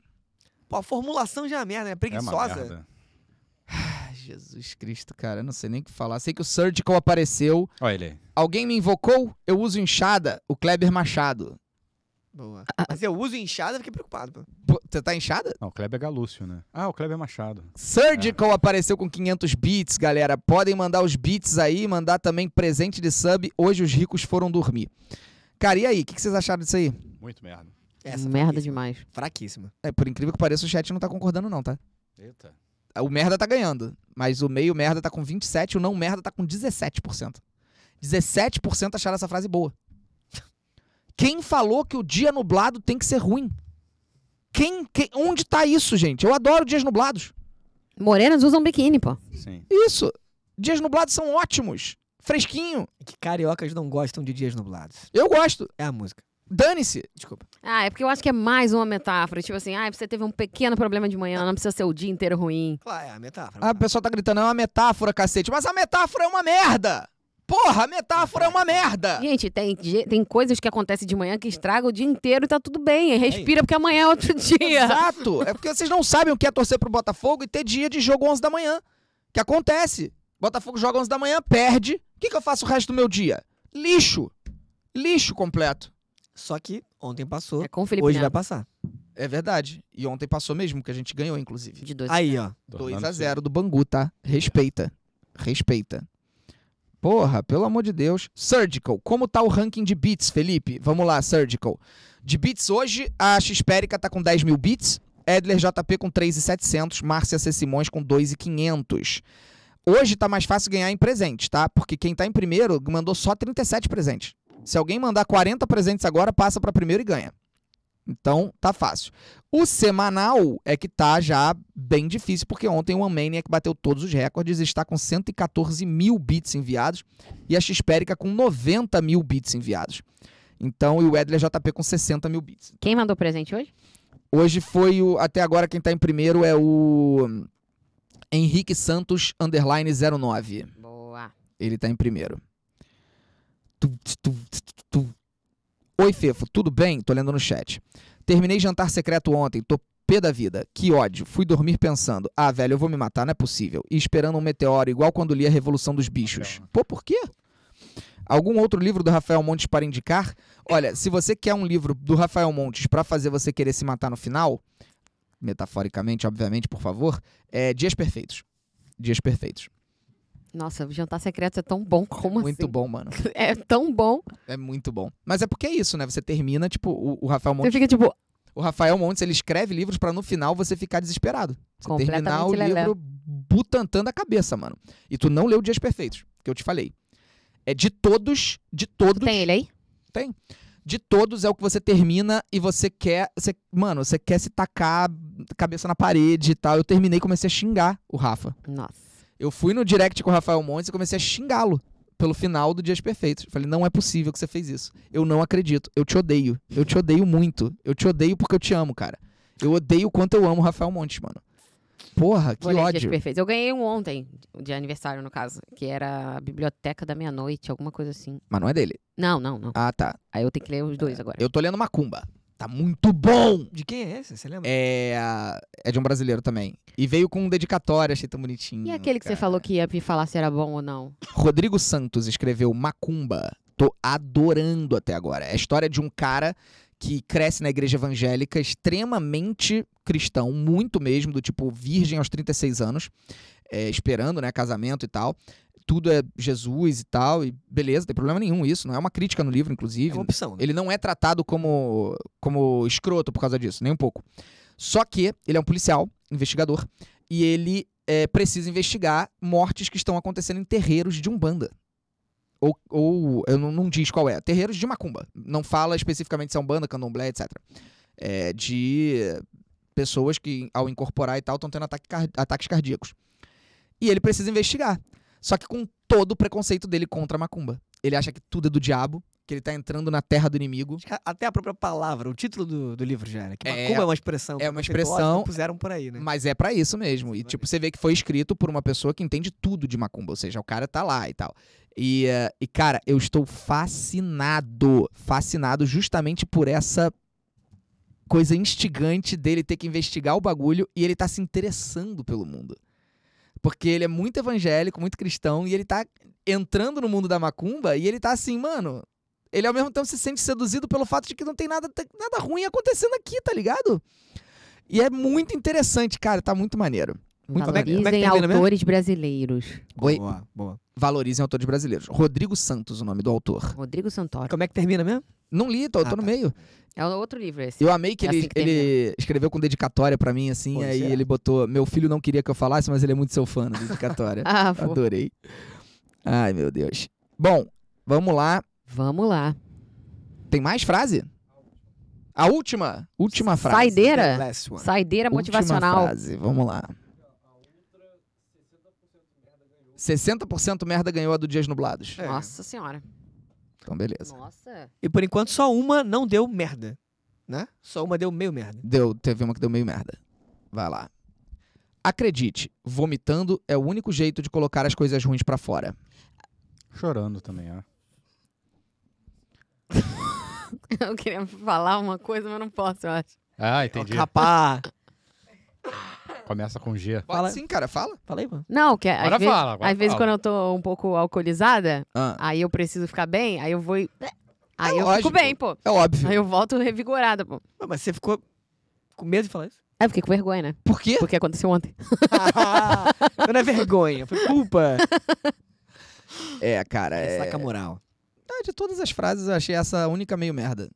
Pô, a formulação já é uma merda, né? É uma Preguiçosa. merda. Ai, Jesus Cristo, cara, eu não sei nem o que falar. Sei que o Surgical apareceu. Olha ele aí. Alguém me invocou? Eu uso inchada, o Kleber Machado. Boa. Mas eu uso inchada, fiquei preocupado, pô. Pô, Você tá inchada? Não, o Kleber é Galúcio, né? Ah, o Kleber é Machado. Surgical apareceu com 500 bits, galera. Podem mandar os bits aí, mandar também presente de sub. Hoje os ricos foram dormir. Cara, e aí? O que, que vocês acharam disso aí? Muito merda. Essa merda fraquíssima. demais. Fraquíssima. É, por incrível que pareça, o chat não tá concordando, não, tá? Eita. o merda tá ganhando, mas o meio merda tá com 27 e o não merda tá com 17%. 17% acharam essa frase boa. Quem falou que o dia nublado tem que ser ruim? Quem, quem- onde tá isso, gente? Eu adoro dias nublados. Morenas usam biquíni, pô. Sim. Isso. Dias nublados são ótimos. Fresquinho. É Que cariocas não gostam de dias nublados. Eu gosto. É a música. Dane-se. Desculpa. Ah, é porque eu acho que é mais uma metáfora. Tipo assim, ah, você teve um pequeno problema de manhã, não precisa ser o dia inteiro ruim. Claro, é a metáfora. A pessoa tá gritando, é uma metáfora, cacete. Mas a metáfora é uma merda. Porra, a metáfora é uma <laughs> merda. Gente, tem, ge- tem coisas que acontecem de manhã que estragam o dia inteiro e tá tudo bem. Respira porque amanhã é outro dia. Exato. É porque vocês não sabem o que é torcer pro Botafogo e ter dia de jogo 11 da manhã. Que acontece. Botafogo joga 11 da manhã, perde. O que, que eu faço o resto do meu dia? Lixo. Lixo completo. Só que ontem passou, É com o Felipe hoje vai Neto. passar. É verdade. E ontem passou mesmo, que a gente ganhou, inclusive. De dois. Aí, ó. Tornando-se- 2x0 do Bangu, tá? Respeita. Respeita. Porra, pelo amor de Deus. Surgical, como tá o ranking de beats, Felipe? Vamos lá, Surgical. De beats hoje, a Xperica tá com 10 mil beats, Edler JP com 3,700, Márcia C. Simões com 2,500. Hoje tá mais fácil ganhar em presente, tá? Porque quem tá em primeiro mandou só 37 presentes. Se alguém mandar 40 presentes agora, passa pra primeiro e ganha. Então, tá fácil. O semanal é que tá já bem difícil, porque ontem o Maniac bateu todos os recordes, está com 114 mil bits enviados e a Xperica com 90 mil bits enviados. Então, e o Edler JP com 60 mil bits. Quem mandou presente hoje? Hoje foi o. Até agora, quem tá em primeiro é o. hum, Henrique Santos, underline 09. Boa. Ele tá em primeiro. Tu, tss, tu, tss, tu, tu. Oi, Fefo, tudo bem? Tô lendo no chat. Terminei jantar secreto ontem, tô pé da vida. Que ódio. Fui dormir pensando, ah, velho, eu vou me matar, não é possível. E esperando um meteoro, igual quando li A Revolução dos Bichos. Pô, por quê? Algum outro livro do Rafael Montes para indicar? Olha, se você quer um livro do Rafael Montes pra fazer você querer se matar no final, metaforicamente, obviamente, por favor, é Dias Perfeitos. Dias Perfeitos. Nossa, o jantar secreto é tão bom como Muito assim? bom, mano. <laughs> É tão bom. É muito bom. Mas é porque é isso, né? Você termina, tipo, o, o Rafael Você Montes. fica tipo, O Rafael Montes, ele escreve livros pra no final você ficar desesperado. Você terminar o Completamente lelé. livro butantando a cabeça, mano. E tu não leu Dias Perfeitos, que eu te falei. É de todos, de tu todos, tem ele aí? de todos é o que você termina e você quer, você, mano, você quer se tacar cabeça na parede e tal. Eu terminei e comecei a xingar o Rafa. Nossa. Eu fui no direct com o Rafael Montes e comecei a xingá-lo pelo final do Dias Perfeitos. Falei, não é possível que você fez isso. Eu não acredito. Eu te odeio. Eu te odeio muito. Eu te odeio porque eu te amo, cara. Eu odeio o quanto eu amo o Rafael Montes, mano. Porra, que Vou ler Dias ódio. Perfeitos. Eu ganhei um ontem, de aniversário, no caso, que era a Biblioteca da Meia-Noite, alguma coisa assim. Mas não é dele. Não, não, não. Ah, tá. Aí eu tenho que ler os dois agora. É, Eu tô lendo Macumba. Tá muito bom! De quem é esse? Você lembra? É, é de um brasileiro também. E veio com um dedicatório, achei tão bonitinho. E aquele que você cara. falou que ia me falar se era bom ou não? Rodrigo Santos escreveu Macumba. Tô adorando até agora. É a história de um cara que cresce na igreja evangélica, extremamente cristão, muito mesmo, do tipo virgem aos 36 anos, é, esperando, né, casamento e tal. Tudo é Jesus e tal, e beleza, não tem problema nenhum isso. Não é uma crítica no livro, É inclusive. uma opção. né? Ele não é tratado como, como escroto por causa disso, nem um pouco. Só que ele é um policial, investigador, e ele é, precisa investigar mortes que estão acontecendo em terreiros de Umbanda. Ou, ou eu não, não diz qual é. Terreiros de Macumba. Não fala especificamente se é Umbanda, Candomblé, etc. É, de pessoas que, ao incorporar e tal, estão tendo ataque car- ataques cardíacos. E ele precisa investigar. Só que com todo o preconceito dele contra a Macumba. Ele acha que tudo é do diabo, que ele tá entrando na terra do inimigo. Acho que a- Até a própria palavra, o título do, do livro já era. Que É, macumba é, uma expressão. é uma preconceituosa expressão- que Puseram por aí, né? Mas é pra isso mesmo. E, tipo, você vê que foi escrito por uma pessoa que entende tudo de macumba. Ou seja, o cara tá lá e tal. E, eh, e cara, eu estou fascinado. Fascinado justamente por essa coisa instigante dele ter que investigar o bagulho e ele tá se interessando pelo mundo. Porque ele é muito evangélico, muito cristão, e ele tá entrando no mundo da macumba e ele tá assim, mano. Ele ao mesmo tempo se sente seduzido pelo fato de que não tem nada, nada ruim acontecendo aqui, tá ligado? E é muito interessante, cara, tá muito maneiro. Muito Como é que- Valorizem como é que termina mesmo? autores brasileiros. Oi, Boa, boa. Valorizem autores brasileiros. Rodrigo Santos, o nome do autor. Rodrigo Santoro. Como é que termina mesmo? Não li, tô, tô Ah, no tá. meio. É outro livro esse. Eu amei que, É ele, assim que ele termina. escreveu com dedicatória pra mim, assim, Pô, aí é. será? ele botou: Meu filho não queria que eu falasse, mas ele é muito seu fã na dedicatória. <laughs> Ah, pô. Adorei. Ai, meu Deus. Bom, vamos lá. Vamos lá. Tem mais frase? A última. Última frase. né? Saideira? Last one. Saideira Última motivacional. frase, vamos lá. 60% merda ganhou a do Dias Nublados. Nossa senhora. Então, beleza. Nossa. <laughs> E por enquanto só uma não deu merda, né? Só uma deu meio merda. Deu, teve uma que deu meio merda. Vai lá. Acredite, vomitando é o único jeito de colocar as coisas ruins pra fora. Chorando também, ó. Eu queria falar uma coisa, mas não posso, eu acho. Ah, Ó, entendi. Rapá. Começa com G. Pode Fala- sim, cara, fala. Falei, mano. Não, que às Agora vezes, fala, agora às vezes fala. quando eu tô um pouco alcoolizada, Ah, aí eu preciso ficar bem, aí eu vou e... Aí eu lógico. fico bem, pô. é óbvio. Aí eu volto revigorada, pô. Ué, Ah, Mas você ficou com medo de falar isso? <laughs> Aí eu fiquei com vergonha, né? Por quê? Porque aconteceu <laughs> ontem. Não é vergonha, foi culpa. É, cara, é... Saca moral. Ah, de todas as frases, eu achei essa a única meio merda.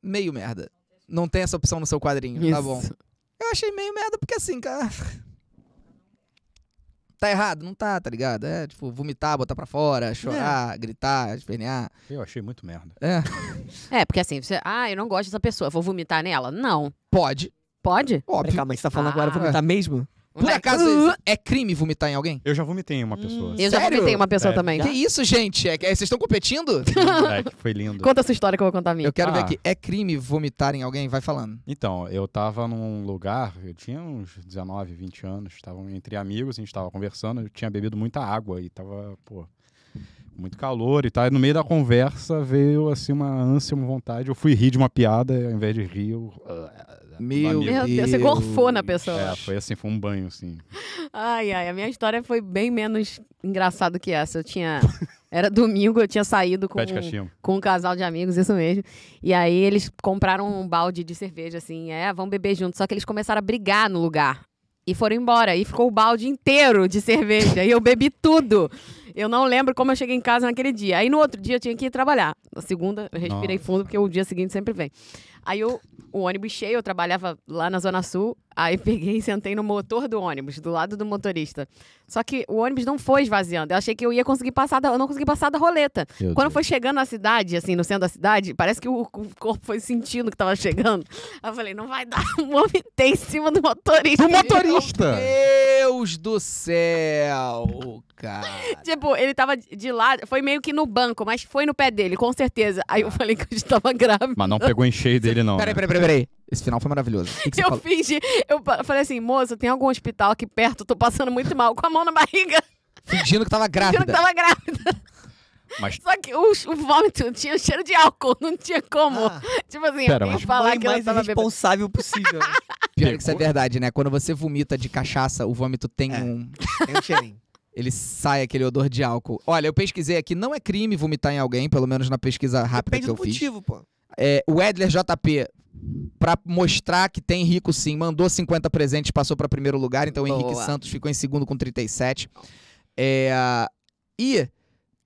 Meio merda. Não tem essa opção no seu quadrinho, tá bom. Isso. Eu achei meio merda porque assim, cara. Tá errado, não tá, tá ligado? É tipo, vomitar, botar pra fora, chorar, gritar, espernear. Eu achei muito merda. É. É, porque assim, você... Ah, eu não gosto dessa pessoa, vou vomitar nela. Não. Pode, Pode? óbvio. Peraí, calma, você tá falando agora, eu vou Ah. vomitar mesmo? Por É. acaso Uh, é crime vomitar em alguém? Eu já vomitei em uma pessoa. assim. <laughs> Eu já Sério? vomitei uma pessoa Sério. também. Que isso, gente? É, que- vocês estão competindo? Ai, É, que foi lindo. Conta a sua história que eu vou contar a minha. Eu quero ver Ah. aqui. É crime vomitar em alguém? Vai falando. Então, eu tava num lugar, eu tinha uns 19, 20 anos, estavam entre amigos, a gente tava conversando, eu tinha bebido muita água e tava, pô, muito calor e tal. E no meio da conversa veio assim uma ânsia, uma vontade. Eu fui rir de uma piada, ao invés de rir, eu... Meu, Meu Deus, você gorfou na pessoa. É, foi assim, foi um banho, assim. Ai, ai, a minha história foi bem menos engraçada que essa. Eu tinha. Era domingo, eu tinha saído com, Pé de cachimbo. com um casal de amigos, isso mesmo. E aí eles compraram um balde de cerveja, assim, é, vão beber junto. Só que eles começaram a brigar no lugar. E foram embora. E ficou o balde inteiro de cerveja. e eu bebi tudo. Eu não lembro como eu cheguei em casa naquele dia. Aí no outro dia eu tinha que ir trabalhar. Na segunda, eu respirei Nossa. fundo, porque o dia seguinte sempre vem. Aí eu, o ônibus cheio, eu trabalhava lá na Zona Sul. Aí peguei e sentei no motor do ônibus, do lado do motorista. Só que o ônibus não foi esvaziando. Eu achei que eu ia conseguir passar da, eu não consegui passar da roleta. Quando foi chegando na cidade, assim, no centro da cidade, parece que o, o corpo foi sentindo que tava chegando. Aí eu falei, não vai dar, <laughs> vomitei em cima do motorista. Do motorista! Deus do céu, cara. Tipo, ele tava de- de lado, foi meio que no banco, mas foi no pé dele, com certeza. Aí eu falei que eu estava grávida. Mas não pegou em cheio dele, não. Peraí, né? peraí, peraí, peraí. Esse final foi maravilhoso. O que, que você Eu falou? fingi, eu pa- falei assim, moço, tem algum hospital aqui perto? Eu tô passando muito mal, com a mão na barriga, <laughs> Fingindo que tava dizendo que grávida. tava grávida. Mas- Só que o, o vômito tinha cheiro de álcool, não tinha como. Ah, tipo assim, Pera, eu tenho mas que falar mãe que eu mais tava bebendo. irresponsável possível. né? Pior que isso é verdade, né? Quando você vomita de cachaça, o vômito tem É. um. Tem um cheirinho. Ele sai aquele odor de álcool. Olha, eu pesquisei aqui, não é crime vomitar em alguém, pelo menos na pesquisa rápida Depende que do eu fiz. motivo, pô. É, o Edler JP, pra mostrar que tem rico sim, mandou 50 presentes, passou pra primeiro lugar, então o Henrique Boa. Santos ficou em segundo com 37. É, e.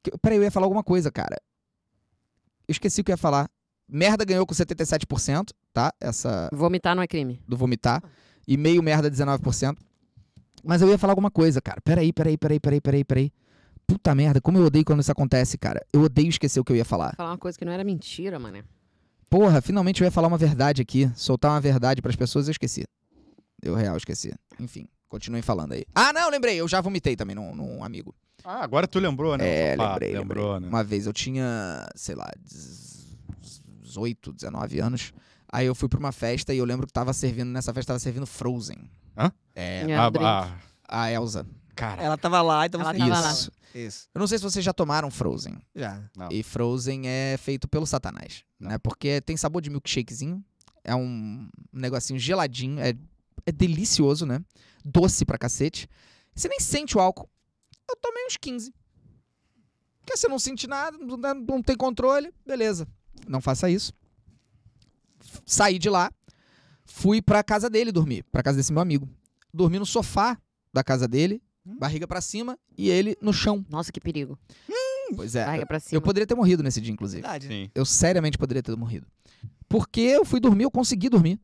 que- Peraí, eu ia falar alguma coisa, cara. Eu esqueci o que eu ia falar. Merda ganhou com 77%, tá? Essa Vomitar não é crime. do vomitar. E meio merda 19%. Mas eu ia falar alguma coisa, cara. Peraí, peraí, peraí, peraí, peraí, peraí. Puta merda, como eu odeio quando isso acontece, cara. Eu odeio esquecer o que eu ia falar. Falar uma coisa que não era mentira, mano. Porra, finalmente eu ia falar uma verdade aqui, soltar uma verdade pras pessoas, eu esqueci. Eu real esqueci. Enfim, continuem falando aí. Ah, não, lembrei, eu já vomitei também num, num amigo. Ah, agora tu lembrou, né? É, Seu papo, lembrei, Lembrou, lembrei. né? Uma vez eu tinha, sei lá, 18, 19 anos. Aí eu fui pra uma festa e eu lembro que tava servindo, nessa festa tava servindo Frozen. Hã? É, É, Ah, um drink. ah, a Elsa. cara. Ela tava lá, então Ela você... tava lá. Isso. Isso, Eu não sei se vocês já tomaram Frozen. já. Tá. Não. E Frozen é feito pelo Satanás, Não. né? Porque tem sabor de milkshakezinho, é um negocinho geladinho, é, é delicioso, né? Doce pra cacete. Você nem sente o álcool. Eu tomei uns 15. Porque você não sente nada, não dá- não tem controle, beleza. Não faça isso. F- Saí de lá, fui pra casa dele dormir, pra casa desse meu amigo. Dormi no sofá da casa dele Hum. barriga pra cima e ele no chão. Nossa, que perigo. Pois é. Barriga pra Eu cima. poderia ter morrido nesse dia, inclusive. Verdade. né? Sim. Eu seriamente poderia ter morrido. Porque eu fui dormir, eu consegui dormir.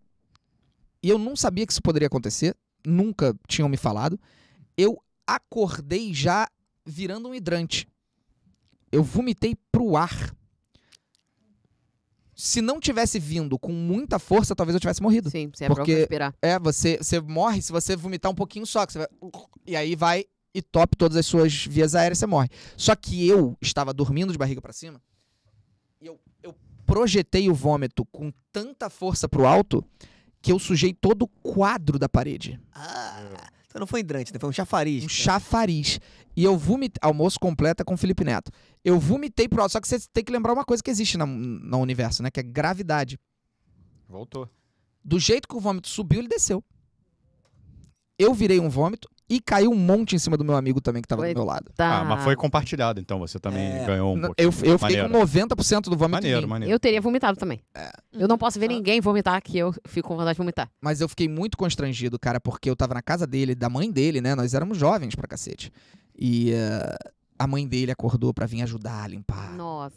E eu não sabia que isso poderia acontecer. Nunca tinham me falado. Eu acordei já virando um hidrante. Eu vomitei pro ar. Se não tivesse vindo com muita força, talvez eu tivesse morrido. Sim, você é Porque- pra respirar. É, você, você morre se você vomitar um pouquinho só. que você vai- E aí vai e top todas as suas vias aéreas, você morre. Só que eu estava dormindo de barriga pra cima e eu, eu projetei o vômito com tanta força pro alto que eu sujei todo o quadro da parede. Ah, então não foi hidrante, né? Foi um Um chafariz. chafariz. E eu vomitei. Almoço completa com Felipe Neto. Eu vomitei pro alto. Só que você tem que lembrar uma coisa que existe na- no universo, né? Que é gravidade. Voltou. Do jeito que o vômito subiu, ele desceu. Eu virei um vômito e caiu um monte em cima do meu amigo também que tava Foi- do meu lado. Tá. Ah, mas foi compartilhado, então você também É. ganhou um N- pouquinho. eu, eu fiquei maneiro. com 90% do vômito em Maneiro, mim, maneiro. Eu teria vomitado também. É. Eu não posso ver ninguém vomitar que eu fico com vontade de vomitar. mas eu fiquei muito constrangido, cara, porque eu tava na casa dele, da mãe dele, né? Nós éramos jovens pra cacete. E eh, a mãe dele acordou pra vir ajudar a limpar. Nossa.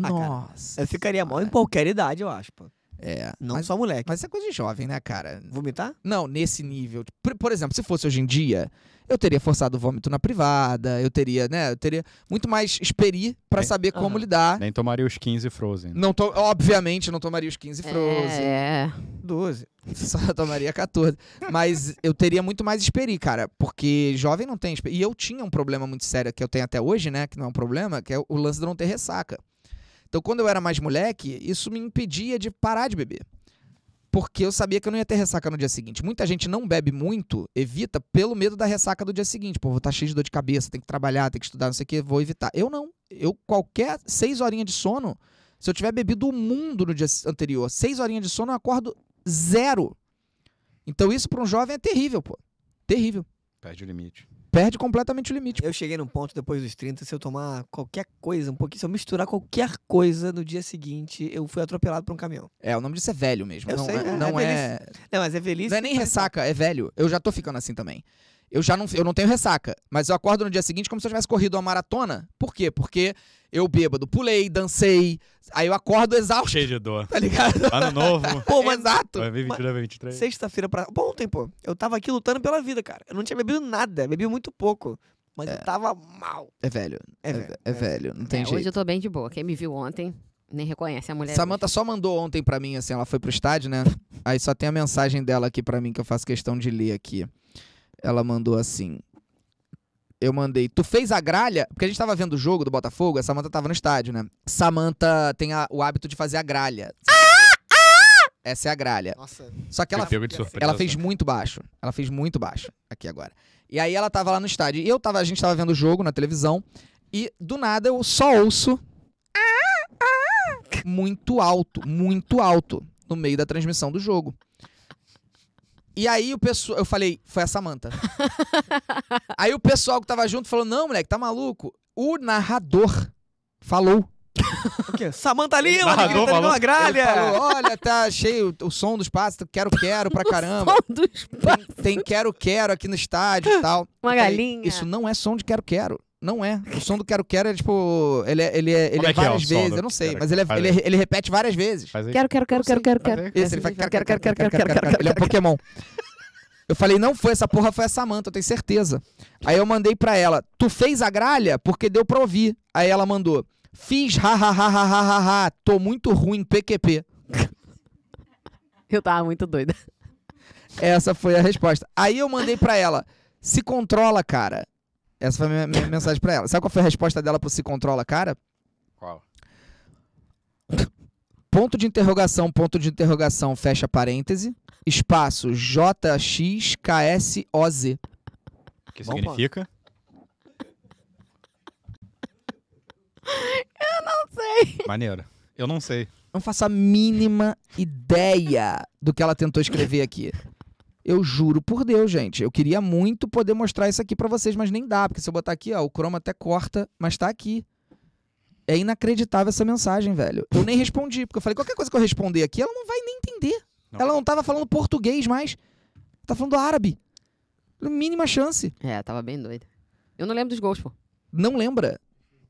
cara, Nossa. É, Eu ficaria mal em qualquer idade, eu acho, pô. É. Não mas, só moleque. mas isso é coisa de jovem, né, cara? Vomitar? Não, nesse nível. Tipo, Por, por exemplo, se fosse hoje em dia, eu teria forçado o vômito na privada, eu teria, né? Eu teria muito mais experi pra Bem, saber como aham. lidar. Nem tomaria os 15 Frozen. Não to, obviamente, não tomaria os 15 Frozen. É. 12. <laughs> Só tomaria 14. Mas eu teria muito mais experi, cara. Porque jovem não tem experi. E eu tinha um problema muito sério que eu tenho até hoje, né? Que não é um problema, que é o lance de eu não ter ressaca. Então, quando eu era mais moleque, isso me impedia de parar de beber. Porque eu sabia que eu não ia ter ressaca no dia seguinte. Muita gente não bebe muito, evita, pelo medo da ressaca do dia seguinte. Pô, vou estar cheio de dor de cabeça, tem que trabalhar, tem que estudar, não sei o quê, vou evitar. Eu não. Eu, qualquer seis horinhas de sono, se eu tiver bebido o mundo no dia anterior, seis horinhas de sono, eu acordo zero. Então isso para um jovem é terrível, pô. Terrível. Perde o limite. Perde completamente o limite. Tipo, Eu cheguei num ponto depois dos 30, se eu tomar qualquer coisa, um pouquinho, se eu misturar qualquer coisa no dia seguinte, eu fui atropelado por um caminhão. É, o nome disso é velho mesmo. Eu não sei, é, é não é, Não, mas é feliz. não é nem ressaca, é velho. Eu já tô ficando assim também. Eu já não, eu não tenho ressaca, mas eu acordo no dia seguinte como se eu tivesse corrido uma maratona. Por quê? Porque eu bêbado, pulei, dancei, aí eu acordo exausto, Cheio de <laughs> dor. tá ligado? <laughs> Ano novo. <laughs> Pô, mas Exato. 2022, né? 2023. Sexta-feira pra. Pô, Ontem, pô. Eu tava aqui lutando pela vida, cara. Eu não tinha bebido nada. Bebi muito pouco. Mas eu tava mal. É velho. É, É, velho. é velho, não tem É, jeito. hoje eu tô bem de boa. Quem me viu ontem nem reconhece a mulher. Samantha só mandou ontem pra mim, assim, ela foi pro estádio, né? Aí só tem a mensagem dela aqui pra mim que eu faço questão de ler aqui. Ela mandou assim. Eu mandei, tu fez a gralha? Porque a gente tava vendo o jogo do Botafogo, a Samanta tava no estádio, né? Samanta tem a- o hábito de fazer a gralha. Essa é a gralha. Nossa. Só que Foi ela pego de surpresa. ela fez muito baixo. Ela fez muito baixo aqui agora. E aí ela tava lá no estádio. E eu tava, a gente tava vendo o jogo na televisão. E do nada eu só ouço. Muito alto, muito alto. No meio da transmissão do jogo. E aí o pessoal. Eu falei, foi a Samanta. aí o pessoal que tava junto falou: não, moleque, tá maluco? O narrador falou. O quê? Samanta Lima, Narrador ninguém tá falou- uma Ele gralha. falou: olha, tá cheio o som dos passos, quero, quero pra caramba Som dos pa- tem quero-quero aqui no estádio e tal. <laughs> Uma Eu falei, galinha. Isso não é som de quero-quero. Não é. O som do quero-quero é tipo. Ele é, ele é, ele Como é é que é várias o som vezes. do Eu não sei, quero-quero? mas ele, é- Faz ele, aí. ele repete várias vezes. Faz aí. Quero, quero, quero, quero, quero, Faz quero. aí. Esse, ele faz Quero, quero, quero, quero, quero, quero, Ele é um Pokémon. Eu falei, não foi essa porra, foi a Samanta, eu tenho certeza. Aí eu mandei pra ela, tu fez a gralha? Porque deu pra ouvir. Aí ela mandou, fiz, ha, ha, ha, ha, ha, ha, ha, tô muito ruim, PQP. Eu tava muito doida. Essa foi a resposta. Aí eu mandei pra ela: se controla, cara. Essa foi a minha, minha mensagem pra ela. Sabe qual foi a resposta dela pro se controla, cara? Qual? Ponto de interrogação, ponto de interrogação, fecha parêntese, espaço JXKSOZ. O que Bom significa? Eu não sei. Maneiro. Eu não sei. Não faço a mínima ideia do que ela tentou escrever aqui. Eu juro por Deus, gente. Eu queria muito poder mostrar isso aqui pra vocês, mas nem dá, porque se eu botar aqui, ó, o Chroma até corta, mas tá aqui. É inacreditável essa mensagem, velho. Eu nem respondi, porque eu falei, qualquer coisa que eu responder aqui, ela não vai nem entender. Não. Ela não tava falando português mais. Tá falando árabe. Mínima chance. É, tava bem doido. Eu não lembro dos gols, pô. Não lembra?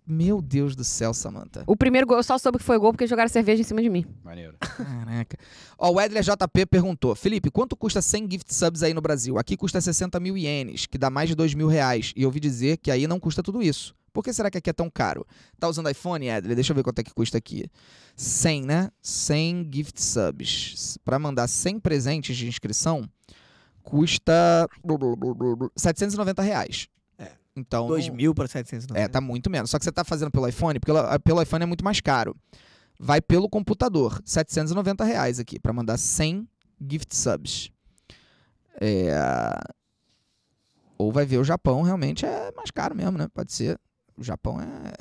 Meu Deus do céu, Samantha. O primeiro gol, eu só soube que foi gol porque jogaram cerveja em cima de mim. Maneiro. Caraca. Ó, o Edler JP perguntou: Felipe, quanto custa 100 gift subs aí no Brasil? Aqui custa 60 mil ienes, que dá mais de 2 mil reais. E eu ouvi dizer que aí não custa tudo isso. Por que será que aqui é tão caro? Tá usando iPhone, Edler? Deixa eu ver quanto é que custa aqui. 100, né? 100 gift subs. Pra mandar 100 presentes de inscrição, custa. blu, blu, blu, blu, blu, 790 reais. É. Então. 2 mil para 790. É, tá muito menos. Só que você tá fazendo pelo iPhone, porque ela- pelo iPhone é muito mais caro. Vai pelo computador, R$ 790 reais aqui, pra mandar 100 gift subs. É... Ou vai ver o Japão, realmente é mais caro mesmo, né? Pode ser. O Japão é...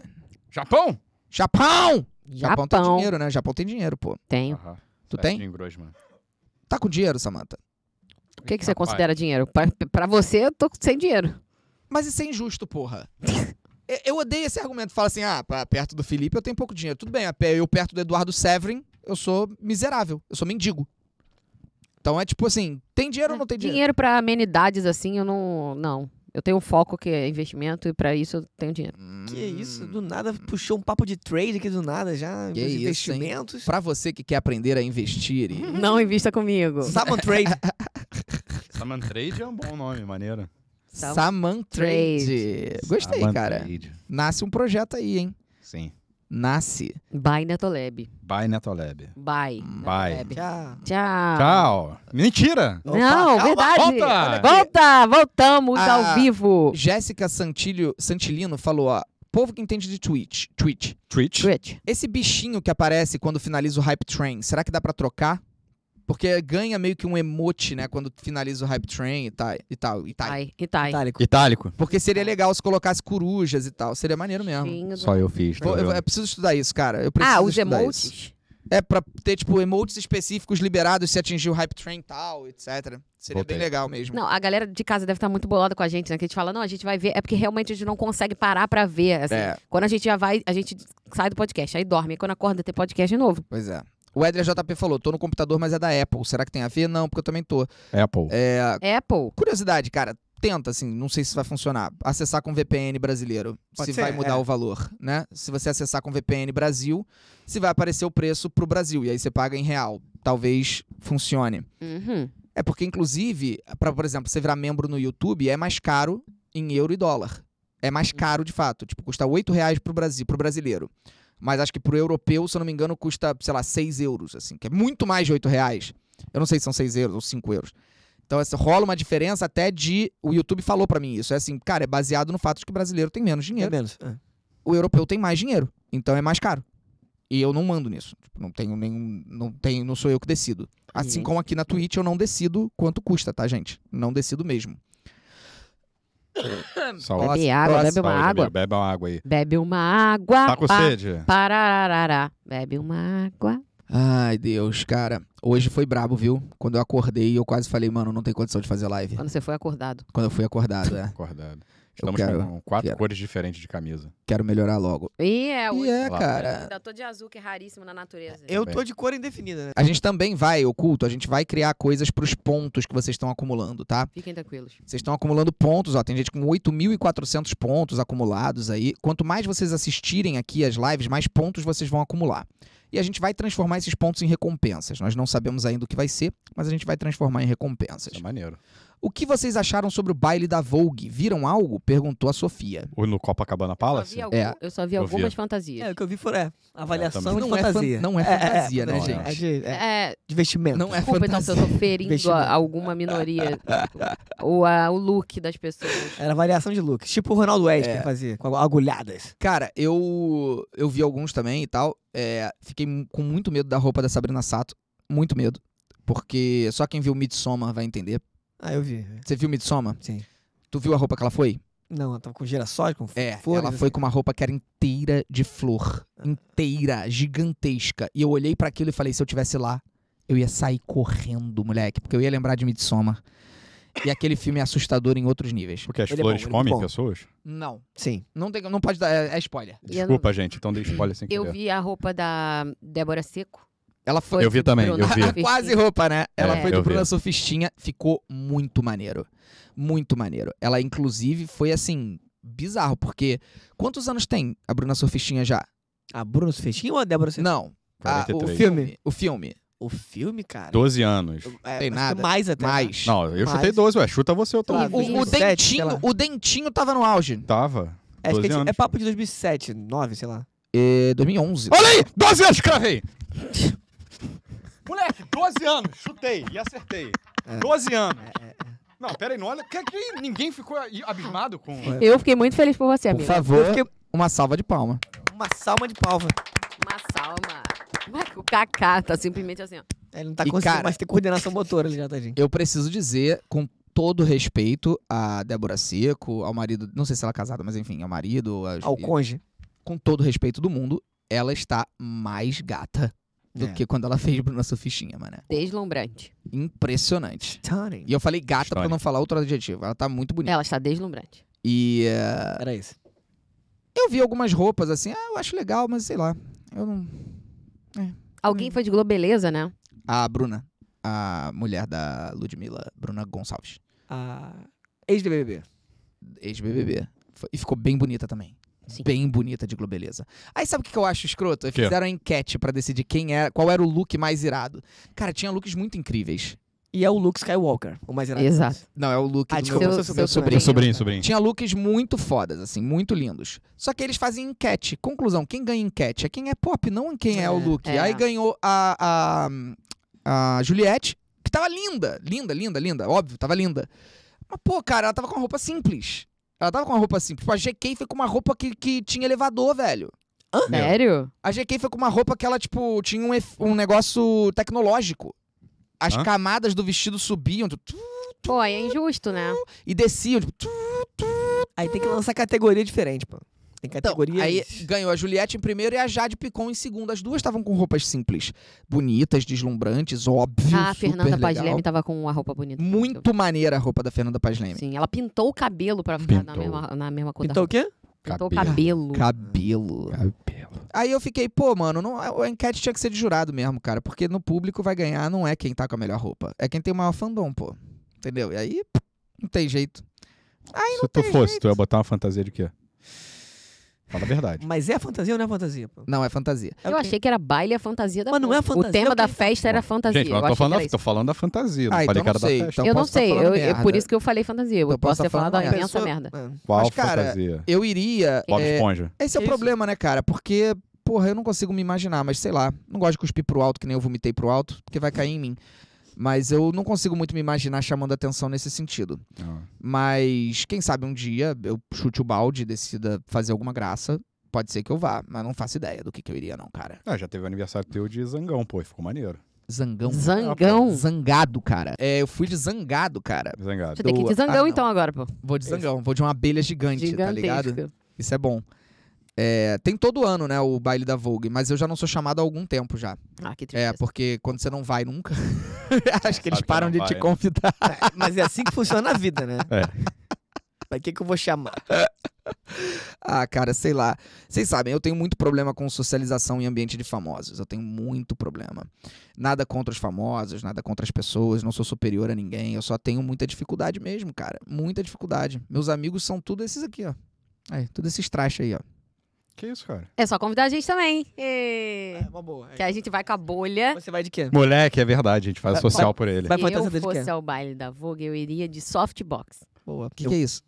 Japão! Japão! Japão, tem dinheiro, né? Japão tem dinheiro, pô. tenho. Aham. Tu Sérgio tem? Grossman. Tá com dinheiro, Samantha. O que, que você Rapaz. considera dinheiro? Pra, pra você, eu tô sem dinheiro. Mas isso é injusto, porra. Eu- Eu odeio esse argumento. Fala assim, ah, pra- perto do Felipe eu tenho pouco dinheiro. Tudo bem, eu perto do Eduardo Severin eu sou miserável. Eu sou mendigo. Então é tipo assim, tem dinheiro ou não tem dinheiro? Dinheiro pra amenidades, assim, eu não. Não. Eu tenho um foco que é investimento e pra isso eu tenho dinheiro. Que isso? Do nada puxou um papo de trade aqui do nada já. Hum. Que meus isso, hein? investimentos. Pra você que quer aprender a investir e... Não invista comigo. <laughs> Sabon Trade. Saman Trade é um bom nome, maneiro. Sam- Samantrade. Gostei, Saman cara. Trade. Nasce um projeto aí, hein? Sim. Nasce. Bye, Netolab. By Netolab. Bye. Bye. Netolab. Já. Tchau. Hum. Tchau. Mentira! Não, Opa, calma, verdade. volta! Volta, voltamos Ah. ao vivo. Jéssica Santilho, Santilino falou, ó, povo que entende de Twitch, Twitch. Twitch. Twitch. Esse bichinho que aparece quando finaliza o hype train, será que dá pra trocar? Porque ganha meio que um emote, né, quando finaliza o hype train e tal, e tal, e tal. Ai, e tá. tai. Itálico. Itálico. Porque seria legal se colocasse corujas e tal, seria maneiro mesmo. Bichinho do- Só eu fiz. tá Vou- eu, vendo? eu preciso estudar isso, cara. Eu preciso Ah, os estudar emotes? isso. É pra ter tipo emotes específicos liberados se atingir o hype train e tal, etc. Seria Voltei. bem legal mesmo. Não, a galera de casa deve estar muito bolada com a gente, né? Que a gente fala, não, a gente vai ver. É porque realmente a gente não consegue parar pra ver. assim. É. Quando a gente já vai, a gente sai do podcast, aí dorme. Aí quando acorda, tem podcast de novo. Pois é. O Edler JP falou, tô no computador, mas é da Apple. Será que tem a ver? Não, porque eu também tô. Apple. Apple. curiosidade, cara, tenta, assim, não sei se vai funcionar, acessar com VPN brasileiro, Pode se ser, vai mudar é. o valor, né? Se você acessar com VPN Brasil, se vai aparecer o preço pro Brasil, e aí você paga em real. Talvez funcione. Uhum. É porque, inclusive, pra, por exemplo, você virar membro no YouTube, é mais caro em euro e dólar. É mais caro, de fato. Tipo, custa 8 reais pro, Brasil, pro brasileiro. Mas acho que pro europeu, se eu não me engano, custa, sei lá, 6 euros, assim. Que é muito mais de 8 reais. Eu não sei se são 6 euros ou 5 euros. Então, essa, rola uma diferença até de... O YouTube falou pra mim isso. É assim, cara, é baseado no fato de que o brasileiro tem menos É dinheiro. menos. É. O europeu tem mais dinheiro. Então, é mais caro. E eu não mando nisso. Tipo, não tenho nenhum... Não, tenho, não sou eu que decido. Assim Gente. como aqui na Twitch eu não decido quanto custa, tá, gente? Não decido mesmo. Saúde. Próximo, Bebe água, próximo. bebe uma Saúde, água. amigo. Bebe uma água aí. Bebe uma água. Tá com pa- sede? Parararará. Bebe uma água. Ai, Deus, cara. Hoje foi brabo, viu? Quando eu acordei, eu quase falei, mano, não tem condição de fazer live. Quando você foi acordado. Quando eu fui acordado, <laughs> é. Acordado. Estamos quero, com quatro quero. cores diferentes de camisa. Quero melhorar logo. E é E hoje. é, Lá. cara. Ainda tô de azul, que é raríssimo na natureza. Eu Bem. tô de cor indefinida, né? A gente também vai, oculto, a gente vai criar coisas pros pontos que vocês estão acumulando, tá? Fiquem tranquilos. Vocês estão acumulando pontos, ó. Tem gente com 8.400 pontos acumulados aí. Quanto mais vocês assistirem aqui as lives, mais pontos vocês vão acumular. E a gente vai transformar esses pontos em recompensas. Nós não sabemos ainda o que vai ser, mas a gente vai transformar em recompensas. Isso é maneiro. O que vocês acharam sobre o baile da Vogue? Viram algo? Perguntou a Sofia. Ou no Copacabana Eu só Palace? vi, algum- É. eu só vi assim, Eu vi. algumas É, fantasias. o que eu vi foi é, avaliação também. de Não é fan- fantasia. não é fantasia, né, fantasia. gente? É de, é É, de vestimento. Não é Desculpa, então, se eu tô fantasia. ferindo Investimento. a- alguma minoria. ou a- o look das pessoas. Era variação de looks. Tipo o Ronaldo É. Wesker fazia, com agulhadas. Cara, eu eu vi alguns também e tal. É, fiquei mu- com muito medo da roupa da Sabrina Sato. Muito medo. Porque só quem viu Midsommar vai entender. Ah, eu vi. Você viu Midsommar? Sim. Tu viu a roupa que ela foi? Não, ela tava com girassóis, com É, flores. assim. Ah. ela foi com uma roupa que era inteira de flor. Inteira, gigantesca. E eu olhei pra aquilo e falei, se eu tivesse lá, eu ia sair correndo, moleque. Porque eu ia lembrar de Midsommar. E aquele filme é assustador em outros níveis. Porque as Ele é bom, flores ele é muito comem bom. pessoas? Não, Sim. não, tem, não pode dar, é, é spoiler. E eu Desculpa, gente. Então dei spoiler sem Eu querer. vi a roupa da Débora Seco. Ela foi. Eu vi também, eu <laughs> vi. <laughs> Sofistinha. Quase roupa, né? Ela É, foi do eu vi. Bruna Sofistinha, ficou muito maneiro. Muito maneiro. Ela, inclusive, foi assim, bizarro, porque quantos anos tem a Bruna Sofistinha já? A Bruno Festinha ou a Débora Seco? Não. a- Ah, o 43. né? filme. O filme. O filme, cara. 12 anos. É, Tem acho que nada. Mais até. né? Mais. Não, eu Mas- chutei 12, ué. Chuta você, eu tô. Claro. O, o 27, sei lá. Dentinho, o Dentinho tava no auge. Tava. Acho que 12 é, de- anos. é papo de 2007, 9, sei lá. É, 2011. Olha aí! 12 anos, cravei! Moleque, 12 anos, chutei e acertei. É. 12 anos. Não, peraí, não olha. Que, é que ninguém ficou aí abismado com. Eu fiquei muito feliz por você, Por amigo. favor, É, Eu fiquei- uma salva de palma. Uma salma de palma. Uma salma. Como é que O Kaká tá simplesmente assim, ó. Ele não tá E, conseguindo cara- mais ter coordenação motora, ele já tadinho. Eu preciso dizer, com todo respeito a Débora Seco, ao marido, não sei se ela é casada, mas enfim, ao marido, às- Ao conge. com todo respeito do mundo, ela está mais gata do É. que quando ela fez Bruna Sufistinha, mano. Deslumbrante. Impressionante. Stunning. E eu falei gata pra Stunning. não falar outro adjetivo. Ela tá muito bonita. Ela está deslumbrante. É. E eh, Era isso. eu vi algumas roupas assim, ah, eu acho legal, mas sei lá. Eu não. Alguém foi de Globeleza, né? A Bruna, a mulher da Ludmilla, Bruna Gonçalves, A ex-BBB. ex-BBB. Foi- E ficou bem bonita também. Sim. Bem bonita de globeleza. Aí sabe o que que eu acho escroto? Quê? Fizeram a enquete pra decidir quem era, qual era o look mais irado. Cara, tinha looks muito incríveis. E é o Luke Skywalker, o mais irado. Exato. Não, é o look Ah, do desculpa, meu, seu- do seu meu sobrinho. sobrinho. Sobrinho, sobrinho. Tinha looks muito fodas, assim, muito lindos. Só que eles fazem enquete. Conclusão, quem ganha enquete é quem é pop, não quem é, o É, look. é. Aí ganhou a, a, a Juliette, que tava linda, linda, linda, linda, óbvio, tava linda. Mas, pô, cara, ela tava com uma roupa simples. Ela tava com uma roupa simples. Pô, A GK foi com uma roupa que, que tinha elevador, velho. Meu. Sério? A GK foi com uma roupa que ela, tipo, tinha um, ef- um negócio tecnológico. As Hã? camadas do vestido subiam tu, tu, Pô, é injusto, né? e desciam, tipo, tu, Aí tem que lançar categoria diferente, pô. Tem Então, categoria. aí ganhou a Juliette em primeiro e a Jade Picon em segundo. As duas estavam com roupas simples. Bonitas, deslumbrantes, óbvio. Ah, A Fernanda super legal. Paz Leme tava com uma roupa bonita. Muito maneira a roupa da Fernanda Paz Leme. Sim, ela pintou o cabelo pra ficar na Pintou. mesma, na mesma cor da Então o quê? roupa. Pintou o cabelo. Cabelo. Cabelo. Aí eu fiquei, pô, mano, não, a enquete tinha que ser de jurado mesmo, cara. Porque no público vai ganhar não é quem tá com a melhor roupa. É quem tem o maior fandom, pô. Entendeu? E aí, pô, não tem jeito. Aí Se não tu tem fosse, jeito. tu ia botar uma fantasia de quê? Fala a verdade. Mas é fantasia ou não é fantasia, pô? Não, é fantasia. É o Eu quê? achei que era baile e a fantasia da Mas não é festa. fantasia, O tema ok, da então. festa era fantasia. Gente, eu mas eu achei tô que era falando, isso. tô falando da fantasia, não Ah, falei então que era não da sei. festa. Então eu não posso tá sei, falando eu, eu- merda. por isso que eu falei fantasia. Eu Então posso posso tá ter falando falado uma merda. imensa merda. É. Qual Mas, cara, fantasia? Eu iria. Bob é, Esponja. Esse é o Isso. problema, né, cara? Porque, porra, eu não consigo me imaginar, mas sei lá. Não gosto de cuspir pro alto, que nem eu vomitei pro alto, porque vai cair em mim. Mas eu não consigo muito me imaginar chamando atenção nesse sentido. Ah. Mas, quem sabe um dia eu chute o balde e decida fazer alguma graça. Pode ser que eu vá, mas não faço ideia do que, que eu iria, não, cara. Ah, já teve o aniversário teu de Zangão, pô, e ficou maneiro. Zangão. Zangão? Zangado, cara. É, eu fui de zangado, cara. Zangado. Você tem que ir de Ah, zangão não. então agora, pô. Vou de zangão, vou de uma abelha gigante, tá ligado? Gigantesco. Isso é bom. É, tem todo ano, né, o baile da Vogue, mas eu já não sou chamado há algum tempo já. ah, que É, tristeza. porque quando você não vai nunca, <laughs> acho que eles Sabe que param não de vai, te né? convidar. <laughs> Mas é assim que funciona a vida, né? <laughs> É. Pra que que eu vou chamar? Ah, cara, sei lá. Vocês sabem, eu tenho muito problema com socialização em ambiente de famosos. Eu tenho muito problema. Nada contra os famosos, nada contra as pessoas, não sou superior a ninguém. Eu só tenho muita dificuldade mesmo, cara. Muita dificuldade. Meus amigos são tudo esses aqui, ó. Aí, tudo esses trastes aí, ó. Que isso, cara? É só convidar a gente também. Ê, É, uma boa. Que a gente vai com a bolha. Você vai de quê? Moleque, é verdade, a gente Tá, faz social por ele. É Vai Se botar eu essa de fosse quê? ao baile da Vogue, eu iria de softbox. Boa. O que, que é isso?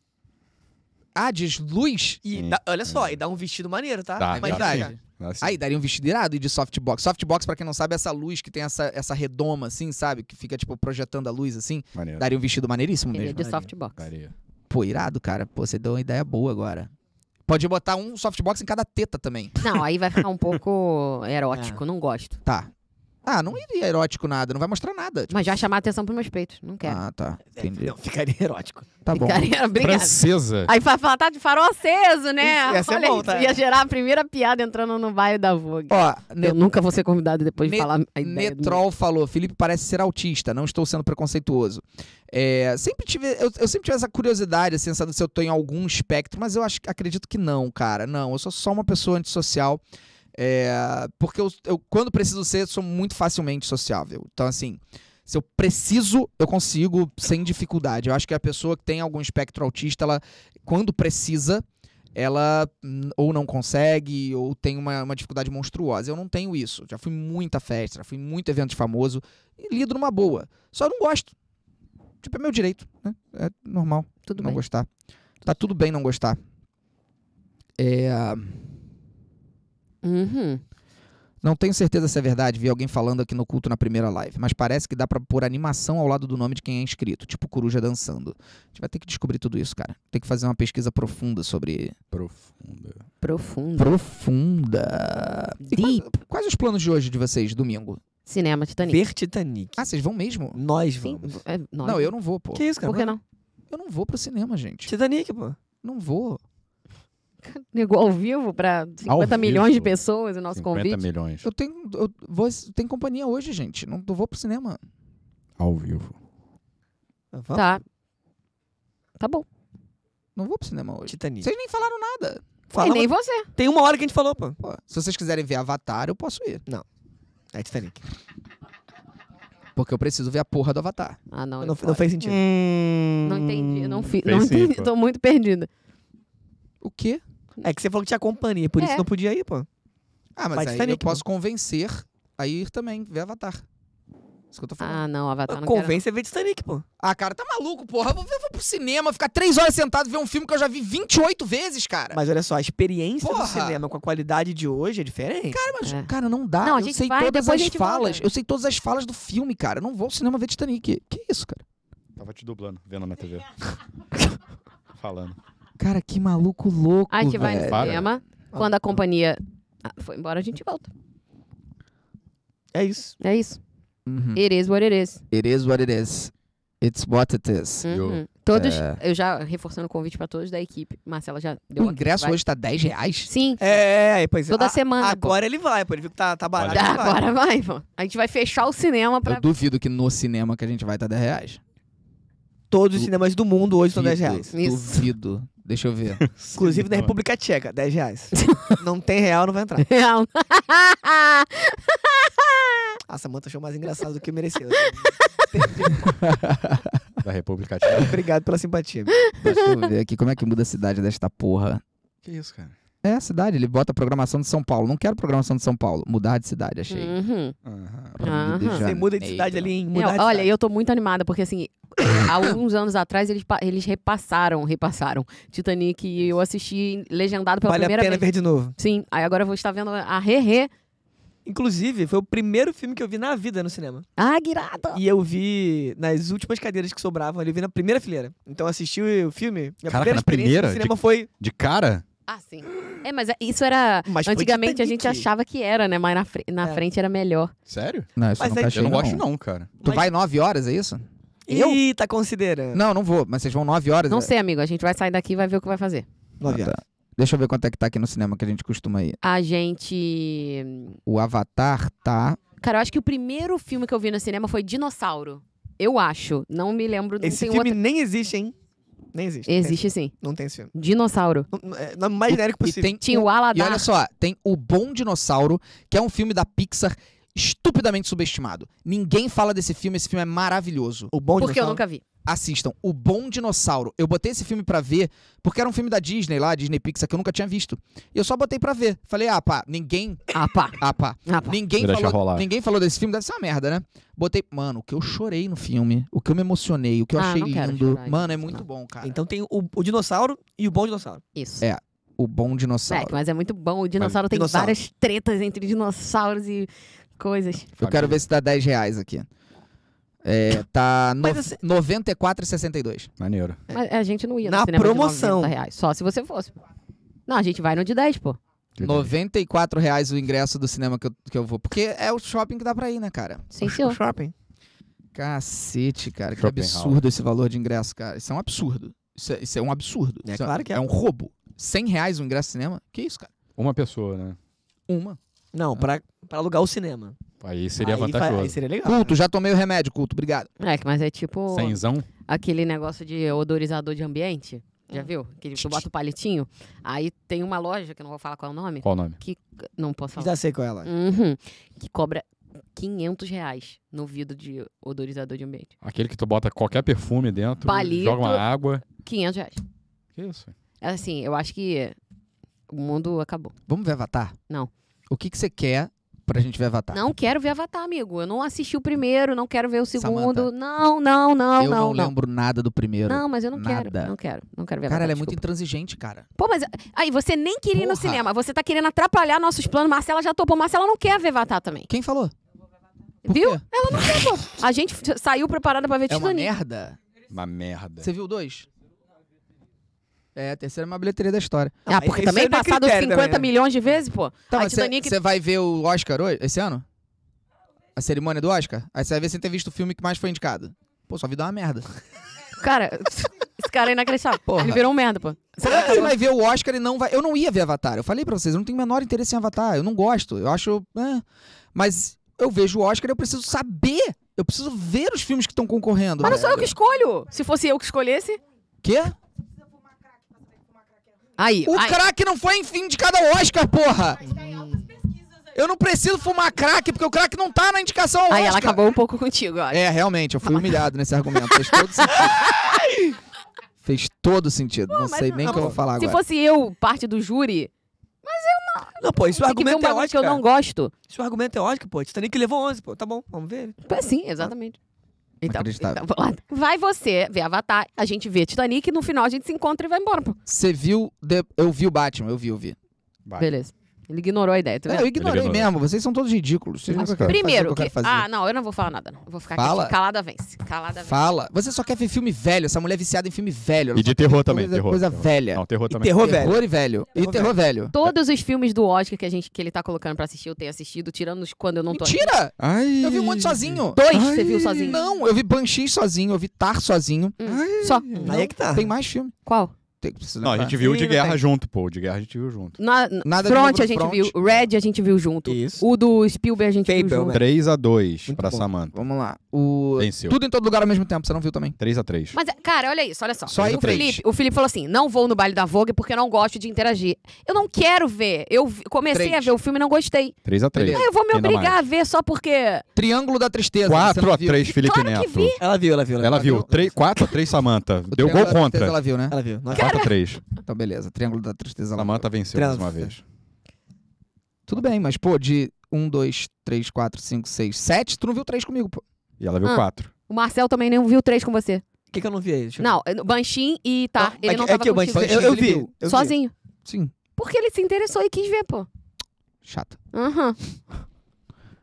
Ah, diz luz? E Sim. É. dá- olha só, e dá um vestido maneiro, tá? Dá, É dá maneiro. sim. Assim, Aí daria um vestido irado e de softbox. Softbox, pra quem não sabe, é essa luz que tem essa, essa redoma, assim, sabe? Que fica, tipo, projetando a luz, assim. maneiro. Daria um vestido maneiríssimo Eu iria mesmo. né? de softbox. Daria. Pô, irado, cara. Pô, você deu uma ideia boa agora. Pode botar um softbox em cada teta também. Não, aí vai ficar um <laughs> pouco erótico, não gosto. Tá. Ah, não iria erótico nada, não vai mostrar nada. Tipo, Mas já chamar atenção pros meus peitos, não quero. Ah, tá. Entendi. É, Não, ficaria erótico. Tá <laughs> bom. Ficaria- Obrigada. Francesa. Aí vai falar, tá de farol aceso, né? Isso, ia ser Olha bom, isso, tá? Ia gerar a primeira piada entrando no baile da Vogue. Ó, Eu nunca vou ser convidado depois de Ne- falar a ideia do- Netrol falou, Felipe parece ser autista, não estou sendo preconceituoso. É, sempre tive, eu, eu sempre tive essa curiosidade, assim, sabe, se eu tô em algum espectro, mas eu acho, acredito que não, cara. Não, eu sou só uma pessoa antissocial. É, porque eu, eu, quando preciso ser, sou muito facilmente sociável. Então, assim, se eu preciso, eu consigo sem dificuldade. Eu acho que a pessoa que tem algum espectro autista, ela, quando precisa, ela hum, ou não consegue, ou tem uma, uma dificuldade monstruosa. Eu não tenho isso. Já fui em muita festa, já fui em muito evento famoso e lido numa boa. Só não gosto. Tipo, é meu direito, né? É normal Tudo não bem. gostar. Tá tudo bem não gostar. É, Uhum. não tenho certeza se é verdade, vi alguém falando aqui no culto na primeira live, mas parece que dá pra pôr animação ao lado do nome de quem é inscrito, tipo coruja dançando. A gente vai ter que descobrir tudo isso, cara. Tem que fazer uma pesquisa profunda sobre Profunda. Profundo. profunda. E quais, Deep. quais os planos de hoje de vocês, domingo? Cinema Titanic. Ver Titanic. Ah, vocês vão mesmo? Nós Sim. vamos. É, nós. Não, eu não vou, pô. Que isso, cara? Por que não? Eu não vou pro cinema, gente. Titanic, pô. Não vou. Negou ao vivo pra 50 milhões de vivo. pessoas o nosso 50 convite. milhões. Eu tenho, eu vou, tenho companhia hoje, gente. Não, não vou pro cinema. Ao vivo. Ah, Vamos. Tá. Tá bom. Não vou pro cinema hoje. Titanic. Vocês nem falaram nada. Fala, e É nem você. Tem uma hora que a gente falou, pô. Pô, se vocês quiserem ver Avatar, eu posso ir. É Titanic. Porque eu preciso ver a porra do Avatar. Ah, não. Não, eu- não fez sentido. Não entendi. Não, fi, Fez não sim, entendi. pô. Tô muito perdida. O quê? É que você falou que tinha companhia, por É. isso não podia ir, pô. Ah, mas Mas aí eu Titanic, posso convencer a ir também ver Avatar. Isso que eu tô falando. Ah, não, Avatar não quero. Convence a ver Titanic, pô. Ah, cara, tá maluco, porra. Eu vou, eu vou pro cinema, ficar três horas sentado e ver um filme que eu já vi 28 vezes, cara. Mas olha só, a experiência Porra! do cinema com a qualidade de hoje é diferente. Cara, mas, É. cara, não dá. Não, a eu gente sei vai, todas depois a as gente falas. volta. Eu sei todas as falas do filme, cara. Eu não vou ao cinema ver Titanic. Que isso, cara? Tava te dublando, vendo na <laughs> TV. Falando. Cara, que maluco louco, A gente vai no velho. Para. cinema. Quando a companhia ah, foi embora, a gente volta. É isso. É isso. Uhum. It is what it is. It is what it is. It's what it is. Uhum. Todos, eu já reforçando o convite pra todos da equipe. Marcela já deu O aqui, ingresso vai. hoje tá 10 reais? Sim. É, é, é, pois é. Toda A- semana, pô. Agora ele vai, pô. Ele viu que tá, tá barato. Tá, ele vai. agora vai, pô. A gente vai fechar o cinema pra. Eu duvido que no cinema que a gente vai tá 10 reais. Todos os cinemas do mundo hoje são 10 Duvido, reais. Isso. Duvido. Deixa eu <laughs> ver. Inclusive na República Tcheca, 10 <laughs> reais. não tem real, não vai entrar. Real. A Samanta Ah, achou mais engraçado do que mereceu. Da República Tcheca. Obrigado pela simpatia. Deixa eu ver aqui como é que muda a cidade desta porra. que isso, cara? É a cidade, ele bota a programação de São Paulo. Não quero programação de São Paulo. Mudar de cidade, achei. Uhum. Rio Aham. de Aham. Você Janeiro. muda de cidade ali em mudar de Eu- olha, cidade. eu tô muito animada, porque assim, há alguns anos atrás eles, pa- eles repassaram, repassaram Titanic e eu assisti legendado pela Vale a primeira pena vez. ver de novo. Sim, aí agora eu vou estar vendo a Rerê. Inclusive, foi o primeiro filme que eu vi na vida no cinema. Ah, guirada! E eu vi nas últimas cadeiras que sobravam, ali, eu vi na primeira fileira. Então eu assisti o filme. Minha Caraca, primeira na experiência primeira? no cinema foi. De cara? <laughs> Ah, sim. É, mas isso era. Mas Tipo, é foi Antigamente a gente Titanic. achava que era, né? Mas na, fre- na É. frente era melhor. Sério? Não, isso Mas eu aí- nunca Eu achei, Eu não gosto não, cara. é Tu Mas- vai 9 horas, é isso? Eu? Ih, tá considerando. Não, não vou, mas vocês vão 9 horas. Não é? sei, amigo. A gente vai sair daqui e vai ver o que vai fazer. Nove Ah, horas. tá. Deixa eu ver quanto é que tá aqui no cinema que a gente costuma ir. A gente. O Avatar tá. Cara, eu acho que o primeiro filme que eu vi no cinema foi Dinossauro. Eu acho. Não me lembro. Não Esse tem filme outro. nem existe, hein? Nem existe. Não tem- Existe sim. Não tem esse filme. Dinossauro. Não, é, não é o mais genérico E possível. tem Tinha o- o E Aladar. olha só, tem O Bom Dinossauro, que é um filme da Pixar estupidamente subestimado. Ninguém fala desse filme, esse filme é maravilhoso. O bom Porque eu dinossauro? nunca vi. Assistam, O Bom Dinossauro. Eu botei esse filme pra ver, porque era um filme da Disney lá, Disney Pixar, que eu nunca tinha visto. E eu só botei pra ver. Falei, ah, pá, ninguém. Ah, <laughs> pá. Ah, pá. Ah, pá. Ninguém Deixa falou, rolar. ninguém falou desse filme, deve ser uma merda, né? Botei, mano, o que eu chorei no filme, o que eu me emocionei, o que eu Ah, achei não quero lindo. chorar, Mano, é não. muito bom, cara. Então tem o, o dinossauro e o bom dinossauro. Isso. É, O Bom É, Dinossauro. mas é muito bom. O dinossauro tem dinossauro. várias tretas entre dinossauros e coisas. Eu quero ver se dá 10 reais aqui. É, tá no, Mas assim- 94,62. Maneiro. Mas É, a gente não ia no Na cinema de promoção. 90 reais, só se você fosse. Não, a gente vai no de 10, pô. Que 94 reais o ingresso do cinema que eu, que eu vou. Porque é o shopping que dá pra ir, né, cara? Sim, O <laughs> senhor. shopping. Cacete, cara. Que Shopping absurdo esse valor de ingresso, cara. Isso é um absurdo. Isso é, isso é um absurdo. É Isso claro que é. É um roubo. 100 reais o ingresso do cinema? Que isso, cara? Uma pessoa, né? Uma. Não, pra, pra alugar o cinema. Aí seria aí, fa- aí vantajoso. seria legal. Culto, já tomei o remédio, culto. Obrigado. É, mas é tipo Cenzão? aquele negócio de odorizador de ambiente. Já viu? Que tu bota o palitinho. Aí tem uma loja, que eu não vou falar qual é o nome. Qual o nome? Não posso falar. Já sei qual é ela. Uhum. Que cobra 500 reais no vidro de odorizador de ambiente. Aquele que tu bota qualquer perfume dentro, Palito. joga uma água. 500 reais. Que isso? É Assim, eu acho que o mundo acabou. Vamos ver Avatar? Não. O que, que você quer pra gente ver Avatar? Não quero ver Avatar, amigo. Eu não assisti o primeiro, não quero ver o segundo. Samantha, não, não, não, eu não, não, não. lembro nada do primeiro. Não, mas eu não Nada. quero. Não quero. Não quero ver cara, Avatar, ela é muito desculpa. intransigente, cara. Pô, mas aí você nem queria ir no Porra. cinema. Você tá querendo atrapalhar nossos planos. Marcela já topou. Marcela não quer ver Avatar também. Quem falou? Por Viu? quê? Ela não quer, pô. A gente saiu preparada pra ver É uma Titanic. merda? Uma merda. Você viu dois? É, a terceira é uma bilheteira da história. Ah, mas porque isso também aí não é passado critério 50 também, né? Então, milhões de vezes, pô. Tá, a mas você Titanic. você vai ver o Oscar hoje, esse ano? A cerimônia do Oscar? Aí você vai ver sem ter visto o filme que mais foi indicado. Pô, sua vida é uma merda. Cara, <laughs> esse cara é inacreditável. Tá, Porra. Ele virou um merda, pô. Como é que você vai ver o Oscar e não vai. Eu não ia ver Avatar. Eu falei pra vocês, eu não tenho o menor interesse em Avatar. Eu não gosto. Eu acho. é. Mas eu vejo o Oscar e eu preciso saber. Eu preciso ver os filmes que estão concorrendo. Mas não sou eu que escolho. Se fosse eu que escolhesse. Quê? Aí, O aí. crack não foi enfim indicado ao Oscar, porra! Eu não preciso fumar crack, porque o crack não tá na indicação ao Aí Oscar. ela acabou um pouco contigo, ó. É, realmente, eu fui humilhado nesse argumento. Fez todo sentido. <laughs> Fez todo sentido. não mas sei não- nem o que eu vou falar Se É, agora. fosse eu parte do júri, Não, pô, isso o tem que ver um argumento é bagulho que eu Oscar. não gosto. Isso o argumento é Oscar, pô. Titanic levou 11, pô. Tá bom, vamos Pois ver. Sim, Tipo, é assim, exatamente. Então, Ah, Inacreditável. então, vamos lá. vai você ver Avatar, a gente vê Titanic, no final a gente se encontra e vai embora, pô. Você viu. The- Eu vi o Batman, eu vi, eu vi. Vai. Beleza. Ele ignorou a ideia, tá É, vendo? eu ignorei Ele ignorou. mesmo, vocês são todos ridículos. Vocês nunca querem fazer Primeiro, o que eu quero que- fazer. ah, não, eu não vou falar nada, não. Vou ficar aqui, Fala. assim, calada vence. Calada vence. Fala. Você só quer ver filme velho, essa mulher é viciada em filme velho. ela E só de terror quer ver também. Coisa, terror. coisa terror. velha. Não, terror também. Terror, velho. Terror e velho. E Terror terror velho. Todos os filmes do Oscar que, a gente, que ele tá colocando pra assistir, eu tenho assistido, tirando os quando eu não tô Mentira! Ai. Eu vi um monte sozinho. Dois você viu sozinho? Hum. Não, eu vi Banshee sozinho, eu vi Tar sozinho. Só. Aí é que tá. Tem mais filme. Qual? Tem, preciso Não, a lembrar. gente viu o de Tem, guerra tem. junto, pô. O de guerra a gente viu junto. Na, Nada Nada de front livro a gente front. viu. Red a gente viu junto. Isso. O do Spielberg a gente viu Fable, junto. né? 3x2 Muito pra bom. Samantha. Vamos lá. O... Venceu. Tudo em todo lugar ao mesmo tempo, você não viu também. 3x3. Mas, é, cara, olha isso, olha Ah, só. Só aí o, três. Felipe, o Felipe falou assim: não vou no baile da Vogue porque eu não gosto de interagir. Eu não quero ver. Eu vi- comecei Três. a ver o filme e não gostei. 3x3. Beleza. Ah, eu vou me Ainda obrigar mais. a ver só porque. Triângulo da Tristeza. você não viu. 4x3, Felipe Claro que Neto. vi. Ela viu, ela viu. Ela viu. 4x3, Samantha. O Deu Triângulo da gol Tristeza contra. Ela viu, né? Ela viu. Nós- 4x3. Então, beleza. Triângulo da Tristeza. Ela Samantha venceu mais Trans- uma vez. Tudo bem, mas, pô, de 1, 2, 3, 4, 5, 6, 7, tu não viu 3 comigo, pô. E ela viu Ah. 4. O Marcel também não viu três com você. O que, que eu não vi aí? Deixa eu Não, Banshin e tá. ver. ele é não que, é tava que o Banshee- contigo. eu, eu Ele vi. viu. eu vi. Sozinho. Sim. Porque ele se interessou e quis ver, pô. Chato. Aham.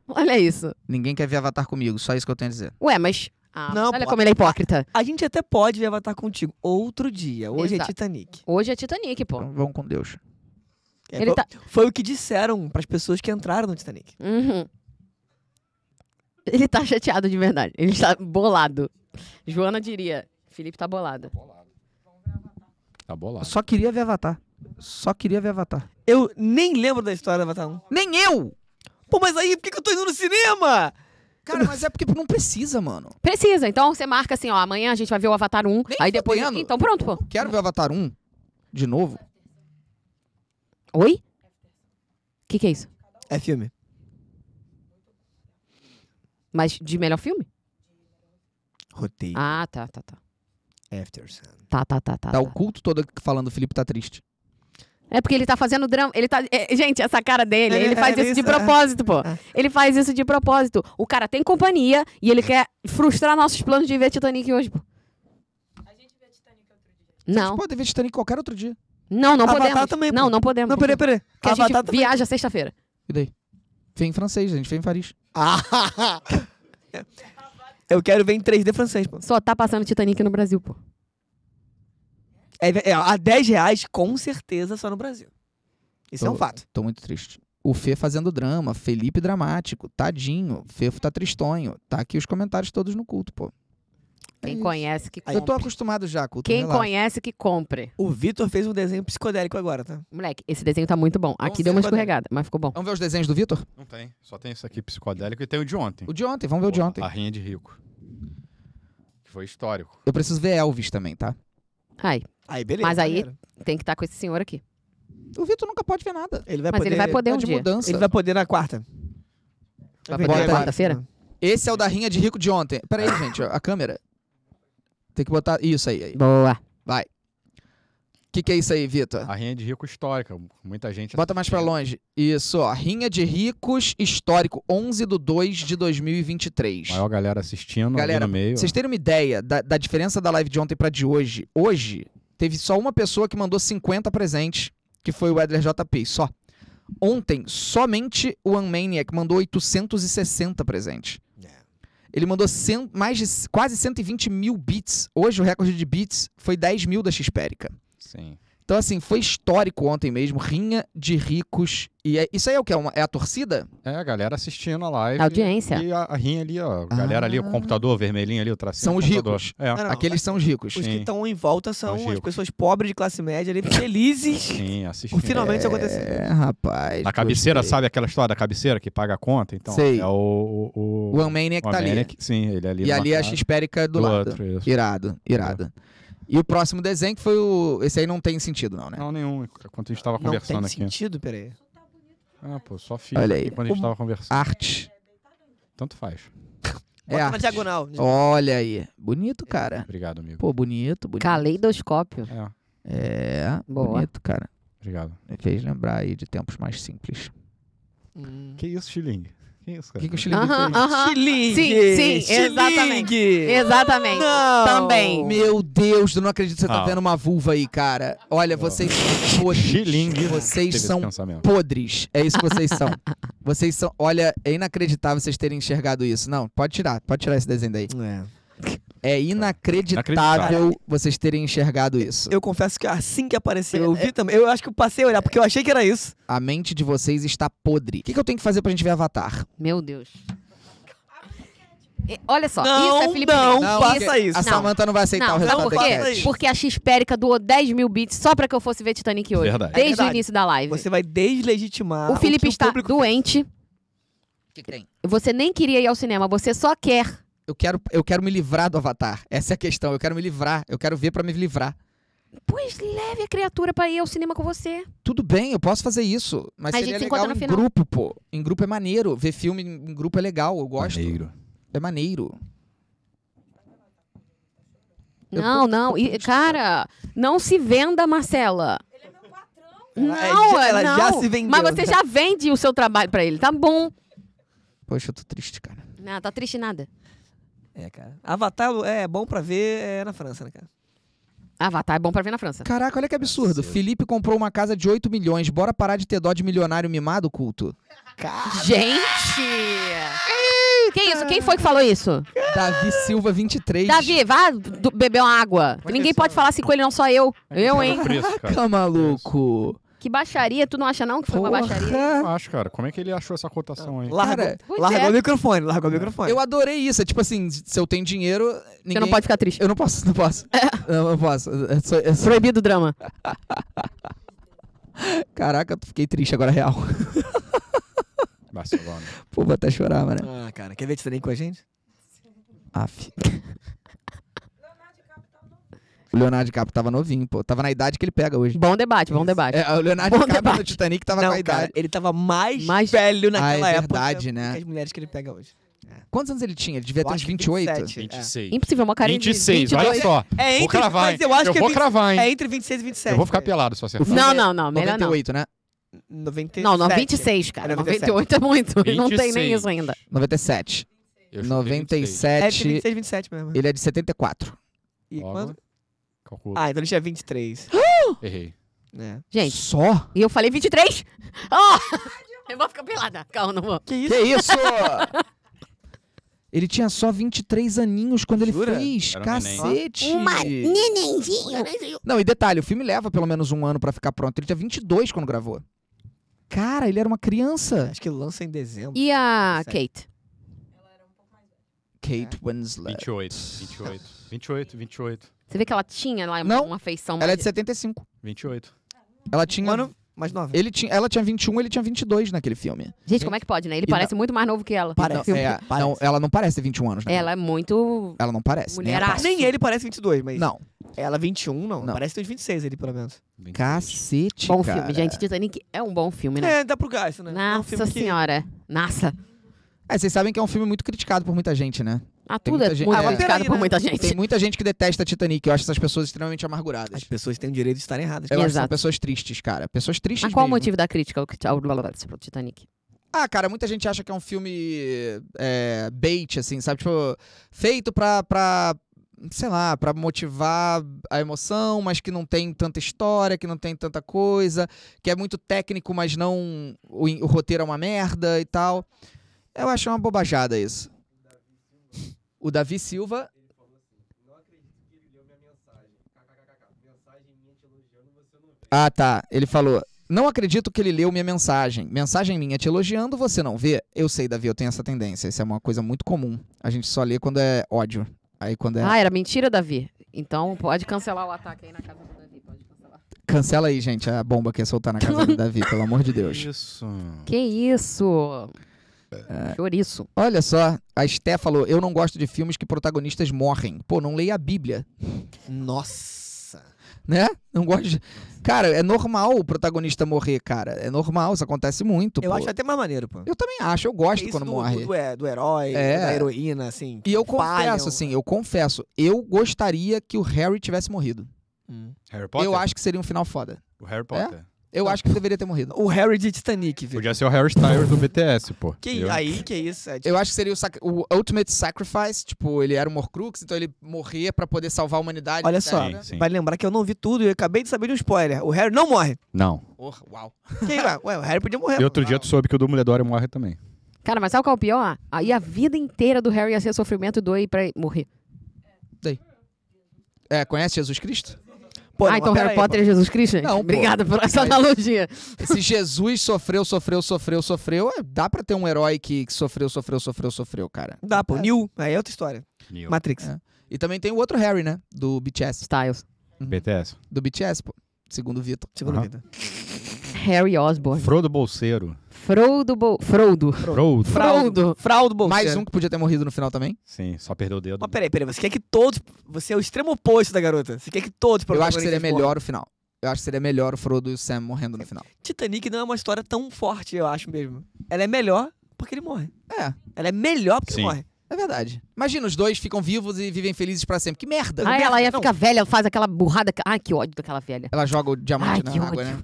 Olha isso. Ninguém quer ver Avatar comigo, só isso que eu tenho a dizer. Ué, mas. Ah, Não, olha pô. como ele é hipócrita. A gente até pode ver Avatar contigo outro dia. Hoje Exato. é Titanic. Hoje é Titanic, pô. Então, vão com Deus. É, Ele foi, tá- foi o que disseram pras pessoas que entraram no Titanic. Uhum. Ele tá chateado de verdade. Ele tá bolado. Joana diria: Felipe tá bolado. Tá bolado. Só queria ver Avatar. Só queria ver Avatar. Eu nem lembro da história do Avatar 1. Nem eu! Pô, mas aí por que, que eu tô indo no cinema? Cara, mas é porque não precisa, mano. Precisa, então você marca assim: ó, amanhã a gente vai ver o Avatar 1. aí depois. fudendo. Então pronto, pô. Quero ver Avatar 1 de novo. Oi? O que, que é isso? É filme. Mas de melhor filme? Roteiro. Ah, tá, tá, tá. After Sun. Tá, tá, Ah, tá, tá. Tá tá. o culto todo aqui falando, o Felipe tá triste. É porque ele tá fazendo drama. Ele tá. é, gente, essa cara dele, É, ele é, faz é isso de isso, é. propósito, pô. É. Ele faz isso de propósito. O cara tem companhia e ele quer frustrar nossos planos de ver Titanic hoje, pô. Não, Pode ver Titanic qualquer outro dia. não, não Avatar podemos. também, pô. não, não podemos. Não, peraí, peraí. Porque a gente Avatar tá- também. viaja sexta-feira. E daí? Vem em francês, a gente vem em Paris. Ah, eu quero ver em 3D francês, pô. Só tá passando Titanic no Brasil, pô. É, é, a 10 reais, com certeza, só no Brasil. Isso é um Tô- fato. Tô muito triste. O Fê fazendo drama, Felipe dramático, tadinho, Fefo tá tristonho. Tá aqui os comentários todos no culto, pô. É Quem isso. conhece que Eu tô compre. acostumado já, culto. Quem relaxa. conhece que compre. O Vitor fez um desenho psicodélico agora, tá? Moleque, esse desenho tá muito bom. Aqui Vamos deu uma ver qual é. escorregada, mas ficou bom. Vamos ver os desenhos do Vitor? Não tem. Só tem esse aqui psicodélico e tem o de ontem. O de ontem, vamos ver o de Pô, ontem. A Rainha de Rico. Que foi histórico. Eu preciso ver Elvis também, tá? Ai, Aí, beleza. Mas aí- maneiro. tem que estar com esse senhor aqui. O Vitor nunca pode ver nada. Ele vai Mas poder. ele vai poder Tá um de dia. mudança. ele vai poder na quarta. Vai Ele poder na na quarta-feira? Esse é o da rinha de rico de ontem. Peraí, gente, ó, a câmera. Tem que botar isso aí. aí. Boa. Uhum. O que, que é isso aí, Vitor? A renda de rico histórica. Muita gente. Bota mais pra assistindo. longe. Isso, ó. Rinha de ricos histórico, 11 de 2 de 2023. Maior galera assistindo Galera, ali no meio. Vocês terem uma ideia da, da diferença da live de ontem pra de hoje, hoje teve só uma pessoa que mandou 50 presentes, que foi o Edler JP, só. Ontem, somente o Unmaniac mandou 860 presentes. É. Ele mandou cem- mais de c- quase 120 mil bits. Hoje o recorde de bits foi 10 mil da Xperica. Sim. Então, assim, foi histórico ontem mesmo. Rinha de ricos. E é- isso aí é o que? É, uma- é a torcida? É, a galera assistindo a live. Audiência. E a, a rinha ali, ó. A galera ali, Ah. o computador vermelhinho ali, o tracinho. São do os computador. ricos. É. Não, não, Aqueles são os ricos. Os que Sim. estão em volta Os são as ricos. pessoas pobres de classe média ali, <laughs> felizes. Sim, assistindo. por finalmente isso acontecer. É, rapaz. Na cabeceira, gostei. sabe aquela história da cabeceira que paga a conta? Então, Sei. é o. o, o O Unmaniac o tá ali. América, Sim, ele é ali. E numa ali a casa Xperica do, lado. outro, isso. Irado, irado. E o próximo desenho que foi o. Esse aí não tem sentido, não, né? Não, nenhum. Enquanto a gente tava Não tem conversando aqui. sentido, peraí. Ah, pô, só fica Olha aqui aí. quando a gente O- tava conversando. Arte. Tanto faz. É Bota na arte. diagonal. Olha aí. É. Bonito, cara. Obrigado, amigo. Pô, bonito, bonito. Caleidoscópio. É, É, Boa. bonito, cara. obrigado. Me fez lembrar aí de tempos mais simples. Hum. Que isso, Xiling? Que isso, O cara? que, que o Chile Aham, aham. Xilingue! Sim, sim, exatamente. Xilingue! Exatamente. Não. Também. Meu Deus, eu não acredito que você tá Ah. vendo uma vulva aí, cara. Olha, <laughs> vocês são podres. Xilingue. né? Vocês Teve esse são pensamento. podres. É isso que vocês são. Vocês são. Olha, é inacreditável vocês terem enxergado isso. Não, pode tirar, pode tirar esse desenho daí. É. Tá. É inacreditável Inacreditável. vocês terem enxergado isso. Eu confesso que assim que apareceu, eu vi também. Eu acho que eu passei a olhar, porque eu achei que era isso. A mente de vocês está podre. O que, que eu tenho que fazer pra gente ver Avatar? Meu Deus. E- Olha só, Não, isso é Felipe não, Neto. Não, porque faça isso. A Não. Samanta não vai aceitar Não, o sabe resultado por da faça quê? enquete. isso. Porque a Xperica doou 10 mil bits só pra que eu fosse ver Titanic hoje. Verdade. Desde o verdade. início da live. Você vai deslegitimar. o Felipe que está público- doente. O que que tem? Você nem queria ir ao cinema, você só quer. Eu quero, eu quero me livrar do Avatar. Essa é a questão. Eu quero me livrar. Eu quero ver pra me livrar. Pois leve a criatura pra ir ao cinema com você. Tudo bem, eu posso fazer isso. Mas A seria gente se legal encontra no em final. grupo, pô. Em grupo é maneiro. Ver filme em em grupo é legal. Eu gosto. Maneiro. É maneiro. Eu Não, tô- não. tô e, triste, cara, não se venda, Marcela. Ele é meu Ela é- patrão. Não, já- ela não. já se vendeu. né? Mas você já vende o seu trabalho pra ele, tá bom. Poxa, eu tô triste, cara. Não, tá triste nada. É, cara. Avatar é bom pra ver é, na França, né, cara? Avatar é bom pra ver na França. Caraca, olha que absurdo. Felipe comprou uma casa de 8 milhões. Bora parar de ter dó de milionário mimado, culto? Gente! Que isso? Quem foi que falou isso? Davi Silva, 23. Ah! Davi, vá do- beber uma água. Ninguém pode falar assim com ele, não, só eu. Eu, hein? Por isso, cara. Caraca, maluco. Que baixaria, tu não acha não que foi uma baixaria? Eu acho, cara. Como é que ele achou essa cotação aí? Larga, Pois largou é. o microfone, largou o microfone. Eu adorei isso. É tipo assim, se eu tenho dinheiro, ninguém... Você não pode ficar triste. Eu não posso, não posso. Não, eu posso. É só- é só- Proibido o drama. Caraca, eu fiquei triste agora, real. <laughs> Barcelona. Pô, vou até chorar, mano. Ah, cara, quer ver Titanic com a gente? Aff. O Leonardo DiCaprio tava novinho, pô. Tava na idade que ele pega hoje. Bom debate, bom debate. É, o Leonardo Bom DiCaprio no debate. Titanic tava com a Não, idade. cara, ele tava mais, Mais- velho Ah, naquela é época verdade, né? que as mulheres que ele pega hoje. Quantos anos ele tinha? Ele devia Eu ter uns acho que 28? 27, é. 26. Impossível, uma carinha de 26, 22. olha só. É Vou entre, cravar, hein? mas eu acho que é vou 20 cravar, hein? É entre 26 e 27. Eu vou ficar É cara. pelado se eu acertar. Não, não, não, melhor não. 98, né? 97. Não, não, 26, cara. É 97. 98 é muito. Não tem nem 26. isso ainda. 97. Eu chutei 26. 97. É entre 26 e 27 mesmo. Ele é de 74. E Logo. quando? Calculo. Ah, então ele tinha 23. Errei. <gasps> né? Gente, Só? e eu falei 23? Ó! <laughs> Eu vou ficar pelada. Calma, não vou. Que isso? Que isso? ele tinha só 23 aninhos quando ele Jura? fez. Era um neném. Cacete. Uma nenenzinho. Não, e detalhe, o filme leva pelo menos um ano pra ficar pronto. Ele tinha 22 quando gravou. Cara, ele era uma criança. Acho que lança em dezembro. E a Kate? Kate Winslet. 28. 28. 28, 28. Você vê que ela tinha lá uma, Não. uma um. afeição Ela é mais... de 75. 28. Ela tinha... Um ano mais nova. Ele tinha, ela tinha 21, ele tinha 22 naquele filme. Gente, como é que pode, né? Ele E parece muito mais novo que ela. Então, Parece. Não, é, não, ela não parece ter 21 anos, né? Ela é muito... Ela não parece. nem Mulheraça. aparece. Nem ele parece 22, mas. Não. Ela 21, não. Não. Parece que tem uns 26 ali, pelo menos. Cacete, Bom cara. filme, gente. Titanic é um bom filme, né? É, dá pro gasto, né? É um Nossa filme que- senhora. Nossa. É, vocês sabem que é um filme muito criticado por muita gente, <laughs> né? Ah, Tem tudo é muita gente- muito Ah, mas criticado peraí, por né? muita Tem gente. muita gente que detesta Titanic. Eu acho essas pessoas extremamente As amarguradas. pessoas têm o direito de estarem erradas. Eu acho que são Exato. pessoas tristes, cara. Pessoas tristes Mas qual o mesmo. motivo da crítica ao ao- ao Titanic? Ah, cara, muita gente acha que é um filme é, bait, assim, sabe? Tipo, feito pra, pra, sei lá, pra motivar a emoção, mas que não tem tanta história, que não tem tanta coisa, que é muito técnico, mas não... O, o roteiro é uma merda e tal. Eu acho uma bobajada isso. O Davi Silva... Ah, tá. Ele falou... Não acredito que ele leu minha mensagem. Mensagem minha te elogiando, você não vê? Eu sei, Davi, eu tenho essa tendência. Isso é uma coisa muito comum. A gente só lê quando é ódio. Aí quando é. Ah, era mentira, Davi. Então pode cancelar o ataque aí na casa do Davi. Pode cancelar. Cancela aí, gente, a bomba que ia soltar na casa <laughs> do Davi, pelo amor de Deus. Isso. Que isso? Chouriço. Olha só, a Esté falou: eu não gosto de filmes que protagonistas morrem. Pô, não leia a Bíblia, Nossa. né? Não gosto <laughs> de. Cara, é normal o protagonista morrer, cara. É normal, isso acontece muito. Eu pô. acho até mais maneiro, pô. eu também acho, eu gosto Isso quando do, morre. Do, do, do herói, É. da heroína, assim. E eu que falham. confesso, assim, eu confesso, eu gostaria que o Harry tivesse morrido. Hum. Harry Potter? Eu acho que seria um final foda. O Harry Potter. Eu acho que ele deveria ter morrido. O Harry de Titanic, viu? Podia ser o Harry Styles do BTS, pô. Que Entendeu? aí, que isso? É, Eu acho que seria o, sac- o Ultimate Sacrifice, tipo, ele era um Horcrux, então ele morria pra poder salvar a humanidade. Olha etc. só, Sim, sim. Vale lembrar que eu não vi tudo e eu acabei de saber de um spoiler. O Harry não morre. Não. Porra, uau. Quem vai? Ué, o Harry podia morrer. E outro dia tu soube que o do Mulher morre também. Cara, mas sabe qual é o pior? Aí a vida inteira do Harry ia ser sofrimento e dor e pra morrer. É, conhece Jesus Cristo? Pô, ah, não, então mas Harry peraí, Potter é Jesus Cristo, gente? Não, pô. Obrigada por essa Mas- analogia. Se Jesus sofreu, sofreu, sofreu, sofreu, é, dá pra ter um herói que, que sofreu, sofreu, sofreu, sofreu, cara. pô. Dá, pô. New. Aí é outra história. Neil. Matrix. É. E também tem o outro Harry, né? Do BTS. Styles. BTS. Do BTS, pô. Segundo o Vitor. Segunda Aham. vida. Harry Osborn. Frodo Bolseiro. Frodo. Bo... Frodo. Frodo. Frodo. Fraudo bom. Mais um que podia ter morrido no final também. Sim, só perdeu o dedo. Mas peraí, peraí. Você quer que todos. Você é o extremo oposto da garota. Você quer que todos Eu acho que seria protagonistas morram. melhor o final. Eu acho que seria melhor o Frodo e o Sam morrendo no final. Titanic não é uma história tão forte, eu acho mesmo. Ela é melhor porque ele morre. É. Ela é melhor porque Sim. ele morre. É verdade. Imagina, os dois ficam vivos e vivem felizes pra sempre. Que merda! Ai, ela ia Não. ficar velha, faz aquela burrada. Ai, que ódio daquela velha. Ela joga o diamante Ai, na que água, ódio. né?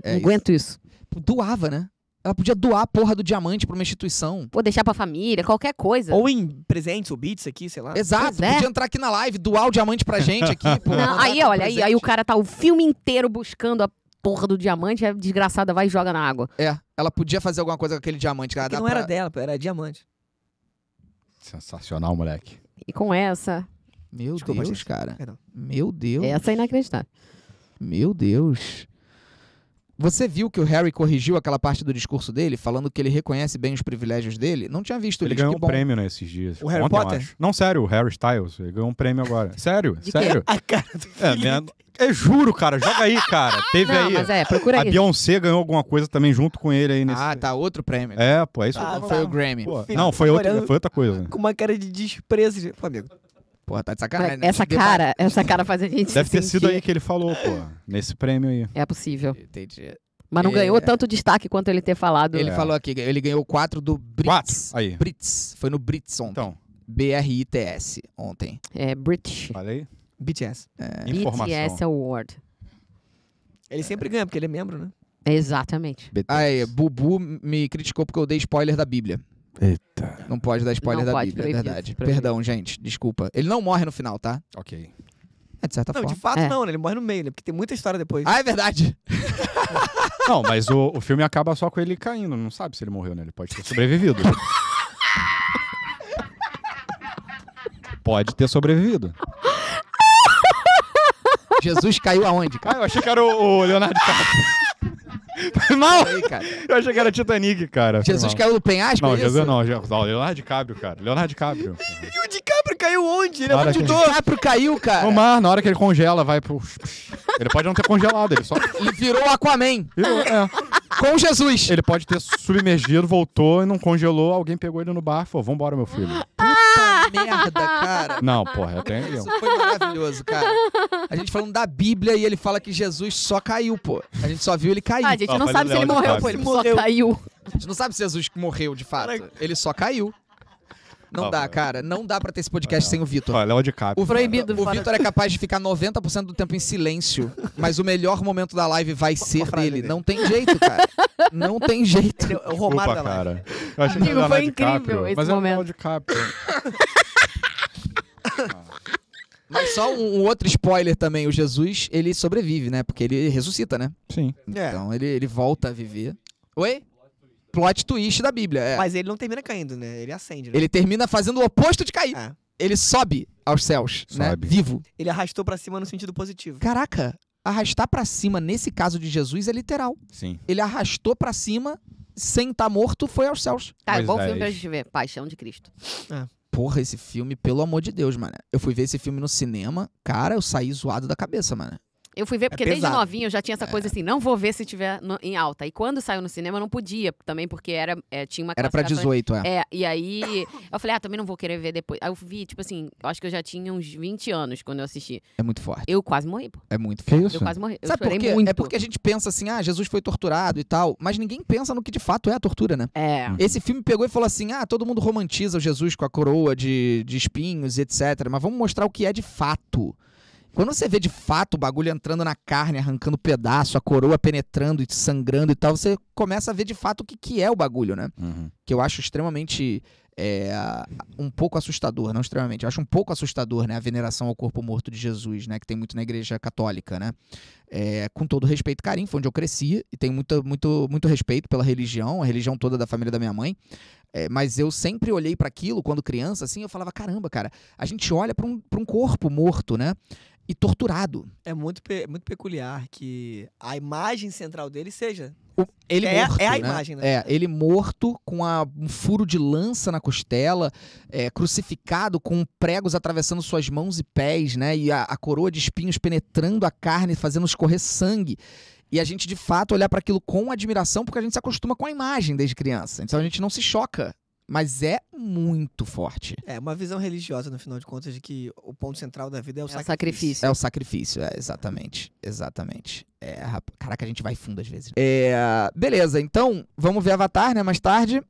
É não isso. aguento isso. Doava, né? Ela podia doar a porra do diamante pra uma instituição. Pô, deixar pra família, qualquer coisa. Ou em presentes ou beats aqui, sei lá. Exato, pois é. podia entrar aqui na live, doar o diamante pra gente aqui, pô. Não, mandar aí, como olha, aí, é presente. aí o cara tá o filme inteiro buscando a porra do diamante, a desgraçada vai e joga na água. É, ela podia fazer alguma coisa com aquele diamante, cara. É Que Dá não pra... era dela, pô, era diamante. Sensacional, moleque. E com essa, Meu Desculpa, Deus, gente. cara. Perdão. Meu Deus. essa é inacreditável. Meu Deus. Você viu que o Harry corrigiu aquela parte do discurso dele, falando que ele reconhece bem os privilégios dele? Não tinha visto Ele isso, ganhou que um bom. prêmio nesses dias. O Harry Ontem, eu Potter? acho. Não, sério, o Harry Styles. Ele ganhou um prêmio agora. Sério, sério. <laughs> A cara do É, né? Eu juro, cara. Joga aí, cara. Teve Não, aí. mas é, procura A aí. Beyoncé ganhou alguma coisa também junto com ele aí nesse. Ah, tá, outro prêmio. É, pô, é isso Ah, que eu Não tô tá. foi falando. o Grammy. Pô, Filho, não, foi outra, olhando- foi outra coisa. com uma cara de desprezo. de- Pô, amigo. Porra, tá de Mas sacanagem. né? essa Deba- cara, essa cara faz a gente Deve se ter sido sentir- aí que ele falou, pô. Nesse prêmio aí. É possível. Entendi. Mas não É. ganhou tanto destaque quanto ele ter falado. Ele É. falou aqui, ele ganhou quatro do Quatro. Brits. Aí. Brits. Foi no Brits ontem. Então, B-R-I-T-S ontem. É, British é falei. é BTS. BTS Informação. Award. Ele sempre ganha, porque ele é membro, né? Exatamente. BTS. Aí, Ah, é. Bubu me criticou porque eu dei spoiler da Bíblia. Eita. Não pode dar spoiler Não da pode, Bíblia, é proibido, verdade. proibido. Perdão, gente, desculpa. Ele não morre no final, tá? Ok. É de certa não, forma. de fato É. não, né? Ele morre no meio, né? Porque tem muita história depois. Ah, é verdade. Não, mas o, o filme acaba só com ele caindo. Não sabe se ele morreu, né? Ele pode ter sobrevivido. pode ter sobrevivido. Jesus caiu aonde, <laughs> cara? Ah, eu achei que era o, o Leonardo DiCaprio. Foi <laughs> mal! Aí, cara. Eu achei que era Titanic, cara. Foi Jesus mal. caiu do penhasco? Não, é Jesus isso? não. Je- não, Leonardo DiCaprio, cara. <laughs> Leonardo DiCaprio. E o DiCaprio caiu onde? Ele é Na hora muito que- doido. <laughs> DiCaprio caiu, cara. No mar, na hora que ele congela, vai pro... Ele pode não ter congelado, ele só... <laughs> Ele virou Aquaman É. com Jesus. Ele pode ter submergido, voltou e não congelou. Alguém pegou ele no bar e falou: Vambora, meu filho. Ah, merda, cara. Não, porra, eu tenho eu. Isso foi maravilhoso, cara. A gente falando da Bíblia e ele fala que Jesus só caiu, pô. A gente só viu ele cair. Ah, a A gente Ó, não falei sabe se Leão ele de morreu, Fábio. pô. Ele só Morreu. caiu. gente não sabe se Jesus morreu de fato. Ele só caiu. Não Ó, dá, velho. cara. Não dá pra ter esse podcast sem o Vitor. Olha, Léo de Cap. O Proibido, Vitor, o fora- Vitor é capaz de ficar 90% do tempo em silêncio, mas o melhor momento da live vai ser frase dele. dele. Não tem jeito, cara. Não tem jeito. Ele é o Romário Desculpa, da live. cara. Eu achei que Amigo, era o foi Léo incrível DiCaprio, esse mas é o Léo momento. DiCaprio. Mas só um, um outro spoiler também. O Jesus, ele sobrevive, né? Porque ele ressuscita, né? Sim. É. Então ele, ele volta a viver. Oi? Plot twist da Bíblia, é. Mas ele não termina caindo, né? Ele acende, né? Ele termina fazendo o oposto de cair. É. Ele sobe aos céus, né? Sobe. Vivo. Ele arrastou pra cima no sentido positivo. Caraca, arrastar pra cima nesse caso de Jesus é literal. Sim. Ele arrastou pra cima, sem estar morto, foi aos céus. Tá, é Pois bom é, filme pra isso. gente ver. Paixão de Cristo. Porra, esse filme, pelo amor de Deus, mano. Eu fui ver esse filme no cinema, cara, eu saí zoado da cabeça, mano. Eu fui É ver, porque desde pesado. novinho eu já tinha essa coisa assim, não vou ver se tiver no- em alta. E quando saiu no cinema, eu não podia também, porque era, é, tinha uma Era pra classificação- 18, é. É, e aí eu falei, ah, também não vou querer ver depois. Aí eu vi, tipo assim, eu acho que eu já tinha uns 20 anos quando eu assisti. É muito forte. Eu quase morri, pô. É muito Que forte. isso? Eu quase morri. Eu Sabe por chorei quê? muito. É porque a gente pensa assim, ah, Jesus foi torturado e tal, mas ninguém pensa no que de fato é a tortura, né? É. Esse filme pegou e falou assim: ah, todo mundo romantiza o Jesus com a coroa de, de espinhos e etc. Mas vamos mostrar o que é de fato. Quando você vê de fato o bagulho entrando na carne, arrancando pedaço, a coroa penetrando e sangrando e tal, você começa a ver de fato o que, que é o bagulho, né? Uhum. Que eu acho extremamente. é, um pouco assustador, não extremamente. Eu acho um pouco assustador, né? A veneração ao corpo morto de Jesus, né? Que tem muito na igreja católica, né? É, com todo respeito e carinho, foi onde eu cresci e tenho muito, muito, muito respeito pela religião, a religião toda da família da minha mãe. É, mas eu sempre olhei para aquilo quando criança, assim, eu falava: caramba, cara, a gente olha para um, pra um corpo morto, né? E torturado. É muito, pe- muito peculiar que a imagem central dele seja. O- ele É- morto. é a né? imagem, né? É, ele morto, com a- um furo de lança na costela, é, crucificado, com pregos atravessando suas mãos e pés, né? E a, a coroa de espinhos penetrando a carne, fazendo escorrer sangue. E a gente, de fato, olhar para aquilo com admiração, porque a gente se acostuma com a imagem desde criança. Então a gente não se choca. Mas é muito forte. É, uma visão religiosa, no final de contas, de que o ponto central da vida é o o sacrifício. sacrifício. É o sacrifício, é, exatamente. Exatamente. É, rap- caraca, a gente vai fundo às vezes. É, beleza, então vamos ver Avatar, né? Mais tarde.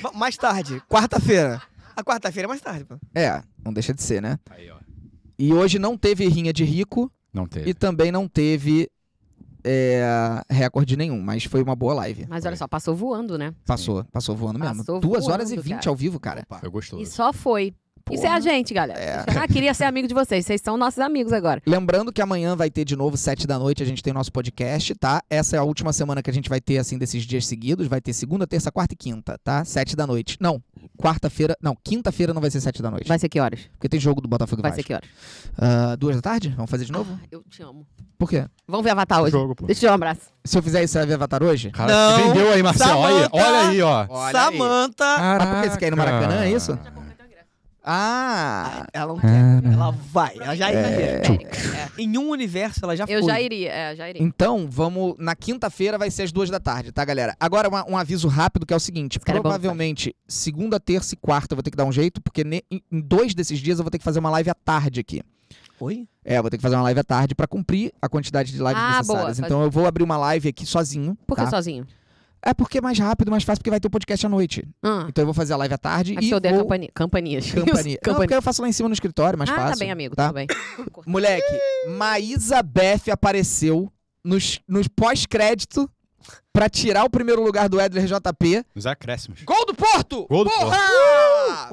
Ma- Mais tarde, quarta-feira. A quarta-feira é mais tarde, pô. É, não deixa de ser, né? Aí, ó. E hoje não teve rinha de rico Não e teve. também não teve é, recorde nenhum, mas foi uma boa live. Mas olha só, passou voando, né? Passou, passou voando mesmo. Passou Duas voando, horas e vinte cara. ao vivo, cara. Foi gostoso. E só foi. Isso é a gente, galera. Ah, queria ser amigo de vocês. Vocês são nossos amigos agora. Lembrando que amanhã vai ter de novo, sete da noite, a gente tem nosso podcast, tá? Essa é a última semana que a gente vai ter, assim, desses dias seguidos. Vai ter segunda, terça, quarta e quinta, tá? Sete da noite. Não, quarta-feira. Não, quinta-feira não vai ser sete da noite. Vai ser que horas? Porque tem jogo do Botafogo e Vai ser Vasco. que horas? Ah, duas da tarde? Vamos fazer de novo? Ah, eu te amo. Por quê? Vamos ver Avatar hoje. Jogo, pô. Deixa eu te dar um abraço. Se eu fizer isso, você vai ver Avatar hoje? Cara, Não, se vendeu aí, Marcelo. Olha, olha aí, ó. Samanta! Mas por que você quer ir no Maracanã, é isso? Ai, Ah! Ela não quer. Ela vai. Ela já iria. É, Em um universo, ela já Eu foi. já iria, é, já iria. Então, vamos. Na quinta-feira vai ser às duas da tarde, tá, galera? Agora, uma- um aviso rápido que é o seguinte: cara é bom, provavelmente, segunda, terça e quarta eu vou ter que dar um jeito, porque ne- em em dois desses dias eu vou ter que fazer uma live à tarde aqui. Oi? É, eu vou ter que fazer uma live à tarde pra cumprir a quantidade de lives Ah, boa, necessárias. faz- Então, eu vou abrir uma live aqui sozinho. Por que tá? sozinho? É porque é mais rápido, mais fácil, porque vai ter o podcast à noite. Ah, Então, eu vou fazer a live à tarde é e. porque eu odeio vou... campani- <laughs> campanias. Campania. Não, Campani- porque eu faço lá em cima no escritório, mais ah, fácil. tá bem, amigo. tá? Tudo bem. Moleque, Maísa Beff apareceu nos, nos pós-crédito pra tirar o primeiro lugar do Edler JP. Os acréscimos. Gol do Porto! Gol do Porra!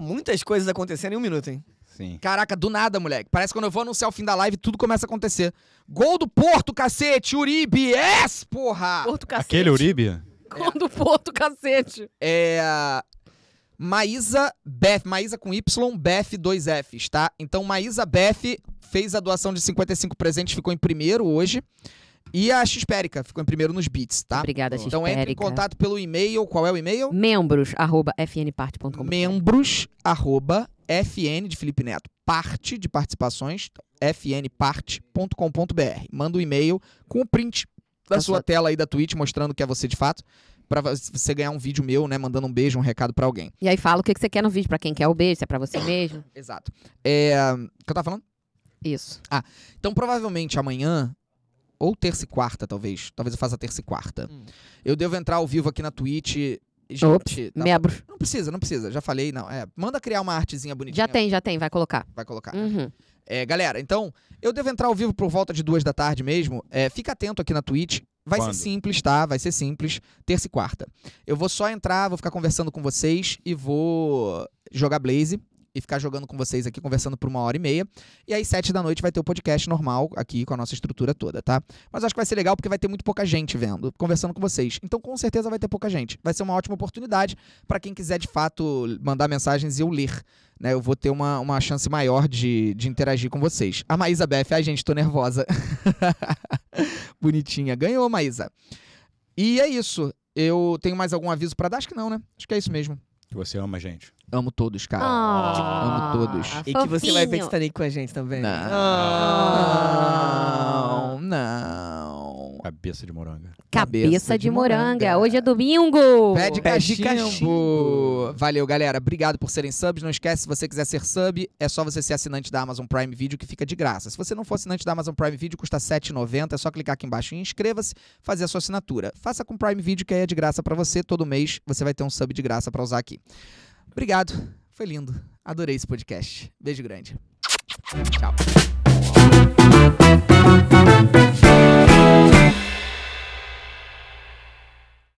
Muitas coisas acontecendo em um minuto, hein? Sim. Caraca, do nada, moleque. Parece que quando eu vou anunciar o fim da live, tudo começa a acontecer. Gol do Porto, cacete! Uribe! Yes, porra! Porto cacete. Aquele Uribe? Quando Porto cacete. É. Maísa Beth, Maísa com Y, Beth 2 Fs, tá? Então Maísa Beth fez a doação de 55 presentes, ficou em primeiro hoje. E a Xpérica ficou em primeiro nos beats, tá? Obrigada, Então entre em Xpérica. contato pelo e-mail. Qual é o e-mail? Membros, arroba fnparte.com. Membros, arroba, FN de Felipe Neto, parte de participações, então, fnparte.com.br. Manda o um e-mail com o print da Da sua sua- tela aí da Twitch, mostrando que é você de fato, pra você ganhar um vídeo meu, né? Mandando um beijo, um recado pra alguém. E aí fala o que, que você quer no vídeo, pra quem quer o beijo, se é pra você mesmo. Exato. É. O que eu tava falando? Isso. Então, provavelmente amanhã, ou terça e quarta, talvez. Talvez eu faça terça e quarta. Hum. Eu devo entrar ao vivo aqui na Twitch. Gente, Ops, dá- Membro. Não precisa, não precisa. Já falei, não. É, manda criar uma artezinha bonitinha. Já tem, já tem, vai colocar. Vai colocar. Uhum. É, galera, então, eu devo entrar ao vivo por volta de duas da tarde mesmo. É, fica atento aqui na Twitch. Vai Quando? ser simples, tá? Vai ser simples. Terça e quarta. Eu vou só entrar, vou ficar conversando com vocês e vou jogar Blaze e ficar jogando com vocês aqui, conversando por uma hora e meia. E aí, sete da noite, vai ter o podcast normal aqui com a nossa estrutura toda, tá? Mas acho que vai ser legal porque vai ter muito pouca gente vendo, conversando com vocês. Então, com certeza vai ter pouca gente. Vai ser uma ótima oportunidade para quem quiser, de fato, mandar mensagens e eu ler. Né, eu vou ter uma, uma chance maior de, de interagir com vocês. A Maísa BF, ai gente, tô nervosa. <laughs> Bonitinha. Ganhou, Maísa. E é isso. Eu tenho mais algum aviso pra dar? Acho que não, né? Acho que é isso mesmo. Que você ama, gente. Amo todos, cara. Ah, Amo todos. E que você vai ver fofinho. que tá nem com a gente também. Não. Ah. Não, não. Cabeça de moranga. Cabeça, Cabeça de, de moranga. moranga. Hoje é domingo. Pede Pé cachimbo. de cachimbo. Valeu, galera. Obrigado por serem subs. Não esquece, se você quiser ser sub, é só você ser assinante da Amazon Prime Video, que fica de graça. Se você não for assinante da Amazon Prime Video, custa R$ 7,90. É só clicar aqui embaixo em inscreva-se, fazer a sua assinatura. Faça com Prime Video, que aí é de graça pra você. Todo mês você vai ter um sub de graça pra usar aqui. Obrigado. Foi lindo. Adorei esse podcast. Beijo grande. Tchau.